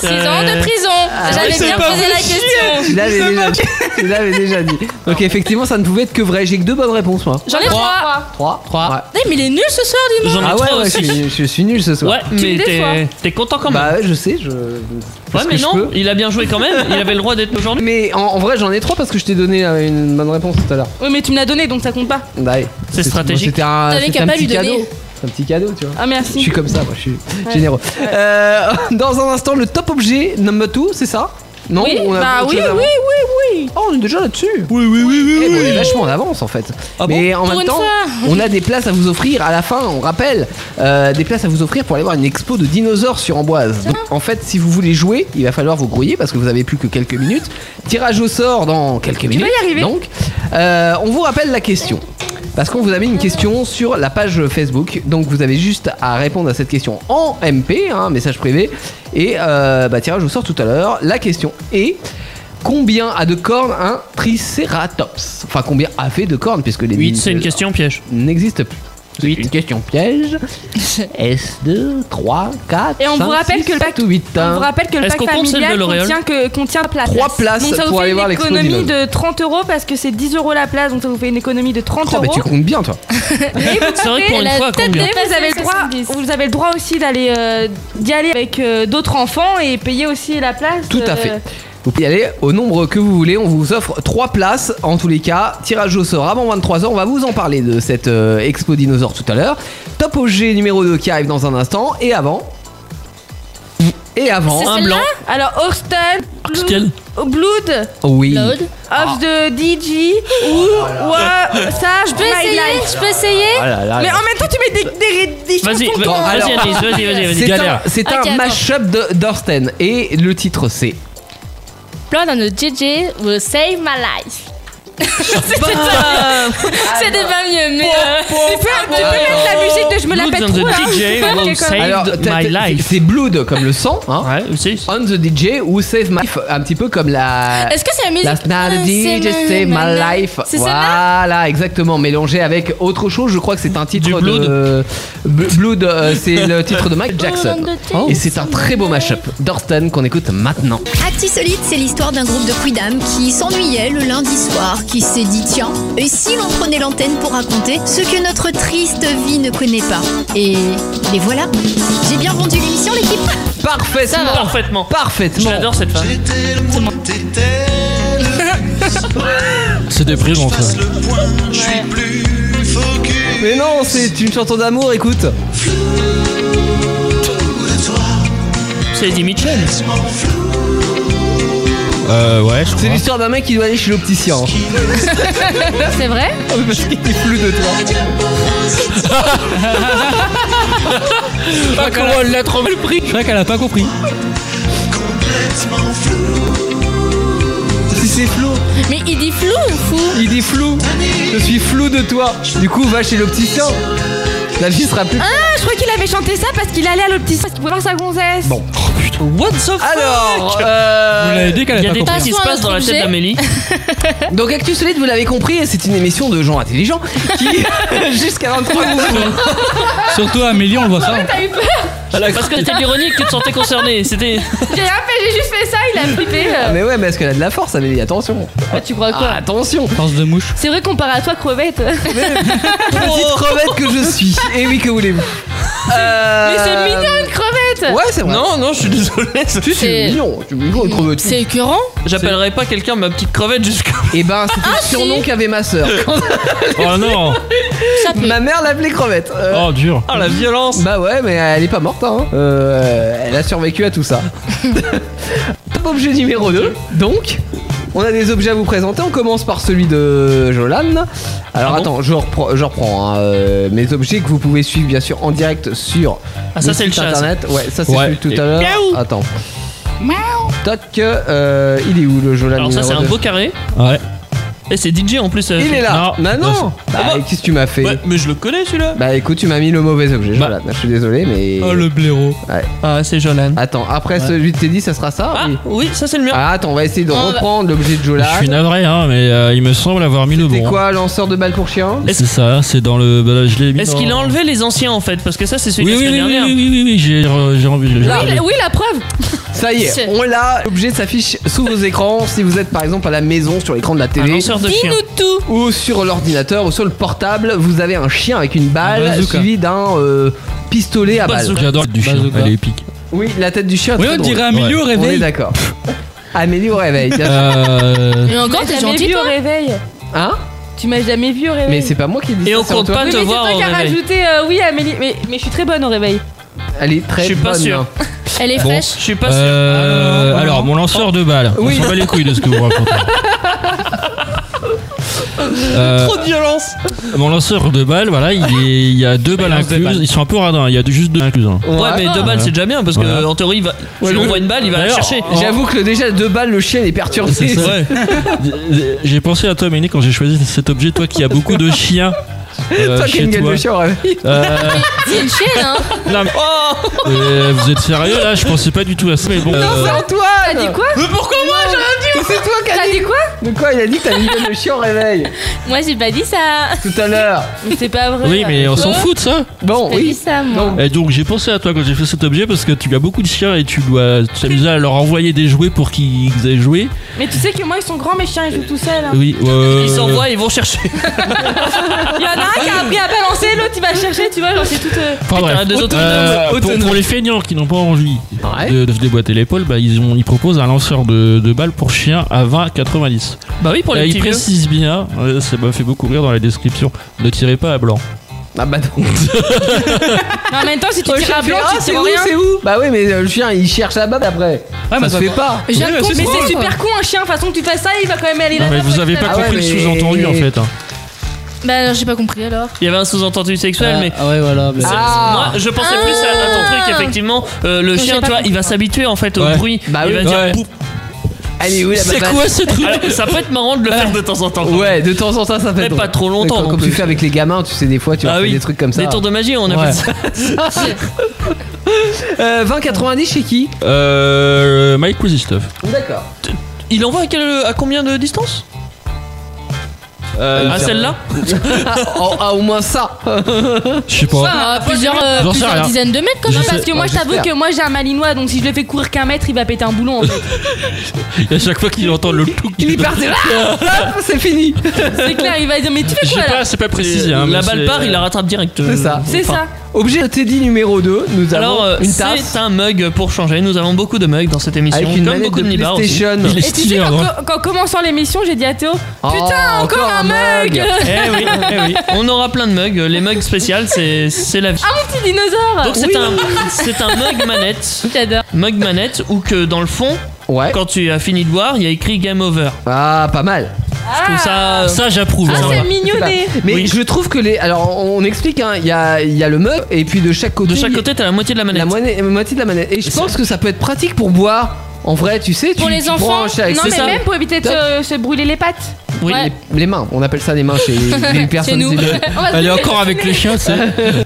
6 ans de prison Ah, J'avais oui, c'est bien pas posé la Tu question l'avais déjà, dit. Tu l'avais déjà <laughs> dit. Donc effectivement, ça ne pouvait être que vrai. J'ai que deux bonnes réponses, moi. J'en ai trois 3 3 Eh, Mais il est nul ce soir, dis Ah ouais, ouais, je suis, je suis nul ce soir. Ouais, mais t'es- t'es content quand même. Bah ouais, je sais, je. Ouais, mais non, il a bien joué quand même. Il avait le droit d'être aujourd'hui. Mais en, en vrai, j'en ai trois parce que je t'ai donné euh, une bonne réponse tout à l'heure. Oui, mais tu me l'as donné donc ça compte pas. Bah ouais. C'est stratégique. C'était un, T'avais c'était qu'à un pas petit lui donner. cadeau. C'est un petit cadeau, tu vois. Ah, merci. Je suis comme ça, moi, je suis généreux. Euh, <laughs> dans un instant, le top objet number 2, c'est ça Non Oui, on a bah autre oui, chose avant oui, oui, oui. Oh, on est déjà là-dessus. Oui, oui, oui, oui. Ah Eh, mais on est vachement en avance en fait. mais en Pour même une temps, fois. on a des places à vous offrir à la fin, on rappelle, euh, des places à vous offrir pour aller voir une expo de dinosaures sur Amboise. Donc, en fait, si vous voulez jouer, il va falloir vous grouiller parce que vous avez plus que quelques minutes. Tirage au sort dans quelques minutes. vas y arriver. Donc, Euh, on vous rappelle la question. Parce qu'on vous a mis une question sur la page Facebook, donc vous avez juste à répondre à cette question en MP, hein, message privé, et euh, bah, tirage au sort tout à l'heure. La question est combien a de cornes un tricératops Enfin combien a fait de cornes puisque les 8, c'est une question piège. n'existe plus. C'est une question <laughs> piège. S2, 3, 4, Et on 5, vous rappelle que le pack, 8. on vous rappelle que le Est-ce pack qu'on compte celle de familial L'Oréal contient que contient la place. Trois places Donc ça vous pour fait aller une voir l'expo économie d'Ilan. de 30 euros parce que c'est 10 euros la place, donc ça vous fait une économie de 30 Oh, euros. bah tu comptes bien toi. C'est vrai que pour une Et fois, la tête combien des- vous avez le droit, vous avez le droit aussi d'aller euh, d'y aller avec euh, d'autres enfants et payer aussi la place. Tout à euh, fait. Vous pouvez y aller au nombre que vous voulez. On vous offre trois places en tous les cas. Tirage au sort avant 23h. On va vous en parler de cette euh, expo dinosaure tout à l'heure. Top OG numéro 2 qui arrive dans un instant. Et avant. Et avant. C'est celle-là Alors Austin, Quel Blood, Oui. of Ah. the DG, Oh ou Wa- ça, je peux essayer, je peux essayer Oh Ah là là. Mais en même temps, tu mets des, des, des Vas-y, chansons vas- qu'on- vas-y, Alors, Alice, vas-y, vas-y, vas-y. C'est un, Galère. c'est Ok, un attends. mashup de- d'Orsten. Et le titre c'est. Blood on the JJ will save my <laughs> life. C'était pas mieux, mais. euh, Tu peux, tu peux mettre la musique de Je me la pète Blood Oh, on trop hein. the là <laughs> DJ will save Alors, the- t'as- my t'as- life. C'est Blood comme le sang. hein. aussi. On the DJ ou Save My Life. Un petit peu comme la. Est-ce que c'est la musique Last night Ah, the DJ c'est saved my ma- life. C'est celle-là Voilà, exactement. Mélangé avec autre chose, je crois que c'est un titre de. B- Blood, euh, c'est le titre de Mike Jackson. Oh. Et c'est un très beau mashup. Dorsten qu'on écoute maintenant. Actu Solide, c'est l'histoire d'un groupe de quidam qui s'ennuyait le lundi soir, qui s'est dit tiens, et si l'on prenait l'antenne pour raconter ce que notre triste vie ne connaît pas Et les voilà. J'ai bien vendu l'émission, l'équipe Parfaitement. Parfaitement. Parfaitement. J'adore cette femme. C'est déprimant ça. Mais non, c'est une chanson d'amour, écoute. C'est Eddie Mitchell. Euh, ouais, je C'est crois. l'histoire d'un mec qui doit aller chez l'opticien. <laughs> C'est vrai <laughs> Parce qu'il est plus de toi. Pas comment elle l'a trop mal pris. Je crois qu'elle a pas compris. Si c'est flou. Mais il dit flou ou fou Il dit flou. Je suis flou de toi. Du coup, va chez l'opticien. La vie sera plus. Ah, je crois qu'il avait chanté ça parce qu'il allait à l'opticien parce qu'il pouvait voir sa gonzesse. Bon. What the fuck Alors, euh, Vous l'avez dit qu'elle Il y a avait des pas trucs qui se compris. passent dans la tête Passons à notre d'Amélie. donc Actu Solide, vous l'avez compris, c'est une émission de gens intelligents <laughs> qui, jusqu'à 23 h Surtout Amélie, on le voit ça. T'as eu peur Parce que c'était ironique que tu te sentais concerné. C'était. J'ai rien fait, j'ai juste fait ça, il a flippé. euh. Ah, mais ouais, mais est-ce qu'elle a de la force, Amélie Attention. Ah, tu crois quoi Ah, attention. Oh. Force de mouche. C'est vrai comparé à toi, crevette. <laughs> Petite crevette Eh que je suis. Et oui, que voulez-vous Euh, Mais Euh, c'est mignon une crevette Ouais, c'est vrai. Non, non, je suis désolé. Tu C'est- mignon, tu es mignon, une crevette. C'est écœurant. J'appellerai pas quelqu'un ma petite crevette jusqu'à. Eh ben, c'était Ah, le surnom si. qu'avait ma sœur. Oh non ma mère l'appelait crevette. Euh, Oh dur Ah la violence Bah ouais, mais elle est pas morte, hein. Euh, elle a survécu à tout <laughs> ça. Top objet numéro 2. Donc, on a des objets à vous présenter. On commence par celui de Jolan. Ah Alors attends, je reprends, je reprends, hein, euh, mes objets que vous pouvez suivre bien sûr en direct sur Ah, ça, le c'est le site chat, ça. internet. Ouais, ça c'est Ouais. celui de tout à Et- l'heure. Attends. Toc, euh, il est où le Jolan Alors ça c'est numéro un deux beau carré. Ouais. Et c'est DJ en plus. euh, Il je- est là. Non. Ah Bah non. Bah, qu'est-ce que tu m'as fait Ouais, mais je le connais celui-là. Bah écoute, tu m'as mis le mauvais objet, Jolan. Je suis désolé, mais. Oh le blaireau. Ouais. Ah c'est Jolan. Attends, après Ouais. celui de Teddy, ça sera Ah. ça oui. Oui, ça c'est le mien. Ah, attends, on va essayer de On va- reprendre l'objet de Je Jolan. suis navré, hein, mais euh, il me semble avoir mis le C'est bon. Ah, quoi, lanceur de balle pour chien C'est ça, c'est dans le. bah, je l'ai mis Est-ce dans- qu'il a enlevé les anciens en fait Parce que ça c'est celui oui de oui la oui, semaine oui, dernière. oui, oui, oui, j'ai re- j'ai envie de le Là, Oui, la- oui, la preuve Ça y est, C'est- on l'a. L'objet s'affiche sous vos écrans. Si vous êtes par exemple à la maison, sur l'écran de la télé, Ah, lanceur de chien. Dis-nous tout ou sur l'ordinateur, ou sur le portable, vous avez un chien avec une balle bazooka. suivi d'un euh, pistolet à balle. J'adore du chien, Bazooka. elle est épique. Oui, la tête du chien. est Oui, très on drôle. dirait Amélie au On est réveil. d'accord. Amélie au réveil. <laughs> bien sûr. Euh, Mais encore, Tu m'as t'es jamais gentil vu au toi réveil. Hein Tu m'as jamais vu au réveil. Mais c'est pas moi qui dis Et ça. on c'est compte Antoine. pas Oui, te mais c'est voir toi au qui as réveil. rajouté euh, oui Amélie mais, mais je suis très bonne au réveil. Elle est très Je suis pas bonne. hein. sûr. hein. Elle est Bon. fraîche. Je suis pas sûr. Ah, euh, alors, mon lanceur de balles. Oui. On s'en bat les couilles de ce que <laughs> vous racontez. Euh, Trop de violence. mon lanceur de balles, voilà, il, est- il y a deux balles lance des incluses. balles. Ils sont un peu radins, il y a deux- juste deux incluses. hein. Ouais, Ouais. Ah. mais deux balles c'est déjà bien parce que Voilà. euh, en théorie il va. Ouais, si on le- voit une balle il va la D'ailleurs, oh, chercher. en- J'avoue que le, déjà deux balles, le chien est <laughs> perturbé. C'est ça. J'ai pensé à toi, Méné, quand j'ai choisi cet objet. Toi qui as beaucoup de chiens. <laughs> euh, Toi qui as chez une gueule toi. de chien au réveil. Euh, C'est une chienne, <laughs> hein non, mais- Euh, vous êtes sérieux là Je pensais pas du tout à ça, mais bon. euh, C'est T'as dit Antoine quoi Mais pourquoi moi C'est toi qui as T'as dit dit quoi De quoi il a dit que t'as mis le chien au réveil Moi j'ai pas dit ça tout à l'heure. Mais C'est pas vrai oui, mais on s'en fout de ça. Bon, T'as dit oui. ça moi Donc, Et donc j'ai pensé à toi quand j'ai fait cet objet parce que tu as beaucoup de chiens et tu dois t'amuser à leur envoyer des jouets pour qu'ils aient joué. Mais tu sais que moi ils sont grands mes chiens ils jouent tout seuls. <laughs> hein. Oui. euh, Ils s'envoient et ils vont chercher. Il y en a un qui a appris à balancer l'autre il va chercher tu vois genre c'est tout. euh, Enfin, bref. Putain, des autonomes. Euh, pour- Autonomes. pour, les feignants qui n'ont pas envie Ouais. de, de se déboîter l'épaule, bah, ils, ont, ils proposent un lanceur de, de balles pour chiens à 20,90. <laughs> Bah oui pour Là, les ils petits vieux. précisent Euh, bien, euh, ça m'a fait beaucoup rire dans la description, ne tirez pas à blanc. Ah bah non. Mais en même temps si tu Le tires chien à fait, blanc ah, tu c'est tires où, rien. c'est où Bah oui, mais euh, le chien il cherche la balle après. Ah, ça bah, se ça- fait pas. Je viens de Mais comprendre. c'est super con un chien, de toute façon que tu fasses ça, il va quand même aller Non, là. mais vous avez pas Ah ouais, compris le mais- sous-entendu en fait. hein. Bah alors j'ai pas compris alors. Il y avait un sous-entendu sexuel mais. Ah ouais, voilà. mais- Ça- Ah. Moi, je pensais plus à, à ton truc, effectivement. Euh, Ah. le Je sais chien, pas tu vois, il va s'habituer en fait au Ouais. bruit. Bah oui. il va dire bah, Ouais. pouf. Elle est où la C'est balle quoi ce truc Alors, bah, ça peut être marrant de le faire de temps en temps. Ouais, de temps en temps ça fait Mais drôle. pas trop longtemps Comme- non Comme tu plus. fais avec les gamins, tu sais, des fois tu Ah fais oui. des trucs comme ça. Des tours de magie, on appelle Ouais. ça. Euh, 20,90 chez qui Euh, Mike Quizy Stuff. D'accord. Il envoie à, quelle- à combien de distance Euh, À celle-là Ah, ah, au moins ça. je sais pas. Ah, plusieurs euh, J'en sais plusieurs rien. dizaines de mètres quand même. Je Parce sais- que moi, ouais, je t'avoue j'espère. que moi j'ai un malinois, donc si je le fais courir qu'un mètre, il va péter un boulon en fait. Et à chaque fois qu'il entend le tout Il est parti là Hop, Ah, C'est fini <laughs> C'est clair, il va dire mais tu Je fais sais quoi là pas, c'est pas précisé. hein, La mais balle c'est- part, il la rattrape direct. euh, C'est ça. C'est ça. Objet de Teddy numéro 2, nous Alors, euh, avons une tasse c'est un mug pour changer. Nous avons beaucoup de mugs dans cette émission. avec une comme manette beaucoup de de Nibar aussi. PlayStation. Il est Et tu sais, stylé. quand, hein. quand- quand commençant l'émission, j'ai dit à Théo Oh, Putain, encore, un mug Eh oui, eh oui. On aura plein de mugs. Les mugs spéciales, c'est c'est la vie. Ah, Un petit dinosaure Donc, c'est un, c'est un mug <laughs> manette. J'adore. Mug manette, ou que dans le fond, Ouais. quand tu as fini de boire, il y a écrit Game Over. Ah, pas mal. Je trouve ça. Ça, j'approuve. Ah, hein. c'est Bah, mignonné Mais Oui. je trouve que les. Alors, on explique, hein, il y, a, il y a le mug, et puis de chaque côté. De chaque il y a côté, t'as la moitié de la manette. La moine- moitié de la manette. Et je pense que ça peut être pratique pour boire. En vrai, tu sais, tu, Pour les tu enfants, branches avec Non, c'est mais ça, même pour éviter de Top. se, se brûler les pattes. Oui. Ouais. les, les mains. On appelle ça des mains chez les personnes. nous. Euh, civiles. <laughs> <laughs> On va se Elle est brûler. encore avec les chiens, c'est.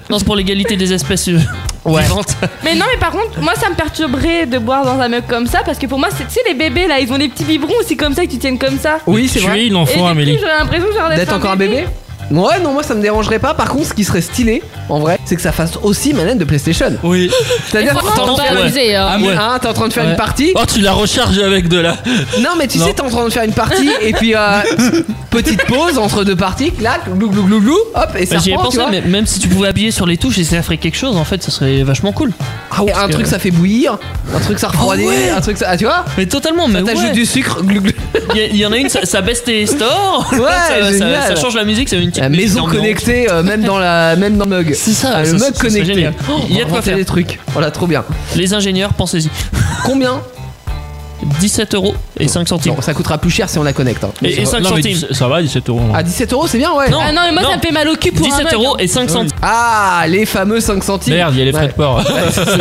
Non, c'est pour l'égalité des espèces euh, vivantes. Mais non, mais par contre, moi ça me perturberait de boire dans un mug comme ça parce que pour moi, c'est- tu sais, les bébés là, ils ont des petits biberons aussi comme ça que tu tiennes comme ça. Oui, c'est Tu vrai. es une Et du enfant, coup, Amélie. j'ai l'impression genre D'être encore un bébé Ouais, non, moi ça me dérangerait pas. Par contre, ce qui serait stylé, en vrai, c'est que ça fasse aussi manette de PlayStation. Oui. C'est-à-dire Et que franchement, on va amuser, hein. Ah, mais- Ah, t'es en train de faire Ouais. une partie. Oh, tu la recharges avec de la. Non, mais tu Non. sais, t'es en train de faire une partie et puis <laughs> euh, petite pause entre deux parties, clac, glou glou glou glou, hop, et ça J'y ai reprend, pensé, tu vois. mais même si tu pouvais appuyer sur les touches et ça ferait quelque chose, en fait, ça serait vachement cool. Ah ouais, un truc ça fait bouillir, un truc ça refroidit, Ah ouais. un truc ça. Ah, tu vois Mais totalement, mais. t'ajoute ouais. du sucre, glou glou. Il y, a- il y en a une, ça, ça baisse tes stores. Ouais, <laughs> ça, ça- génial. ça change la musique, ça met une petite La musique maison ambiante. connectée, euh, même dans la, même dans le mug. C'est ça, Ah, ça, le ça, mug ça serait connecté. Oh, génial. Il y a de quoi Inventer faire. des trucs. Voilà, trop bien. Les ingénieurs, pensez-y. Combien 17 euros et 5 centimes. ça coûtera plus cher si on la connecte. hein. Et, et 5 Non, mais centimes. dix- ça va, 17 euros. hein. À 17 euros, c'est bien, ouais. Non, Ah non, mais moi, non. ça me fait mal au cul pour un 17 mug, euros hein. et 5 centimes. Ah, les fameux 5 centimes. Merde, il y a les frais de port. Ouais,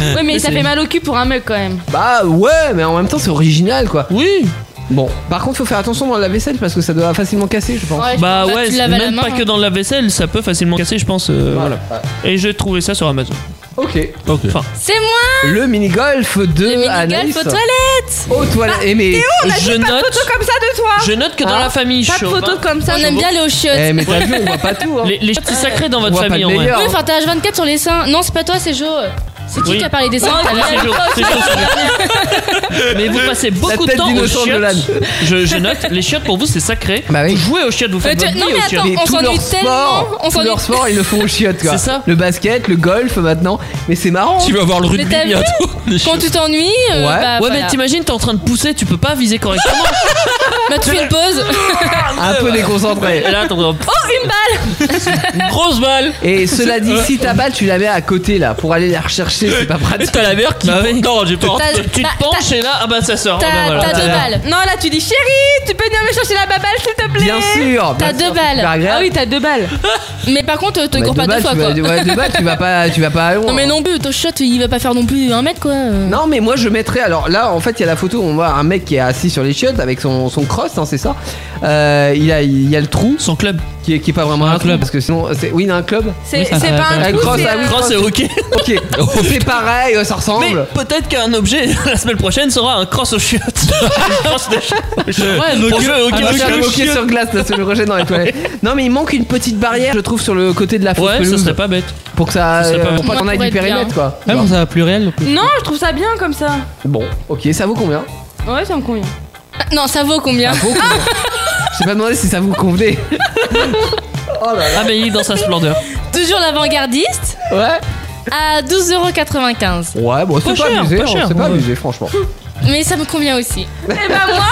Euh, mais ça fait mal au cul pour un mec quand même. Bah ouais, mais en même temps, c'est original quoi. Oui. Bon, par contre, faut faire attention dans la vaisselle parce que ça doit facilement casser, je pense. bah ouais, même pas hein. que dans la vaisselle, ça peut facilement casser, je pense. euh, voilà. Et j'ai trouvé ça sur Amazon. Ah, Ok. Ok. Enfin, C'est moi Le mini-golf de Euh, Mini Anaïs. golf aux toilettes Aux toilettes. Ah, Eh, mais- on a dit Je pas de note- photo comme ça de toi je note que dans Hein la famille, je Pas suis de au photo bas. comme ça, on aime bien aller aux chiottes. Eh, mais t'as vu, on voit pas tout. Hein. Bah, les, les chiottes, c'est sacré dans votre voit pas famille le en vrai. meilleur. Oui, enfin, t'as H24 sur les seins. Non, c'est pas toi, c'est Jo. C'est qui Oui. qui a parlé des seins Ah, tout à oui, l'heure c'est Jo, c'est Jo, Mais vous passez beaucoup de tête temps aux d'innocente de chiottes. l'âne. Je, je note, les chiottes pour vous c'est sacré. Bah oui. Vous jouez aux chiottes, vous faites Mais votre tu- vie non, mais aux attends, chiottes. Mais on tout leur s'ennuie tellement, sport, on tout s'ennuie- leur sport, ils le font aux chiottes, quoi. C'est ça. Le basket, le golf maintenant. Mais c'est marrant. Tu vas voir le Mais rugby t'as vu bientôt. les Quand chiottes. tu t'ennuies. euh, Ouais. bah, Ouais, voilà. mais t'imagines, t'es en train de pousser, tu peux pas viser correctement. Bah, tu fais une <laughs> pause. Oh, hein. Un peu <laughs> déconcentré. Et là, t'en- Oh, une balle une grosse balle. Et cela dit, si ta balle, tu la mets à côté là pour aller la rechercher, c'est pas <laughs> Et pratique. T'as la mère qui. Non, j'ai pas. T'as- Tu t'as- te penches et là, ah bah ça sort. Ah bah T'as voilà. t'as deux balles. Non, là tu dis chérie, tu peux venir me chercher la babale s'il te plaît. Bien sûr. bien T'as sûr, deux Bah, c'est super balles. agréable. Ah oui, t'as <laughs> deux balles. Mais par contre, euh, te Bah, cours pas balles, deux fois tu quoi. vas- ouais, deux balles, tu vas pas, tu vas pas loin. Non, mais non plus, ton shot il va pas faire non plus un mètre quoi. euh. Non, mais moi je mettrais. Alors là, en fait, il y a la photo. On voit un mec qui est assis sur les chiottes avec son, son cross, hein, c'est ça. Euh, il, a, il y a le trou Son club. qui est, qui est pas vraiment un, club parce que sinon, c'est- oui, il a un club. C'est c'est pas un Un trou, cross, c'est, ah oui, euh, Cross et ok. <laughs> Ok, c'est pareil, ça Mais ressemble. peut-être qu'un objet <laughs> la semaine prochaine sera un cross aux chiottes. <laughs> Une crosse de chiottes. Ouais, nos On gueux- joue au hockey Ah, aux c'est un chiottes. hockey sur glace, là, sur le rejet dans les <laughs> toilettes. Non, mais il manque une petite barrière, je trouve, sur le côté de la fausse Ouais, ça pelouse, serait pas bête. pour que ça, euh, ça serait pas- pour pas qu'on Moi, aille du pourrait être périmètre, quoi. Ah bon, ça va plus réel. Non, je trouve ça bien comme ça. Bon, ok, ça vaut combien euh, Ouais, ça me convient. Ah, Non, ça vaut combien Vaut combien <laughs> Je t'ai pas demandé si ça vous <laughs> convenait. oh là là. Ah, mais il est dans sa splendeur. Ah. Toujours l'avant-gardiste Ouais. à 12,95€. Ouais, bon, c'est Pas pas, cher, abusé, pas hein, cher, c'est pas ouais. abusé, franchement. Mais ça me convient aussi. Eh bah moi,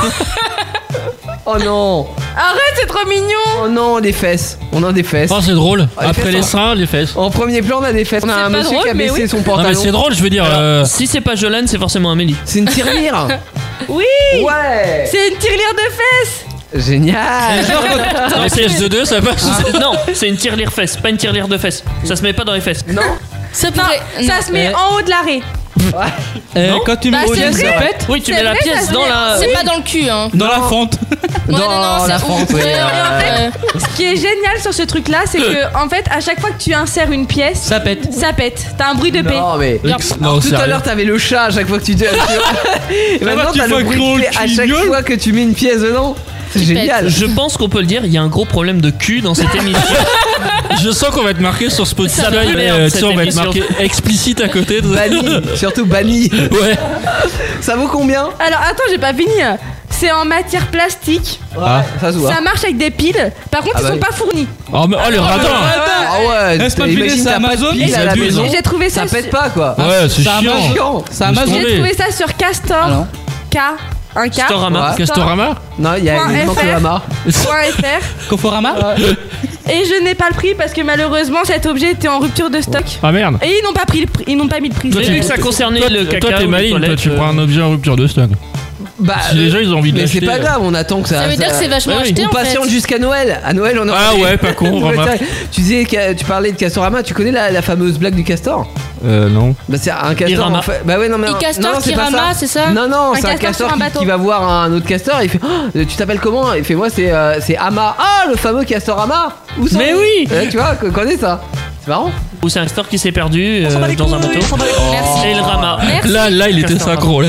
Oh non, arrête, c'est trop mignon. oh non, des fesses. On a des fesses. Oh, c'est drôle. Ah, les Après fesses, les hein. seins, les fesses. En premier plan, on a des fesses. On a C'est un pas monsieur qui a drôle, mais baissé oui. son Non, pantalon. mais c'est drôle, je veux dire. euh, Si c'est pas Jolane, c'est forcément Amélie. C'est une tirelire. <laughs> Oui, ouais. c'est une tirelire de fesses. Génial. Les fesses de deux, ça passe. C'est- Ah. Non, c'est une tirelire fesse, pas une tirelire de fesses. Ça se met pas dans les fesses. Non. Ça Non, pourrait. ça non. se met Eh. en haut de l'arrêt. Euh, Non. quand tu mets Bah, au c'est lieu, vrai. ça pète Oui, tu C'est mets la vrai, pièce ça se dans met- la. Euh, C'est pas dans le cul, hein. dans la fente. Ouais, Dans c'est- la fente, oui, Ouais, euh, ouais, ouais. Ce qui est génial sur ce truc là, c'est que en fait, à chaque fois que tu insères une pièce, Ça pète. ça pète. T'as un bruit de paix. Non, mais. <laughs> Non, Tout à sérieux. l'heure, t'avais le chat à chaque fois que tu. <laughs> Et maintenant, tu t'as vois le bruit gros de clé à chaque guignol. fois que tu mets une pièce dedans. C'est Qui pète. génial. Je pense qu'on peut le dire, il y a un gros problème de cul dans cette émission. Je sens qu'on va être marqué sur Spotify. Ça pue, mais, merde, euh, tu sais, cette on va être émission. marqué explicite à côté. De... Banni, surtout banni. <laughs> Ouais. Ça vaut combien Alors attends, j'ai pas fini. C'est en matière plastique. Ah. Ça se voit. Ça marche avec des piles. Par contre, Ah ils bah sont oui. pas fournis. Oh, mais- oh, le radin. Ah ouais, Laisse pas t'imagines, filer, c'est t'as pas de Amazon, pile ils à la abusent. maison. J'ai trouvé ça. Ça sur- pète pas quoi. Ouais, c'est Ça chiant. marche. Chiant. Ça Laisse Amazon. tomber. J'ai trouvé ça sur Castor. Alors K. Un K. Castorama. Ouais. Castorama Non, il y a Point une manque FR. de Hamar. Point .fr. Conforama Et je n'ai pas le prix parce que malheureusement cet objet était en rupture de stock. Ah merde. Et ils n'ont pas pris le prix, ils n'ont pas mis le prix. Toi, J'ai tu- vu que ça concernait Toi, le t- caca. toi, t'es ou les maligne, toi, toilettes, tu euh, prends un objet en rupture de stock. Bah, Si les gens ils ont envie de mais c'est l'acheter, pas euh, grave, on attend que ça. Ça veut dire que c'est vachement Ouais, oui. acheté On en fait. patiente jusqu'à Noël. À Noël, on aura. Ah des- <laughs> ouais, pas con, des remarque. nouvelles tailles. Tu disais, que- tu parlais de Castorama. Tu connais la, la fameuse blague du castor Euh, non. Bah c'est un castor. Irama. en fait- Bah ouais, non mais Il castor non, non, qui c'est pas rama, ça. c'est ça Non non, Un c'est un castor castor sur un qui, bateau. qui va voir un autre castor. Et il fait, Oh, tu t'appelles comment Il fait, moi c'est euh, c'est Ama. Ah le fameux castorama. Où sont Mais les- oui. Ouais, Tu vois, qu'on connaît ça. C'est marrant. Ou euh, c'est un store qui s'est perdu euh, dans un bateau. Oh. Merci. Et le Rama. Merci. Là, là, il était Castorama. <laughs> synchro là.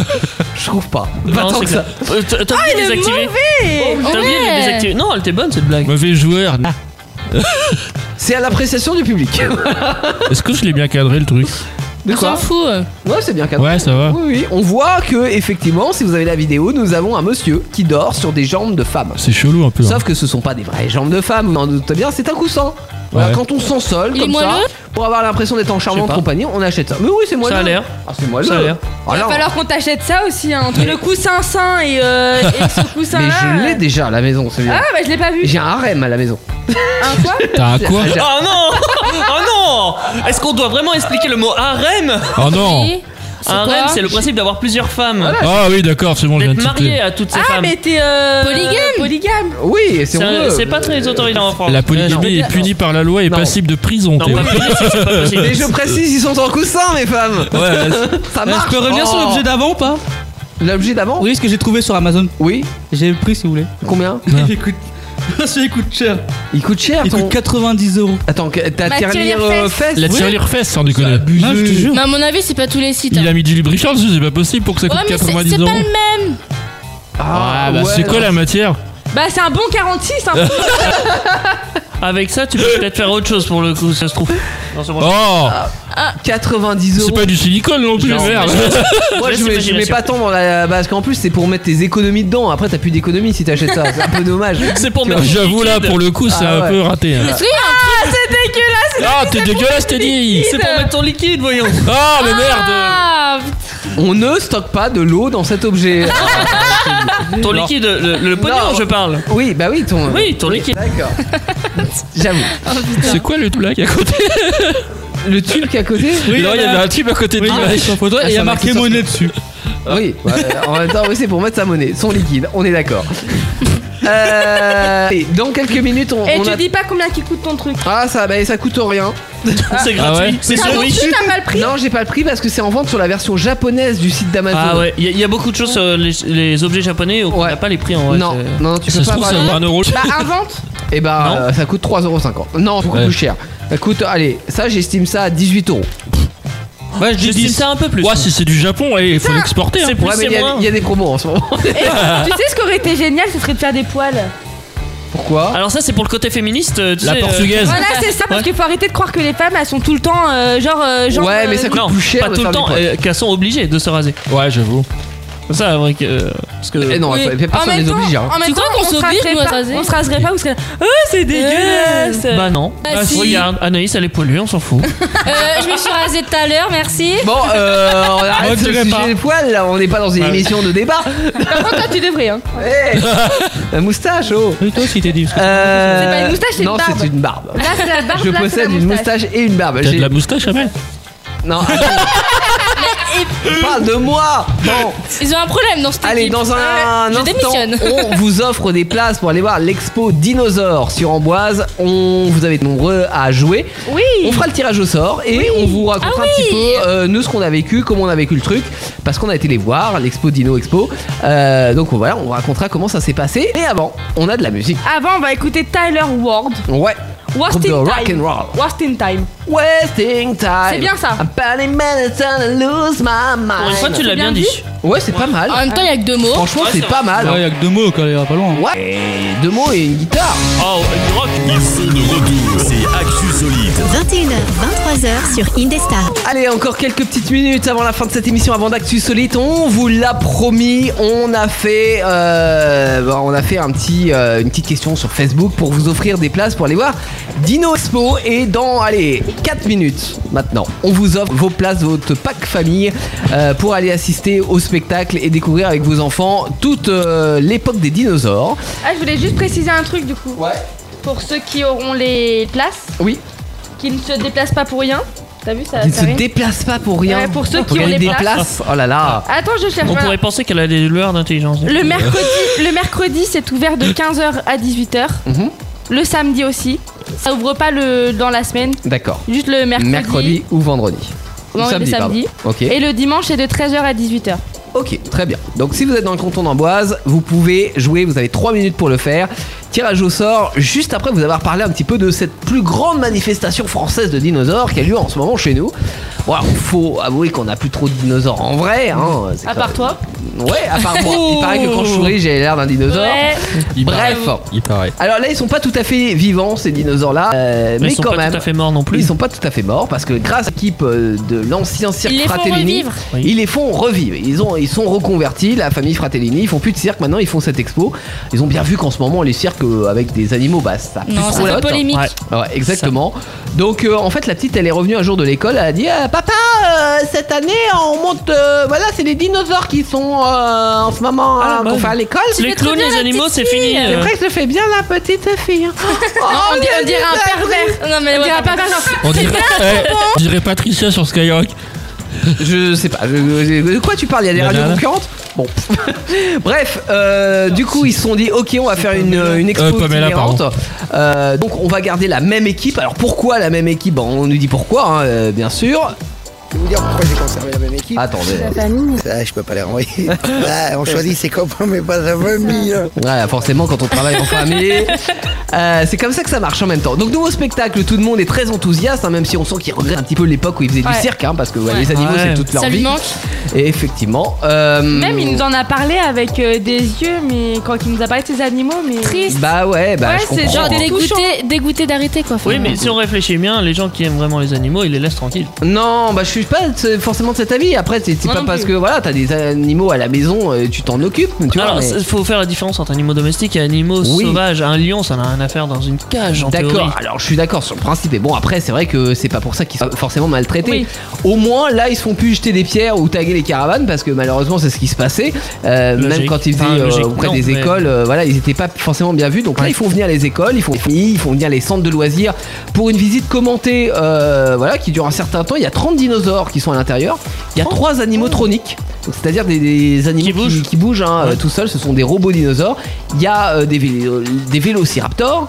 Je trouve pas. Pas Non, tant c'est que ça. clair. Ah, Euh, T'as t'as oublié de les activer. T'as oublié de les Ouais. désactiver. Non, elle était bonne cette blague. Mauvais joueur. C'est à l'appréciation du public. Est-ce que je l'ai bien cadré le truc De quoi On s'en fout. euh. Ouais, c'est bien cadré. Ouais, ça va. Oui, oui. On voit que, effectivement, si vous avez la vidéo, nous avons un monsieur qui dort sur des jambes de femme. C'est chelou un peu. hein. Sauf que ce sont pas des vraies jambes de femme, vous en doutez bien, c'est un coussin. Voilà, Ouais. Quand on s'en sol Il est comme ça, moelleux pour avoir l'impression d'être en charmante pas. compagnie, on achète ça. Mais oui, c'est moi Ça a l'air. Ah, c'est moi Ça a l'air. Il va falloir qu'on t'achète ça aussi, hein, entre le coussin sain et, euh, et ce coussin Mais là. je l'ai déjà à la maison, celui-là. Ah, bah je l'ai pas vu. J'ai un harem à la maison. Un quoi T'as un quoi J'ai- Ah non <laughs> Ah non Est-ce qu'on doit vraiment expliquer le mot harem Oh non Un quoi harem, c'est le principe d'avoir plusieurs femmes. Ah oui, d'accord, c'est bon, j'ai D'être titre. marié à toutes ces Ah, femmes. mais t'es. euh, Polygame Polygame Oui, et c'est C'est un- honteux. C'est pas très autoritaire en France. La polygamie est punie par la loi et Non. passible de prison. Non, t'es- pas possible, <laughs> c'est pas possible. <laughs> Mais je précise, ils sont en coussin, mes femmes. <laughs> Ouais, là, ça Là, marche. je peux revenir sur Oh. l'objet d'avant ou pas L'objet d'avant Oui, ce que j'ai trouvé sur Amazon. Oui. J'ai le prix si vous voulez. Combien Hein. Il coûte... Ça il coûte cher. Il coûte cher. Il ton- coûte 90 euros. Attends, que- ta Ma tirelire tirelire euh, fesse La tirelire fesse, sans déconner. Non, je te jure. Mais à mon avis, c'est pas tous les sites. Il hein. a mis du lubrifiant dessus, c'est pas possible pour que ça Ouais, coûte mais c'est 90 c'est euros. pas le même. Ah bah ouais, c'est quoi la matière Bah, c'est un bon 46, <laughs> hein. Avec ça, tu peux peut-être faire autre chose pour le coup, ça se trouve. Non, c'est bon. Oh 90 euros. C'est pas du silicone non plus, Non, mais merde Moi, Laisse je mets, je mets l'imagination. pas tant dans la. Parce qu'en plus, c'est pour mettre tes économies dedans. Après, t'as plus d'économies si t'achètes ça. C'est un peu <laughs> dommage. C'est pour mettre. J'avoue là, liquide. pour le coup, c'est Ah, un ouais. peu raté. hein. Est-ce qu'il y a un Ah, c'est dégueulasse. Ah, t'es dégueulasse, t'es dit C'est pour mettre ton liquide, <laughs> voyons. Ah, mais merde Ah, On ne stocke pas de l'eau dans cet <laughs> objet. Ah, Ton liquide, le, le pognon, Non. je parle. oui, bah oui, ton. Oui, ton liquide. D'accord. J'avoue. C'est quoi le blague à côté Le turc à côté Oui, il y avait un type à côté de Oui, l'image. il sur photo Ah, et il y ça a m'a marqué fait monnaie dessus. Oui, bah, en même temps, oui, c'est pour mettre sa monnaie, son liquide, on est d'accord. Euh, et dans quelques minutes, on, Et on tu a- dis pas combien qui coûte ton truc. Ah, ça, bah, ça coûte rien. <laughs> C'est Ah gratuit. ouais C'est Ah, donc souris. tu t'as pas le prix Non, j'ai pas le prix parce que c'est en vente sur la version japonaise du site d'Amazon. Ah ouais, il y, a- il y a beaucoup de choses, euh, les, les objets japonais, on Ouais. n'a pas les prix en vrai. non, c'est- non, tu Ça peux se pas trouve, avoir ça le vaut un euro. Bah, invente. Et bah, Non. euh, ça coûte 3,50€. Non, beaucoup Ouais. plus cher. Ça coûte, allez, ça j'estime ça à 18 euros. Ouais, je dis J'estime 10. ça un peu plus. Ouais, si c'est du Japon, il faut l'exporter. hein. C'est plus, Ouais, mais il c'est y, a- moins. il y a des promos en ce moment. <laughs> Et tu Ah. sais ce qui aurait été génial, ce serait de faire des poils. Ah, Pourquoi Alors ça, c'est pour le côté féministe. euh, Tu La sais, euh, portugaise. Voilà, c'est ça, parce Ouais. qu'il faut arrêter de croire que les femmes, elles sont tout le temps, euh, genre, euh, genre. Ouais, mais euh, ça coûte Non, plus cher pas de tout faire le des temps. poils. euh, Qu'elles sont obligées de se raser. Ouais, j'avoue. Ça, vrai que. euh, parce que. Eh non, oui. ça- En personne les même temps- oblige. hein. En même Tu temps, crois qu'on on se s'oblige, raserait nous, à pas- se raser On se raserait pas, vous serez. Oh, c'est dégueulasse. Bah non. Bah si. Regarde, Anaïs, elle est polluée, on s'en fout. euh, je me suis rasée tout à l'heure, merci. Bon, euh, <laughs> on arrête On ce dirait sujet pas. des poils, là, on n'est pas dans une émission de débat. Par contre, toi, tu devrais, hein. Hey, la moustache, oh Oui, toi aussi, t'es dit. parce que- Euh, <laughs> C'est pas une moustache, c'est une Non, barbe. c'est une barbe. Là, c'est la barbe, Je là, c'est la possède une moustache et une barbe. T'as J'ai- de la moustache après <laughs> <laughs> Non, attends. Parle de moi Bon, Ils ont un problème dans cette allez, équipe. dans un, Ouais, Je instant, Oh. démissionne. on vous offre des places pour aller voir l'expo Dinosaure sur Amboise. On, vous avez été nombreux à jouer. Oui. On fera le tirage au sort et on vous racontera Ah un petit oui. peu euh, nous ce qu'on a vécu, comment on a vécu le truc, parce qu'on a été les voir, l'expo Dino Expo. Euh, donc voilà, on vous racontera comment ça s'est passé. Mais avant, on a de la musique. Avant, on va écouter Tyler Ward. Ouais. Worst Groupe de in rock time. and roll. Worst in time. Wasting time. C'est bien ça. I'm burning minutes and I lose my mind. Pour une fois, tu l'as bien bien dit. dit. Ouais, c'est pas mal. En même temps, il y a que deux mots. Franchement, Ouais, c'est c'est pas mal. hein. Ouais, y a que deux mots quand il va pas loin. Ouais. Et deux mots et une guitare. Oh, du rock. Ils sont de retour, c'est Actu Solide. 21h, 23h sur Indestar. Allez, encore quelques petites minutes avant la fin de cette émission, avant d'Actu Solite. On vous l'a promis, on a fait, euh, bah, on a fait un petit, euh, une petite question sur Facebook pour vous offrir des places pour aller voir Dino Expo. Et dans, allez, 4 minutes maintenant, on vous offre vos places, votre pack famille euh, pour aller assister au spectacle et découvrir avec vos enfants toute euh, l'époque des dinosaures. Ah, je voulais juste préciser un truc, du coup. Pour ceux qui auront les places, Oui, qui ne se déplacent pas pour rien. Ah, T'as vu, ça ils ne ça se rime. déplacent pas pour rien. Ouais, pour ceux qui ont Regardez les des places. places. Oh là là. Attends, je cherche. On voilà. pourrait penser qu'elle a des lueurs d'intelligence. Le mercredi, le mercredi c'est ouvert de 15h à 18h. Mhm. Le samedi aussi. Ça ouvre pas le, Euh, dans la semaine, D'accord. juste le mercredi. Mercredi ou vendredi Ou Non, le samedi. pardon. Ok. Et le dimanche, c'est de 13h à 18h. Ok, très bien. Donc si vous êtes dans le canton d'Amboise, vous pouvez jouer, vous avez 3 minutes pour le faire. Tirage au sort, juste après vous avoir parlé un petit peu de cette plus grande manifestation française de dinosaures qui a lieu en ce moment chez nous. Bon, alors, faut avouer qu'on n'a plus trop de dinosaures en vrai. Hein, c'est À quand- part toi Ouais, à part moi. Il paraît que quand je souris, j'ai l'air d'un dinosaure. <laughs> Ouais. Il Bref. paraît. Il paraît. Alors là, ils sont pas tout à fait vivants ces dinosaures-là, euh, Mais mais, ils sont quand pas même. tout à fait morts non plus. Ils sont pas tout à fait morts parce que grâce à l'équipe euh, de l'ancien cirque Ils les font Fratellini, revivre. ils les font revivre. Ils ont, ils sont reconvertis. La famille Fratellini, ils font plus de cirque maintenant. Ils font cette expo. Ils ont bien vu qu'en ce moment les cirques euh, avec des animaux, bah ça. a plus Non, trop ça la fait hotte. polémique. Ouais, ouais, exactement. Donc euh, en fait, la petite, elle est revenue un jour de l'école. Elle a dit Ah, papa, euh, cette année on monte. euh, voilà, c'est les dinosaures qui sont euh, en ce moment Ah, hein, bah qu'on fait à l'école. Les Tu fais clowns, très bien, les la animaux, petite c'est fille. fini, C'est euh. vrai que je fais bien la petite fille. Non, on, dirait, on dirait un pervers. Non, mais on dirait un pervers. genre, On c'est dirait, bien, eh, on dirait Patricia sur Skyrock. Je sais pas. De quoi tu parles Il y a des La radios nana. concurrentes Bon. <laughs> Bref, euh, du coup, ils se sont dit ok, on va faire une, une expo Euh, Pamela, itinérante. pardon. Euh, donc, on va garder la même équipe. Alors, pourquoi la même équipe Bon, On nous dit pourquoi, hein, euh, bien sûr. Je vais vous dire pourquoi j'ai conservé la même équipe. Attendez. La famille. je peux pas les renvoyer. Ah, on choisit ses copains, mais pas sa famille. Ouais, forcément, quand on travaille en <laughs> famille, euh, c'est comme ça que ça marche en même temps. Donc, nouveau spectacle, tout le monde est très enthousiaste, hein, même si on sent qu'ils regrettent un petit peu l'époque où ils faisaient Ouais. du cirque, hein, parce que ouais, Ouais. les animaux, Ouais. c'est toute leur Ça lui vie. manque. Et effectivement. euh, Même il nous en a parlé avec euh, des yeux, mais quand il nous a parlé de ses animaux, mais. Triste. Bah ouais, bah Ouais, je c'est comprends. genre des- Dégoûté, dégoûté d'arrêter quoi. Oui, finalement. mais si on réfléchit bien, les gens qui aiment vraiment les animaux, ils les laissent tranquilles. Non, bah je suis pas t- forcément de cet avis. Après, c'est c'est Moi pas non parce plus. que voilà, t'as des animaux à la maison, euh, tu t'en occupes, tu vois. Alors, mais- il faut faire la différence entre animaux domestiques et animaux Oui. sauvages. Un lion, ça n'a rien à faire dans une cage, en théorie. D'accord, alors je suis d'accord sur le principe. Et bon, après, c'est vrai que c'est pas pour ça qu'ils Ah. sont forcément maltraités. Au moins, là, ils se font plus jeter des pierres ou taguer les caravanes parce que malheureusement, c'est ce qui se passait. Euh, Logique. même quand ils faisaient Enfin, euh, logique, auprès non, des mais- écoles, euh, voilà, ils étaient pas forcément bien vus. Donc là, ils font venir les écoles, ils font les familles, ils font venir les centres de loisirs pour une visite commentée euh, voilà, qui dure un certain temps. Il y a 30 dinosaures qui sont à l'intérieur. Il y a Oh. trois animaux troniques. Donc, C'est-à-dire des, des animaux qui bougent, qui, bougent hein, euh, tout seuls, ce sont des robots dinosaures. Il y a euh, des, vé- euh, des vélociraptors,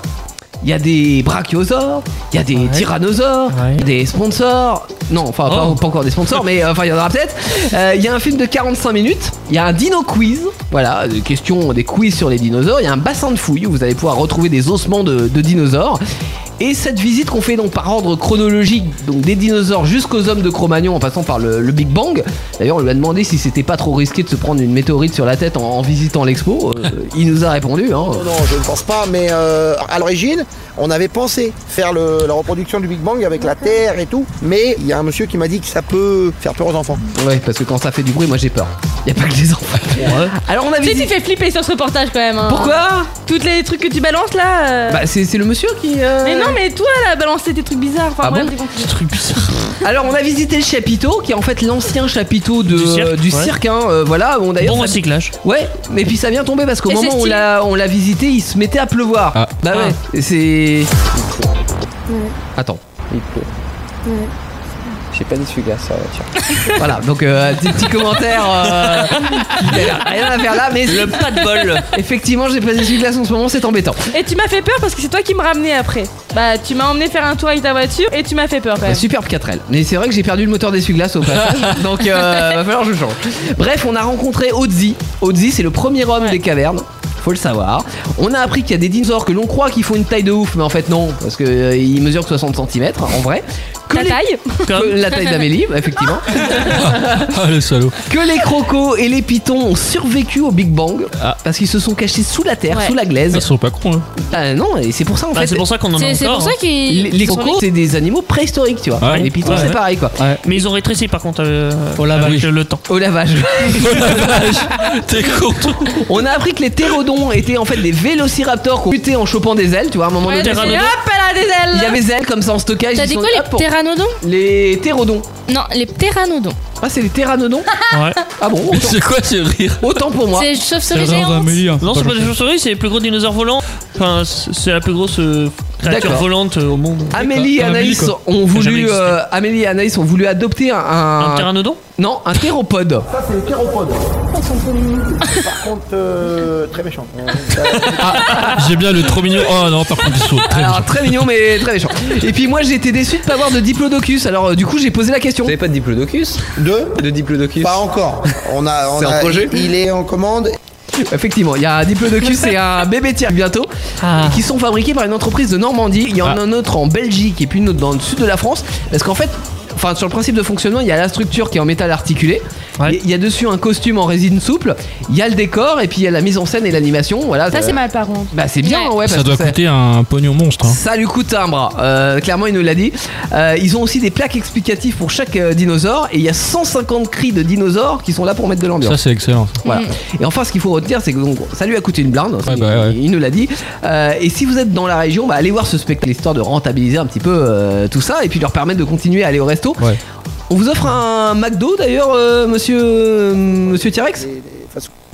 il y a des brachiosaures, il y a des tyrannosaures, il y a des sponsors. Non, enfin, pas- pas, encore des sponsors, mais euh, enfin, il y en aura peut-être. Euh, Il y a un film de 45 minutes, il y a un dino quiz, voilà, des questions, des quiz sur les dinosaures, il y a un bassin de fouilles où vous allez pouvoir retrouver des ossements de, de dinosaures. Et cette visite qu'on fait donc par ordre chronologique, donc des dinosaures jusqu'aux hommes de Cro-Magnon en passant par le, le Big Bang. D'ailleurs, on lui a demandé si c'était pas trop risqué de se prendre une météorite sur la tête en, en visitant l'expo. Euh, il nous a répondu. Hein. Oh Non, non, je ne pense pas, mais euh, à l'origine, on avait pensé faire le- la reproduction du Big Bang avec la Terre et tout, mais il y a un monsieur qui m'a dit que ça peut faire peur aux enfants. Ouais, parce que quand ça fait du bruit, moi j'ai peur. Y a pas que les enfants. Alors on a Tu sais, tu fais flipper sur ce reportage quand même. hein. Pourquoi Toutes les trucs que tu balances là. euh, Bah, c'est c'est le monsieur qui. euh, Mais non, mais toi là, balancer des trucs bizarres. Enfin, Ah bref, bon des confusions. Alors on a visité le chapiteau qui est en fait l'ancien chapiteau de, du cirque, cirque, ouais. hein, euh, voilà on d'ailleurs Bon ça- recyclage. ouais mais puis ça vient tomber parce qu'au Et moment c'est où on stylé. l'a on l'a visité il se mettait à pleuvoir Ah. bah ouais et c'est attends il pleut j'ai pas d'essuie glace <laughs> voilà donc euh, petit, petit commentaire <laughs> euh, il y a rien à faire là mais Le pas de bol. effectivement j'ai pas d'essuie glace en ce moment c'est embêtant Et tu m'as fait peur parce que c'est toi qui me ramenais après. Bah, tu m'as emmené faire un tour avec ta voiture et tu m'as fait peur quand Bah, même. superbe 4L. Mais c'est vrai que j'ai perdu le moteur d'essuie-glace au <laughs> passage. donc euh, va falloir que je change. Bref, on a rencontré Ozzy. Ozzy, c'est le premier homme des cavernes. Faut le savoir. On a appris qu'il y a des dinosaures que l'on croit qu'ils font une taille de ouf, mais en fait non, parce que euh, ils mesurent 60 cm en vrai. Que les- que La taille d'Amélie, <laughs> bah, effectivement. Ah, le salaud. Que les crocos et les pitons ont survécu au Big Bang Ah. parce qu'ils se sont cachés sous la terre, sous la glaise. Ils sont pas cons, hein. Ah non, et c'est pour ça en Bah, fait. c'est pour ça qu'on en a C'est- c'est encore, pour ça hein. qu'ils- Les, les crocos, c'est des animaux préhistoriques, tu vois. Ouais. Les pitons, Ouais, c'est ouais. pareil quoi. hein. Mais ils ont rétréci par contre euh, Au lavage. avec le temps. Au lavage. <laughs> Au lavage. T'es content. <laughs> On a appris que les ptérodons étaient en fait des vélociraptors qui ont buté en chopant des ailes, tu vois, à un moment Ouais, donné. c'est- hop, elle a des ailes. Il y avait des ailes comme ça en stockage. T'as ils dit sont- quoi, les hop, on- pteranodons Les ptérodons. Non, les pteranodons. Ah, c'est les pteranodons Ouais. Ah <laughs> bon Mais c'est quoi ce rire Autant pour moi. C'est une chauve-souris géante. Ah, Non, c'est hein. pas des gentil. chauves-souris, c'est les plus gros dinosaures volants. Enfin, c'est c'est la plus grosse euh, créature D'accord. volante euh, au monde. Amélie et Quoi. Anaïs quoi. ont Ça a jamais voulu, existé. euh, Amélie et Anaïs ont voulu adopter un. Un, pteranodon Non, un <laughs> ptéropode. Ah, Ça, c'est les ptéropodes. Ils sont trop mignons. Par contre, euh, très méchants. J'aime bien le trop mignon. Oh non, par contre, ils sont très Alors très mignon mais très méchant. Et puis moi j'étais déçu de pas avoir de diplodocus. Alors euh, du coup j'ai posé la question. Vous avez pas de diplodocus Deux De diplodocus Ah, Pas encore. On a, on C'est a- un projet Il est en commande. Effectivement, il y a un diplodocus et un <laughs> bébé tir bientôt Ah. et qui sont fabriqués par une entreprise de Normandie. Il y Ah. en a un autre en Belgique et puis une autre dans le sud de la France. Parce qu'en fait, enfin sur le principe de fonctionnement, il y a la structure qui est en métal articulé. Il y- Il y a dessus un costume en résine souple. Il y a le décor et puis il y a la mise en scène et l'animation. Voilà. Ça, Euh, c'est mal par contre. Bah c'est bien, ouais. ça parce doit que coûter un pognon monstre. hein. ça lui coûte un bras. Euh, clairement, il nous l'a dit. Euh, ils ont aussi des plaques explicatives pour chaque euh, dinosaure. Et il y a 150 cris de dinosaures qui sont là pour mettre de l'ambiance. Ça, c'est excellent. Voilà. Mm. Et enfin, ce qu'il faut retenir, c'est que donc, ça lui a coûté une blinde. hein, il, il nous l'a dit. Euh, et si vous êtes dans la région, bah, allez voir ce spectacle, histoire de rentabiliser un petit peu euh, tout ça et puis leur permettre de continuer à aller au resto. On vous offre un McDo d'ailleurs, euh, monsieur, euh, monsieur T-Rex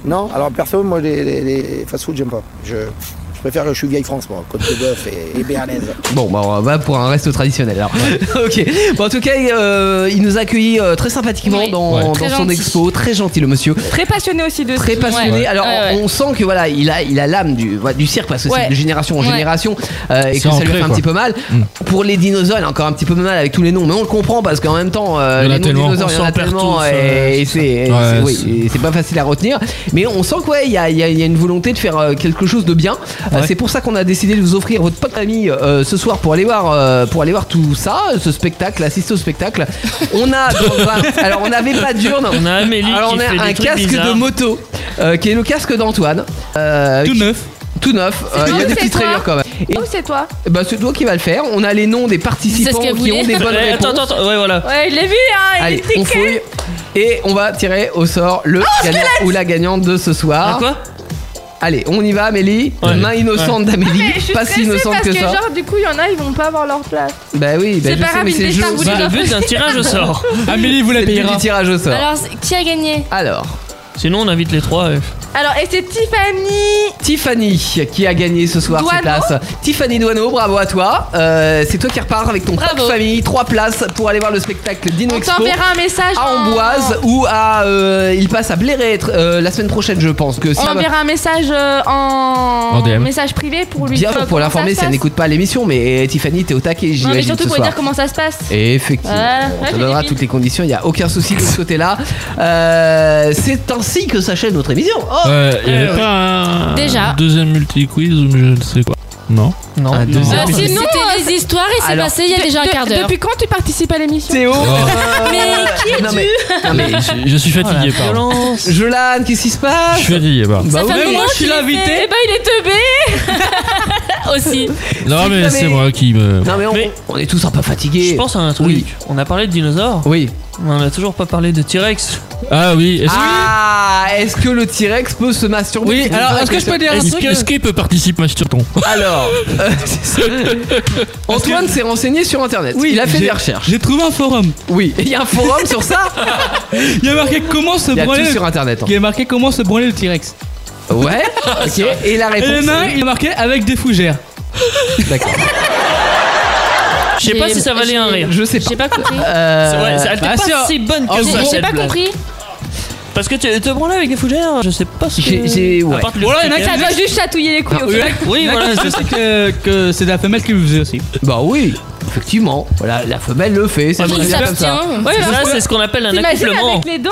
Non, alors perso, moi, les, les, les fast-food, j'aime pas. Je, je préfère, je suis vieille France, moi, côte de bœuf et, et béarnaise. Bon, bah, on va pour un resto traditionnel alors. <laughs> ok. Bon, en tout cas, euh, il nous a accueillis euh, très sympathiquement dans, Ouais. dans Très son gentil. expo. Très gentil, le monsieur. Très passionné aussi de Très passionné. Alors, on sent que voilà, il a, il a l'âme du, voilà, du cirque parce que Ouais. c'est de génération en Ouais. génération euh, et C'est que ça lui ancré, fait un quoi. Mm. petit peu mal. Pour les dinosaures, il a encore un petit peu mal avec tous les noms, mais on le comprend parce qu'en même temps, euh, Il y en les noms a de tellement, dinosaures, on il y en a s'en perd tellement tous, et, euh, et c'est, et Ouais, c'est- oui, c'est- et c'est pas facile à retenir. Mais on sent qu'il y a, il y, a, il y a une volonté de faire euh, quelque chose de bien. Euh, Ouais. c'est pour ça qu'on a décidé de vous offrir votre pote ami euh, ce soir pour aller voir euh, pour aller voir tout ça, ce spectacle, assister au spectacle. On a dans <laughs> un- alors on avait pas d'urne. On a Amélie <laughs> Alors qui on fait des a un trucs casque de bizarres. moto euh, qui est le casque d'Antoine. tout neuf. Tout neuf. Euh, Il y a des c'est petites toi rayures quand même. Et Où Oh, c'est toi bah, c'est toi qui va le faire. On a les noms des C'est ce participants qu'elle qui voulait. ont des bonnes Ouais, réponses. attends, attends, attends, <laughs> ouais, voilà. Ouais, je l'ai vu, hein. il Allez, était on quel- fouille et on va tirer au sort le Oh, gagnant ou la gagnante de ce soir. Un quoi Allez, on y va, Amélie. Main innocente Ouais. d'Amélie. Ah, mais je suis pas si stressée innocente parce que, que, ça. genre, du coup, il y en a, ils vont pas avoir leur place. Bah oui, bah C'est je pas sais, grave, mais une c'est le décharge, jeu. vous dites. but d'un tirage au <laughs> sort. Amélie vous la C'est le but Bah, payera. du tirage au sort. Alors, c'est- qui a gagné Alors. Sinon, on invite les trois. euh. Alors, et c'est Tiffany Tiffany qui a gagné ce soir ses Doineau. places. Tiffany Doineau, bravo à toi. Euh, c'est toi qui repars avec ton pack famille, trois places pour aller voir le spectacle Dino On Expo. t'enverra Oh. un message. à en- Amboise ou à euh, il passe à Bléré euh, la semaine prochaine je pense que On Sam- enverra un message euh, En en DM. message privé pour lui bien dire euh, pour comment l'informer ça si se elle passe. n'écoute pas l'émission mais euh, Tiffany t'es au taquet Non, mais j'imagine surtout ce pour soir dire comment ça se passe. Et effectivement, Voilà, on te j'ai donnera des toutes les conditions, il n'y a aucun souci de ce côté-là. Euh, c'est ainsi que s'achève notre émission. Oh Ouais, il y avait Euh, pas un Déjà. deuxième multi-quiz ou je ne sais quoi. Non. Non. Un deuxième Euh, multi- Sinon, Non, c'était euh, les histoires et c'est alors, passé il y a de- déjà un de- quart d'heure. Depuis quand tu participes à l'émission Théo Mais qui es-tu Non, mais- non, mais- je, je suis fatigué par. Jolane, qu'est-ce qui se passe Je suis fatigué par. Bah oui, moi, je suis l'invité. Eh ben, il est teubé <laughs> Aussi. Non mais c'est moi qui me. Non mais on, on est tous un peu fatigués. Je pense à un truc. On a parlé de dinosaures. Oui. On n'a toujours pas parlé de T-Rex. Ah oui. Est-ce Ah, est-ce que le T-Rex peut se masturber C'est une vraie question. Est-ce que- est-ce qu'il peut participer à ce tour Alors, euh, c'est ça. Antoine s'est renseigné sur internet. Oui, il a fait j'ai- des recherches. J'ai trouvé un forum. Oui, il y a un forum sur ça Il y a marqué comment se Il y a branler. tout le- sur Internet, hein. Il y a marqué comment se branler le T-Rex. Ouais, ok. Et la réponse Et il y en a un, est- il est marqué avec des fougères. D'accord. Je sais pas si ça valait un rire. Je sais pas. J'ai pas compris. C'est- ouais, elle était Ah, pas si, si bonne en que ça. gros- cette J'ai pas blague. compris. Parce que tu te branles avec les fougères, hein, je sais pas si. J'ai- <laughs> j'ai- ouais. Voilà, il y en a qui- Ça doit juste chatouiller les couilles au fait. Oui, voilà, je c'est sais que, que c'est de la femelle qui le faisait aussi. Bah oui, effectivement. Voilà, la femelle le fait. C'est Ah, très mais bien ça comme ça. tient. Ouais, Ça, parce que- c'est ce qu'on appelle un T'imagines accouplement. avec les dents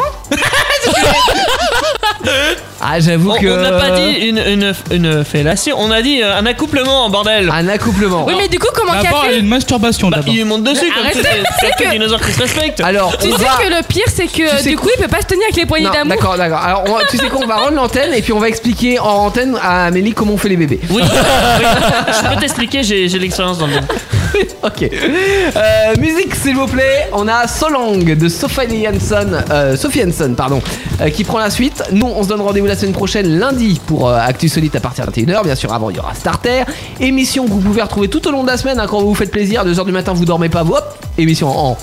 Ah, j'avoue On que. on n'a pas dit une, une, une fellation, on a dit euh, un accouplement, bordel. Un accouplement. Oui, mais du coup, comment Bah, qu'il a D'abord, elle a fait une masturbation Bah, d'abord. il lui monte dessus comme Arrête, tous les- c'est comme tous les que- dinosaures qui se respectent. Alors, Tu on sais va. que le pire, c'est que sais du coup, il peut pas se tenir avec les poignées Non, d'amour. d'accord, d'accord. Alors, on va- tu sais quoi, on va rendre l'antenne et puis on va expliquer en antenne à Amélie comment on fait les bébés. Oui, oui, je peux t'expliquer, j'ai j'ai l'expérience dans le monde. Ok. Euh, musique, s'il vous plaît. On a Solang de Sophie Hanson, euh, Sophie Hanson, pardon, euh, qui prend la suite. Nous, on se donne rendez-vous la semaine prochaine, lundi, pour euh, Actu Solite à partir de 21h. Bien sûr, avant, il y aura Starter. Émission que vous pouvez retrouver tout au long de la semaine hein, quand vous vous faites plaisir. 2h du matin, vous dormez pas, vous hop, émission en.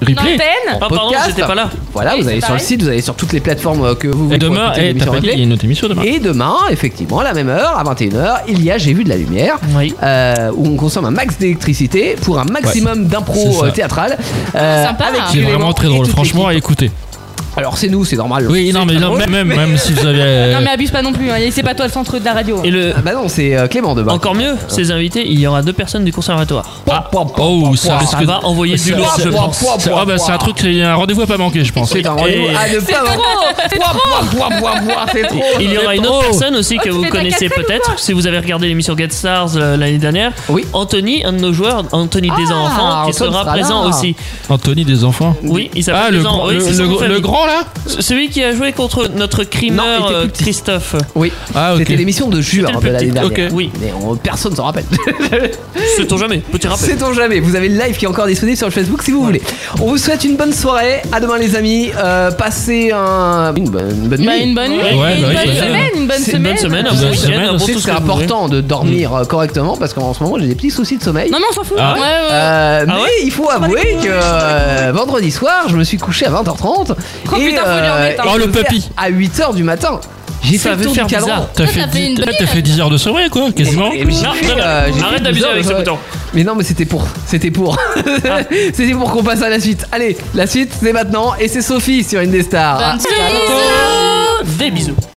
Replay. Antenne. Ah, pardon, podcast. j'étais pas là. Voilà, Oui, vous allez c'est sur le pareil. site, vous allez sur toutes les plateformes euh, que vous voulez. Et pour demain, écouter eh, l'émission t'as pas dit, replay. il y a une autre émission demain. Et demain, effectivement, à la même heure, à 21h, il y a J'ai vu de la lumière, euh, où on consomme un max d'électricité pour un maximum C'est d'impro ça. euh, théâtrale. euh, Sympa. avec C'est C'est Clément vraiment très et drôle, toute franchement, à écouter. l'équipe. Alors c'est nous, c'est normal. Oui, non, mais non, même, même, même si vous avez. Euh. Non, mais abuse pas non plus, hein, et c'est pas toi le centre de la radio. hein. Et le... bah non, c'est Clément de Encore mieux, ces invités, il y aura deux personnes du conservatoire. Ah, Oh, ça, ça risque va de- envoyer du ça- lourd, ça- je pense. ça- ah, bah, c'est un truc, il y a un rendez-vous à pas manquer, je pense. C'est un rendez-vous Et- à ne C'est pas manquer. trop, c'est Pouah, trop. pouah, pouah, pouah, pouah, c'est trop. Il y aura c'est une autre trop. personne aussi que Oh, tu vous fais de la connaissez casserole ou peut-être, si vous avez regardé l'émission Get Stars euh, l'année dernière. Oui. Anthony, un de nos joueurs, Anthony Ah, Desenfants, qui Antoine sera sera présent là. aussi. Anthony des enfants. Oui, il s'appelle Ah, le Desenfants. grand- Oui, le- c'est son le- nom de le famille. grand, là C- Celui qui a joué contre notre Non, il crimeur était euh, plus petit. Christophe. Oui, Ah, ok. c'était l'émission de <laughs> Jure C'était de le l'année petit, dernière. ok. Oui. Mais on- personne s'en rappelle. <laughs> Sait-on jamais, petit rappel. Sait-on jamais. Vous avez le live qui est encore disponible sur le Facebook si vous voulez. On vous souhaite une bonne soirée. À demain les amis. Euh, passez un... une bonne, une bonne Bah, nuit. une bonne nuit, Ouais, et ouais, une bah bonne oui, bah oui. semaine, une bonne C'est une semaine. bonne semaine, hein. un Bonne bon semaine, week-end, un bon C'est tout que ce c'est que vous voulez. important de dormir euh, correctement parce qu'en ce moment j'ai des petits soucis de sommeil. Non, non, on s'en fout. Ah. Ouais, ouais, ouais. Euh, Ah mais ouais il faut avouer que euh, vendredi soir, je me suis couché à 20h30 et Oh euh, putain, faut lui en mettre un. et Oh, le je vais papy. à 8h du matin. J'ai fait Ça le veut tour faire du calendrier. bizarre. T'as Toi, t'as fait, fait une dix- bonne t'as fait 10 heures de sommeire, quoi, quasiment. Et- et j'ai Non, fait, non, non, euh, j'ai arrête fait d'abuser 12 heures, avec ce ouais. bouton. Mais non, mais c'était pour, c'était pour, <laughs> c'était pour qu'on passe à la suite. Allez, la suite c'est maintenant et c'est Sophie sur une des stars. Bonne Ah. soirée. Des bisous.